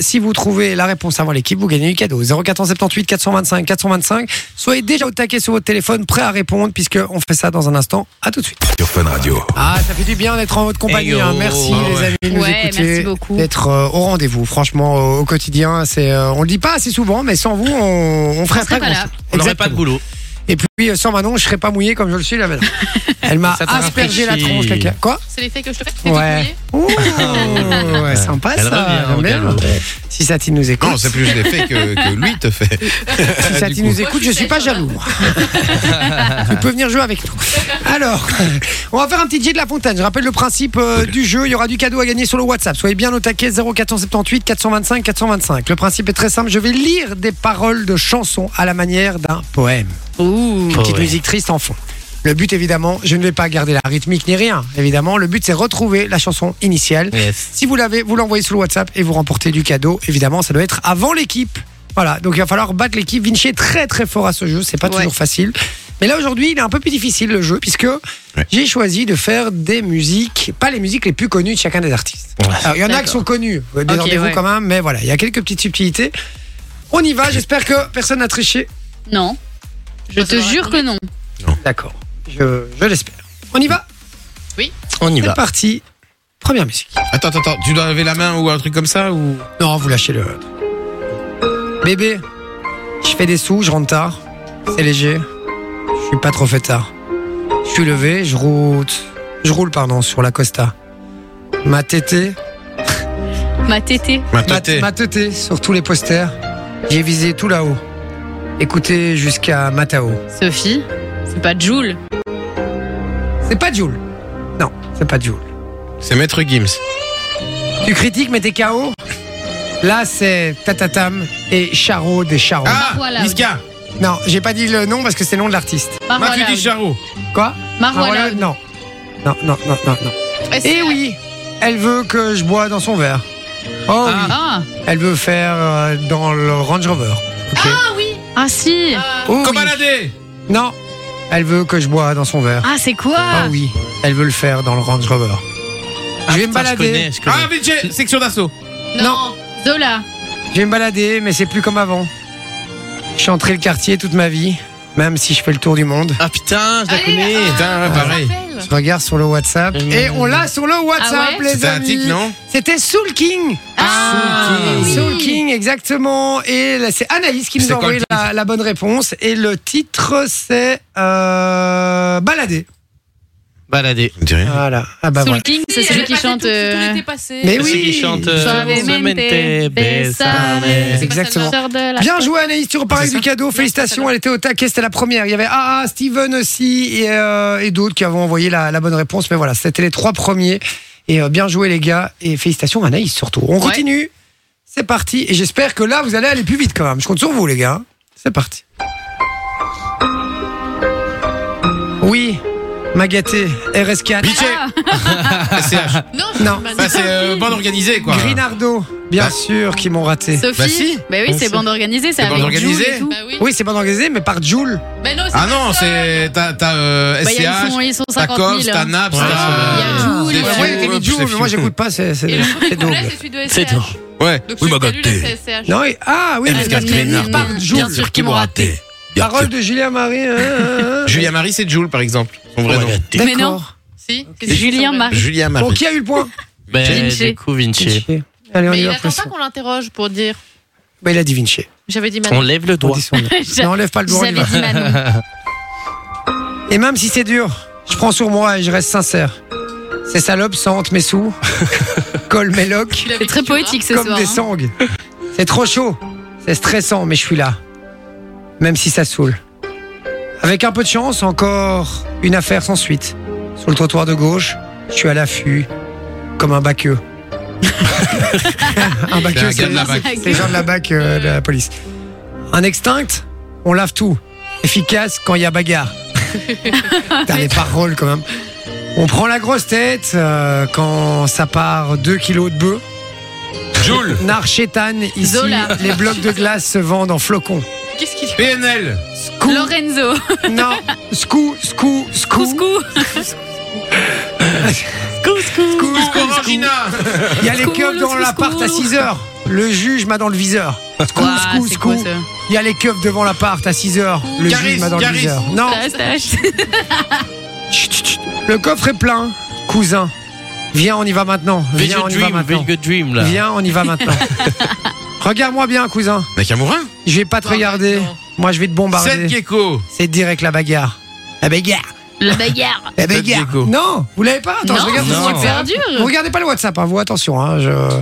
C: si vous trouvez la réponse avant l'équipe, vous gagnez du cadeau. 0478 425 425. Soyez déjà au taquet sur votre téléphone, prêt à répondre, puisque on fait ça dans un instant. À tout de suite.
B: Sur Fun Radio.
C: Ah, ça fait du bien d'être en votre compagnie.
G: Hey yo.
C: hein. Merci
G: Ah
C: les
G: ouais.
C: amis de nous
E: Ouais,
C: écouter,
E: merci beaucoup.
C: d'être euh, au rendez-vous. Franchement, euh, au quotidien, c'est euh, on le dit pas assez souvent, mais sans vous, on, on ferait
E: On serait pas là.
C: grand-chose.
G: On n'aurait pas de
C: Exactement.
G: boulot.
C: Et puis euh, sans Manon, je serais pas mouillé comme je le suis là maintenant. Elle m'a
G: Ça t'a
C: aspergé la
G: rafraîchi.
C: tronche. la ca- Quoi
F: C'est l'effet que je te fais.
C: Ouais. Ouh,
E: hein
C: ouais, sympa
G: Elle hein,
C: ça.
G: revient au
C: j'aime bien.
G: galop.
C: Si Satine nous écoute,
D: Non, c'est plus des faits que, que lui te fait.
C: si
D: Ah, Du
C: Satine
D: coup.
C: nous écoute, je suis pas jaloux. tu peux venir jouer avec nous. Alors, on va faire un petit jet de la fontaine. Je rappelle le principe euh, du jeu. Il y aura du cadeau à gagner sur le WhatsApp. Soyez bien au taquet 0478 425 425. Le principe est très simple. Je vais lire des paroles de chansons à la manière d'un poème. Une
E: Ouh.
C: petite
G: Oh ouais.
C: musique triste en fond. Le but, évidemment, je ne vais pas garder la rythmique ni rien. Évidemment, le but, c'est retrouver la chanson initiale.
G: Yes.
C: Si vous l'avez, vous l'envoyez sur le WhatsApp et vous remportez du cadeau. Évidemment, ça doit être avant l'équipe. Voilà, donc il va falloir battre l'équipe. Vinci est très très fort à ce jeu, c'est pas
F: Ouais.
C: toujours facile. Mais là aujourd'hui, il est un peu plus difficile le jeu, puisque j'ai choisi de faire des musiques, pas les musiques les plus connues de chacun des artistes. Alors, il y en a qui sont connues, euh, des
E: Ok,
C: rendez-vous
E: ouais.
C: quand même, mais voilà, il y a quelques petites subtilités. On y va, j'espère que personne n'a triché.
E: Non. Je te jure que non.
C: D'accord, je, je l'espère. On y va
G: On y
C: C'est parti. Première musique.
D: Attends, attends, attends, tu dois lever la main ou un truc comme ça ou.
C: Non, vous lâchez le. Bébé, je fais des sous, je rentre tard. C'est léger. Je suis pas trop fait tard. Je suis levé, je roule. Je roule, pardon, sur la Costa. Ma tétée.
E: Ma tétée.
C: Ma,
D: Maintenant, t'es.
C: ma tétée sur tous les posters. J'ai visé tout là-haut. Écoutez jusqu'à Matao.
E: Sophie. C'est pas Joule.
C: C'est pas Joule. Non, c'est pas Joule.
D: C'est Maître Gims.
C: Tu critiques, mais t'es KO Là, c'est Tatatam et Charo des Charo.
D: Ah,
E: voilà. Ah,
D: Niska.
C: Non, j'ai pas dit le nom parce que c'est le nom de l'artiste.
E: Marwa
D: Mathieu Di
E: Loud.
D: Charo.
C: Quoi
E: Marwa
C: Ah, voilà,
E: Loud.
C: non. Non, non, non, non, non. Eh oui, elle veut que je bois dans son verre. Oh oui,
E: Ah.
C: elle veut faire euh, dans le Range Rover.
F: Ah oui.
E: Ah si.
C: Oh oui.
D: Cobaladé.
C: Non, elle veut que je bois dans son verre.
E: Ah, c'est
C: Ah
E: quoi
C: oui, elle veut le faire dans le Range Rover. je vais me
G: Ah, Putain, je
C: balader,
G: connais, je connais.
D: Ah, Vinci, section d'assaut.
F: Non.
E: Zola.
C: je vais me balader, mais c'est plus comme avant. Je suis entré le quartier toute ma vie, même si je fais le tour du monde.
G: Ah putain, je la
F: Allez,
G: connais.
F: ah.
D: Putain, ouais, pareil.
C: Je regarde sur le WhatsApp et on l'a sur le WhatsApp,
E: Ah
C: les
D: C'était un
C: amis.
D: tic, non
C: C'était Soul King.
E: Ah, oui.
C: Soul King, exactement. Et là, c'est Anaïs qui
D: C'est
C: nous a
D: quoi
C: envoyé
D: le
C: la, la bonne réponse. Et le titre, c'est euh, Balader.
G: Balader.
D: On dirait.
C: Voilà. Ah bah
E: Soul
C: voilà.
E: King, c'est celui qui
F: bah,
E: chante. euh,
C: Mais
G: Ceux qui
C: oui.
G: chantent. euh,
D: euh,
E: Suavemente,
D: Ah,
E: besame.
F: C'est pas
C: Exactement.
E: Sors de la-
C: Bien joué Anaïs, tu repars avec du cadeau. Félicitations, elle était au taquet, c'était la première. Il y avait AA, Steven aussi et, euh, et d'autres qui avaient envoyé la, la bonne réponse. Mais voilà, c'était les trois premiers. Et euh, bien joué les gars. Et félicitations Anaïs surtout. On continue. C'est parti. Et j'espère que là, vous allez aller plus vite quand même. Je compte sur vous les gars. C'est parti. Oui, Magaté, RS4,
D: Bitché SCH.
F: Non,
C: Non.
F: je
D: Bah,
F: suis
D: c'est euh, bande organisée, quoi.
C: Grinardo, bien
D: Bah.
C: sûr, qui m'ont raté.
E: Sophie
D: Bah si.
E: Bah oui, c'est bande organisée, c'est
D: bande
E: avec
D: organisée.
E: Jules et tout.
F: Bah oui.
C: Oui, c'est pas organisé, mais par Joule.
F: Bah non, c'est
D: Ah
F: pas
D: non,
F: ça.
D: c'est. T'as t'as, euh,
E: Bah, il y a- ils
D: SCH,
E: sont, ils sont hein.
D: t'as
E: 50
D: Cops,
E: 000.
D: t'as Naps,
G: Ouais,
D: t'as.
E: Ah, c'est vrai. Il y a Joule,
D: des
E: il y a
D: Fuchs,
C: Ouais, il y avait
D: des
C: Joule, mais
D: Fuchs.
C: moi j'écoute pas, c'est c'est-
F: Et le
C: c'est
F: bruit
C: double.
F: complet, c'est celui de SCH.
G: C'est toi.
D: Ouais.
F: Donc
B: Oui,
F: celui
B: bah,
F: qui annule,
B: gâté.
F: c'est SCH.
C: Non, oui, ah oui,
E: Elvis
C: parce que
E: Grinard.
C: par
E: Bien
C: Joule.
E: sûr qu'ils m'ont raté.
C: Parole de Julien Marie. hein, hein, hein.
D: Julia Marie, c'est Jules, par exemple. Son
E: Oh
D: vrai nom.
E: Mais non.
C: D'accord.
F: Si.
E: C'est Julien Marie.
D: Julia Marie.
C: Bon, qui a eu le point
G: Mais
E: Vinci.
G: Ben, du coup, Vinci.
C: Allez, on
F: Mais
C: y
F: il
C: va.
F: attend
C: Pression.
F: pas qu'on l'interroge pour dire.
C: Bah, il a dit Vinci.
F: J'avais dit
G: On
F: maintenant.
G: lève le
C: On
G: doigt.
C: dit son nom.
E: J'a-
C: Non, enlève pas le doigt. on y
E: J'avais
C: va.
E: dit Manon.
C: Et même si c'est dur, je prends sur moi et je reste sincère. Ces salopes sentent mes sous, collent mes loques
F: Tu l'avais
E: C'est
F: dit,
E: très
F: tu vois.
E: poétique ce
C: comme
E: soir.
C: des
E: hein.
C: sangs. C'est trop chaud, c'est stressant, mais je suis là. Même si ça saoule. Avec un peu de chance, encore une affaire sans suite. Sur le trottoir de gauche, je suis à l'affût, comme un baqueux. un
D: C'est un
C: baqueux,
D: gars
C: c'est
D: de la BAC.
C: c'est les gens de la BAC, euh, de la police. Un extinct, on lave tout. Efficace quand il y a bagarre. T'as les paroles quand même. On prend la grosse tête euh, quand ça part 2 kilos de bœuf.
D: Jules.
C: Narchétane, ici,
E: Zola.
C: les blocs de glace se vendent en flocons.
F: Qu'est-ce qu'il
D: PNL.
E: Ah,
C: Scou,
E: Lorenzo,
C: non, scou, scou, scou,
E: couscous,
C: scou, scou.
D: Orangina.
C: Il y a les
E: Scou,
C: keufs dans
E: scou,
C: l'appart
E: scou.
C: à 6 heures. Le juge m'a dans le viseur. Scou, scou,
E: Ouah, Ah, c'est quoi
C: scou. Il y a les keufs devant l'appart à 6 heures. Le
D: Garis,
C: juge m'a dans le
D: Garis.
C: viseur. Non,
E: ça
C: chut, chut, chut. le coffre est plein. Cousin, viens, on y va maintenant.
G: Big
C: Viens, on y va
G: dream,
C: maintenant.
G: big dream là.
C: Viens, on y va maintenant. Regarde-moi bien, cousin.
D: Nakamura.
C: Je vais pas
E: Ah,
C: te regarder. Moi, je vais te
D: Seth
C: bombarder.
D: Gecko.
C: C'est direct la bagarre. La bagarre.
E: La bagarre.
C: Eh ben,
D: Faites
C: gars,
D: Diego.
C: Non, vous l'avez pas Attends,
E: non,
C: je regarde.
E: c'est
C: sur le
E: super
C: WhatsApp. Vous
E: dur.
C: regardez pas le WhatsApp, hein, vous, attention. hein, je-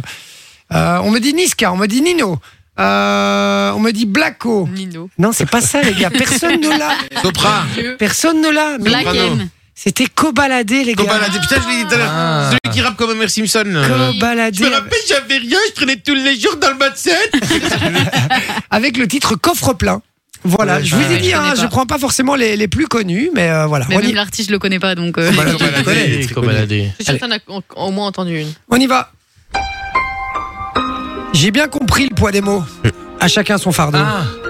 C: Euh, on me dit Niska, on me dit Nino, euh, on me dit Blacko.
F: Nino.
C: Non, c'est pas ça, les gars. Personne ne l'a.
E: Ah,
D: Sopra.
C: Personne ne l'a. Mais
E: Black
D: Bravo.
E: M.
C: C'était cobaladé, les gars.
D: Cobaladé. Putain, je l'ai dit tout à
E: Ah.
D: l'heure. Celui qui rappe comme Homer Simpson. Euh, Je
C: Cobaladé.
D: me rappelle, j'avais rien, je traînais tous les jours dans le bas de scène.
C: avec le titre Coffre plein. Voilà, je vous ai dit,
E: je connais
C: hein, je
E: pas.
C: prends pas forcément les, les plus connus, mais euh, voilà.
E: Mais
C: On
E: même
C: y,
E: l'artiste, je le connais pas donc. euh,
D: Cobaladé.
G: Cobaladé, Cobaladé.
F: Je suis sûre que t'en as au- au moins entendu une.
C: on y va. J'ai bien compris le poids des mots. À chacun son fardeau.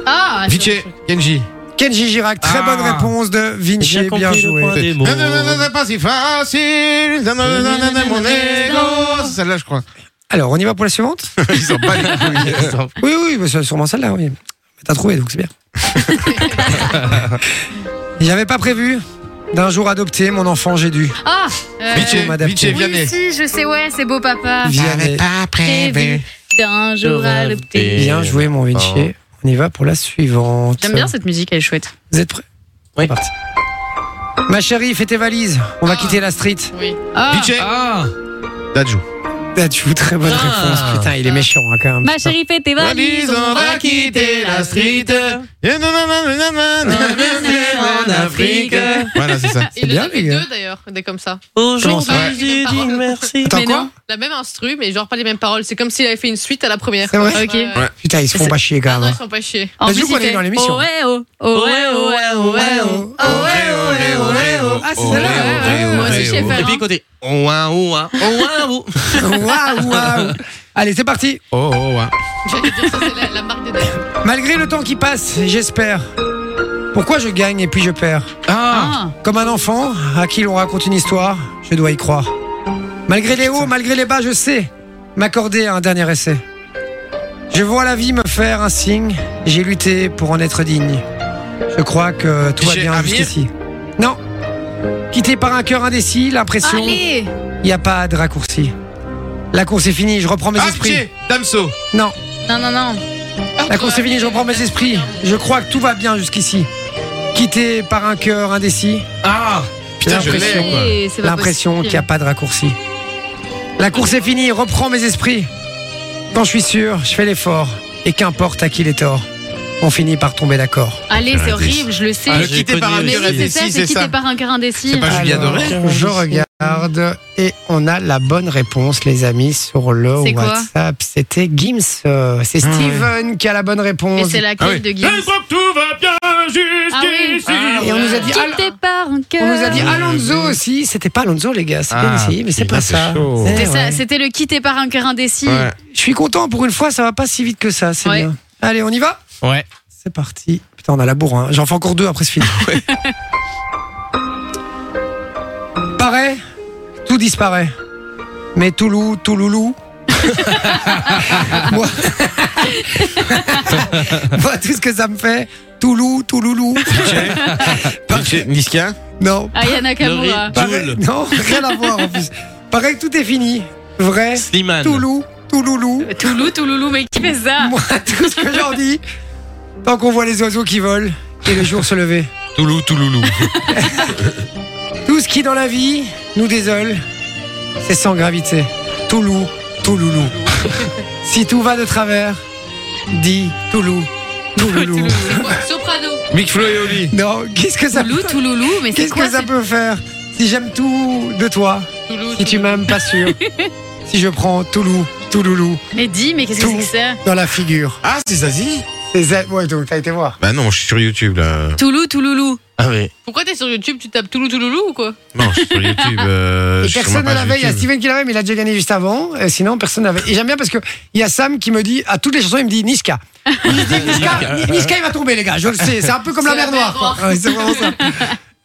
E: Ah, c'est-
D: Vichy. Kenji.
C: Kenji Girac, très
D: Ah.
C: bonne réponse de Vinci,
G: J'ai
C: bien,
G: compris le
C: joué.
G: point des mots.
D: Non, non, non, non, pas si facile. Non, non, non, non, non, non, mon ego. C'est celle-là, je crois.
C: Alors, on y va pour la suivante
D: Ils sont pas les couilles.
C: Oui, oui, mais c'est sûrement celle-là, oui. Mais t'as trouvé, donc c'est bien. J'avais pas prévu. D'un jour adopté, mon enfant, j'ai dû.
E: Ah, euh,
D: Vichy,
C: m'adapter.
D: Vichy,
E: Oui,
D: Vianney.
E: si, je sais, ouais, c'est beau papa.
C: Vianney.
D: pas
E: Prévu d'un jour à l'autre.
C: Bien joué, mon Vinci. On y va pour la suivante.
E: J'aime bien cette musique, elle est chouette.
C: Vous êtes prêts
G: Oui.
C: C'est parti. Ma chérie, fais tes valises. On va
F: Ah.
C: quitter la street.
F: Oui.
E: Ah,
D: Vichy.
G: Ah
D: Dadju.
C: Ah, tu fous très bonne
G: Ah.
C: réponse. Putain, il est méchant, hein, quand même.
E: ma chérie, fais tes valises.
D: on va quitter la street. Et
G: en Afrique.
D: Voilà, c'est ça.
F: Il
C: Eh bien,
F: en avait
C: les gars.
F: deux d'ailleurs, des comme ça.
C: Comment ça
G: Aujourd'hui,
F: Ouais.
G: j'ai dit merci.
C: Attends,
E: Mais
C: quoi
E: non.
F: La même instru, mais genre pas les mêmes paroles. C'est comme s'il avait fait une suite à la première.
C: C'est vrai
E: Ok.
F: Ouais.
C: Putain, ils se font pas chier,
F: Ah
C: quand
F: non,
C: même.
F: ils sont pas chiés.
E: En
C: Bah,
E: plus,
C: du coup,
E: il
C: on est
E: fait,
C: dans l'émission.
E: ohé, oh, ohé, ohé, ohé, ohé.
C: Ah, c'est celle-là.
E: Moi aussi, je sais
G: Et
E: faire.
G: puis
E: hein.
G: côté. Ouah, ouah, ouah, ouah.
C: Waouh, waouh. Allez, c'est parti.
D: Oh, oh, ouais.
F: J'allais dire ça, c'est la, la marque des dents.
C: Malgré le temps qui passe, j'espère. Pourquoi je gagne et puis je perds
E: Ah.
C: Comme un enfant à qui l'on raconte une histoire, je dois y croire. Malgré les hauts, malgré les bas, je sais m'accorder un dernier essai. Je vois la vie me faire un signe, j'ai lutté pour en être digne. Je crois que tout va
D: Chez
C: bien
D: Amir
C: jusqu'ici. Non. Quitté par un cœur indécis, l'impression,
E: Allez
C: il n'y a pas de raccourci. La course est finie, je reprends mes
D: Ah,
C: esprits.
D: Vichy. Damso.
C: Non.
E: Non, non, non.
C: La course est finie, je reprends mes esprits. Je crois que tout va bien jusqu'ici. Quitté par un cœur indécis,
G: Ah
D: Putain, je l'ai, quoi.
E: Allez, c'est pas
C: l'impression
E: possible.
C: qu'il n'y a pas de raccourci. La course est finie, reprends mes esprits. Quand je suis sûr, je fais l'effort. Et qu'importe à qui les torts. on finit par tomber d'accord.
E: Allez, c'est
D: indice.
E: horrible, je le sais.
G: Ah,
D: Le
G: j'ai
D: quitter par un
G: connu
E: mais
D: cœur
E: oui, c'est
D: indécis,
E: ça, c'est
D: c'est
E: quitté
D: ça.
E: par un cœur indécis.
D: C'est pas Julien
C: Alors,
D: Doré
G: Euh,
C: Je regarde et on a la bonne réponse, les amis, sur le
E: C'est quoi
C: WhatsApp. C'était Gims. euh,
G: Ah
C: C'est Steven qui a la bonne
E: Et
C: réponse.
E: c'est la
D: Ah oui.
E: crise de Guy.
D: tout va bien
E: Ah oui.
C: Et on nous a dit. Al-
E: Quitté par un cœur.
C: on nous a dit Alonso aussi, c'était pas Alonso les gars, c'est bien
G: Ah,
C: essayé, mais c'est
G: putain,
C: pas
G: c'est
C: ça.
G: chaud.
C: Eh
E: C'était
C: ouais.
E: ça, c'était le quitté par un cœur indécis.
D: Ouais.
C: Je suis content pour une fois, ça va pas si vite que ça, c'est
E: Ouais.
C: bien. Allez, on y va
G: Ouais.
C: C'est parti. Putain, on a la bourre, hein. j'en fais encore deux après ce film. Pareil, tout disparaît. Mais Toulou, Touloulou. moi... Moi, tout ce que ça me fait, Toulou, Touloulou.
D: Niska
C: Non,
E: Aya Nakamura.
C: pareil, non, rien à voir en plus. Pareil, tout est fini. Vrai,
G: Slimane.
C: Toulou, Touloulou.
E: Touloulou, Touloulou, mais qui fait ça
C: Moi, tout ce que j'en dis, tant qu'on voit les oiseaux qui volent et le jour se lever.
B: Toulou, Touloulou.
C: Tout ce qui dans la vie nous désole, c'est sans gravité. Toulou, Touloulou. si tout va de travers, dis Toulou, Touloulou.
F: Soprano.
D: Big Flo et Oli.
C: non, qu'est-ce que ça,
E: Touloulou, Touloulou, mais c'est
C: qu'est-ce
E: quoi
C: que ça
E: ce
C: peut faire Si j'aime tout de toi, si tu m'aimes, pas sûr. si je prends Toulou, Touloulou
E: Mais dis, mais qu'est-ce que c'est que ça
C: dans la figure.
D: Ah, c'est Zazie
C: C'est ça- Ouais, donc t'as été voir.
D: Bah non, je suis sur YouTube là.
E: Touloulou, Touloulou.
D: Ah oui.
F: Pourquoi t'es sur YouTube Tu tapes Touloulou Touloulou ou quoi
D: Non, je suis sur YouTube.
C: Et
D: euh, je suis sur
C: personne
D: ma
C: ne
D: page
C: l'avait. Il y a
D: YouTube.
C: Steven qui l'avait, mais il a déjà gagné juste avant. Et sinon, personne n'avait. Et j'aime bien parce que il y a Sam qui me dit à toutes les chansons, il me dit Niska. Il me dit Niska, Ni- Niska, il va tomber, les gars. Je le sais. C'est un peu comme la
F: C'est
C: mer
F: la
C: noire.
F: mer
C: quoi. Ouais, c'est vraiment ça.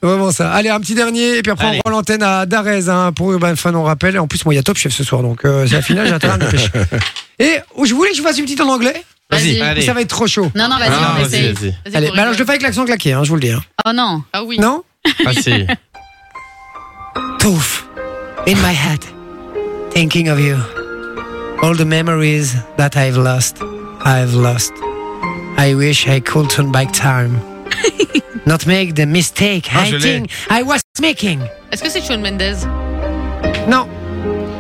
C: Vraiment ça. Allez, un petit dernier, et puis après
G: Allez.
C: on rend l'antenne à Darez hein, pour Urban Fun, on rappelle. En plus, moi, il y a Top Chef ce soir, donc euh, c'est la finale, j'ai intérêt à me dépêcher. Et oh, je voulais que je fasse une petite en anglais,
E: Vas-y.
C: mais
G: Allez.
C: ça va être trop chaud.
E: Non, non, vas-y,
G: Ah,
E: on
G: vas-y,
E: essaye.
G: vas-y.
F: Vas-y,
C: Allez,
F: pour
C: mais alors je
F: rigoler.
C: le fais avec l'accent claqué, hein, je vous le dis. hein.
E: Oh non.
F: Ah oui.
C: Non
G: Ah, si.
C: Poof, in my head, thinking of you. All the memories that I've lost, I've lost. I wish I could turn back time. Not make the mistake
D: Ah,
C: I
D: je l'ai.
C: think I was making.
F: Est-ce que c'est Shawn Mendes
C: Non,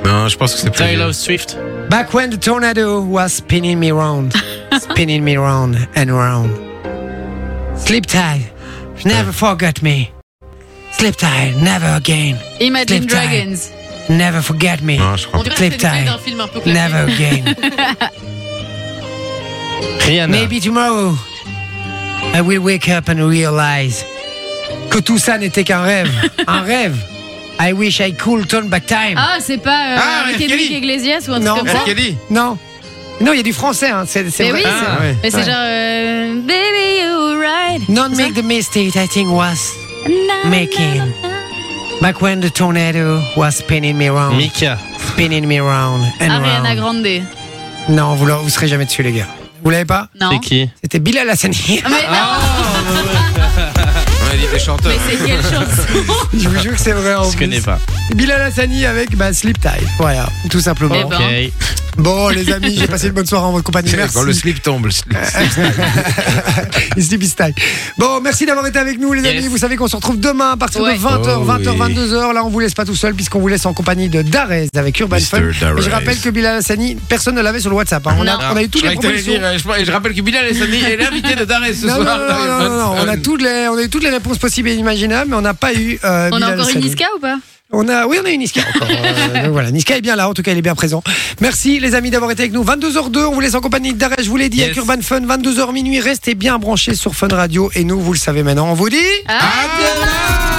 D: Non, je pense que c'est plus
G: Taylor Swift.
C: back when the tornado was spinning me round, spinning me round and round. Sleep tight, never forget me. Sleep tight, never again,
E: Imagine
C: Sleep time.
E: Dragons.
C: never forget me.
D: Non, je crois
F: On
D: pas.
F: dirait que
C: Clip
F: c'est une scène
C: time.
F: d'un film un peu classique.
C: Never again.
G: Rihanna.
C: Maybe tomorrow I will wake up and realize que tout ça n'était qu'un rêve. un rêve. I wish I could turn back time.
E: Ah, c'est pas euh,
D: Ah, R.
E: Kendrick
D: Kelly.
E: Iglesias ou un truc
C: Non.
E: comme
D: R.
E: ça
D: Kelly
C: Non. Non, il y a du français. Hein. C'est, c'est
E: Mais
C: vrai.
E: oui, c'est-
D: Ah, ouais.
E: Mais c'est genre euh, Baby you right
C: Not make the mistake I think was
E: Na,
C: making.
E: na,
C: Back when the tornado was spinning me round,
G: Mika.
C: spinning me round and
E: na. Ariana
C: round.
E: Grande.
C: Non, vous, l'aurez- vous serez jamais dessus, les gars. Vous l'avez pas
E: Non.
G: C'est qui
C: C'était Bilal Hassani.
E: Ah,
C: Ah,
E: Mais non,
D: On a dit des chanteurs.
E: mais c'est quelle chanson
C: Je vous jure que c'est vrai. En
G: Je connais
C: plus.
G: pas.
C: Bilal Hassani avec bah, Sleep Tight. Voilà, tout simplement.
E: Eh ben.
G: Ok.
C: Bon, les amis, j'ai passé une bonne soirée en votre compagnie.
D: C'est
C: Merci.
D: Quand le slip tombe, le slip.
C: Il se dit pistache. Bon, merci d'avoir été avec nous, les
G: Yes.
C: amis. Vous savez qu'on se retrouve demain à partir
E: Ouais.
C: de 20h,
D: Oh
C: 20h,
D: oui.
C: 22h. Là, on vous laisse pas tout seul puisqu'on vous laisse en compagnie de Darès avec Urban
D: Mr.
C: Fun.
D: Darès.
C: Et je rappelle que Bilal Hassani, personne ne l'avait sur le WhatsApp. hein. On, a, on a eu toutes
D: Je
C: les
D: croyais que t'allais
C: propositions.
D: dire, euh, je crois- et je rappelle que Bilal Hassani est l'invité de Darès ce
C: Non, non,
D: soir. Euh,
C: non, non, non, non, non. On, a toutes les, on a eu toutes les réponses possibles et imaginables, mais on n'a pas eu. euh,
E: On a
C: Bilal
E: encore une
C: Hassani.
E: Niska ou pas
C: On a, oui, on a eu Niska encore. Euh, donc voilà, Niska est bien là, en tout cas, il est bien présent. Merci, les amis, d'avoir été avec nous. 22h02, on vous laisse en compagnie de Darès, je vous l'ai dit,
G: Yes.
C: avec Urban Fun. 22h minuit, restez bien branchés sur Fun Radio. Et nous, vous le savez maintenant, on vous dit.
E: Ah,
D: Ah,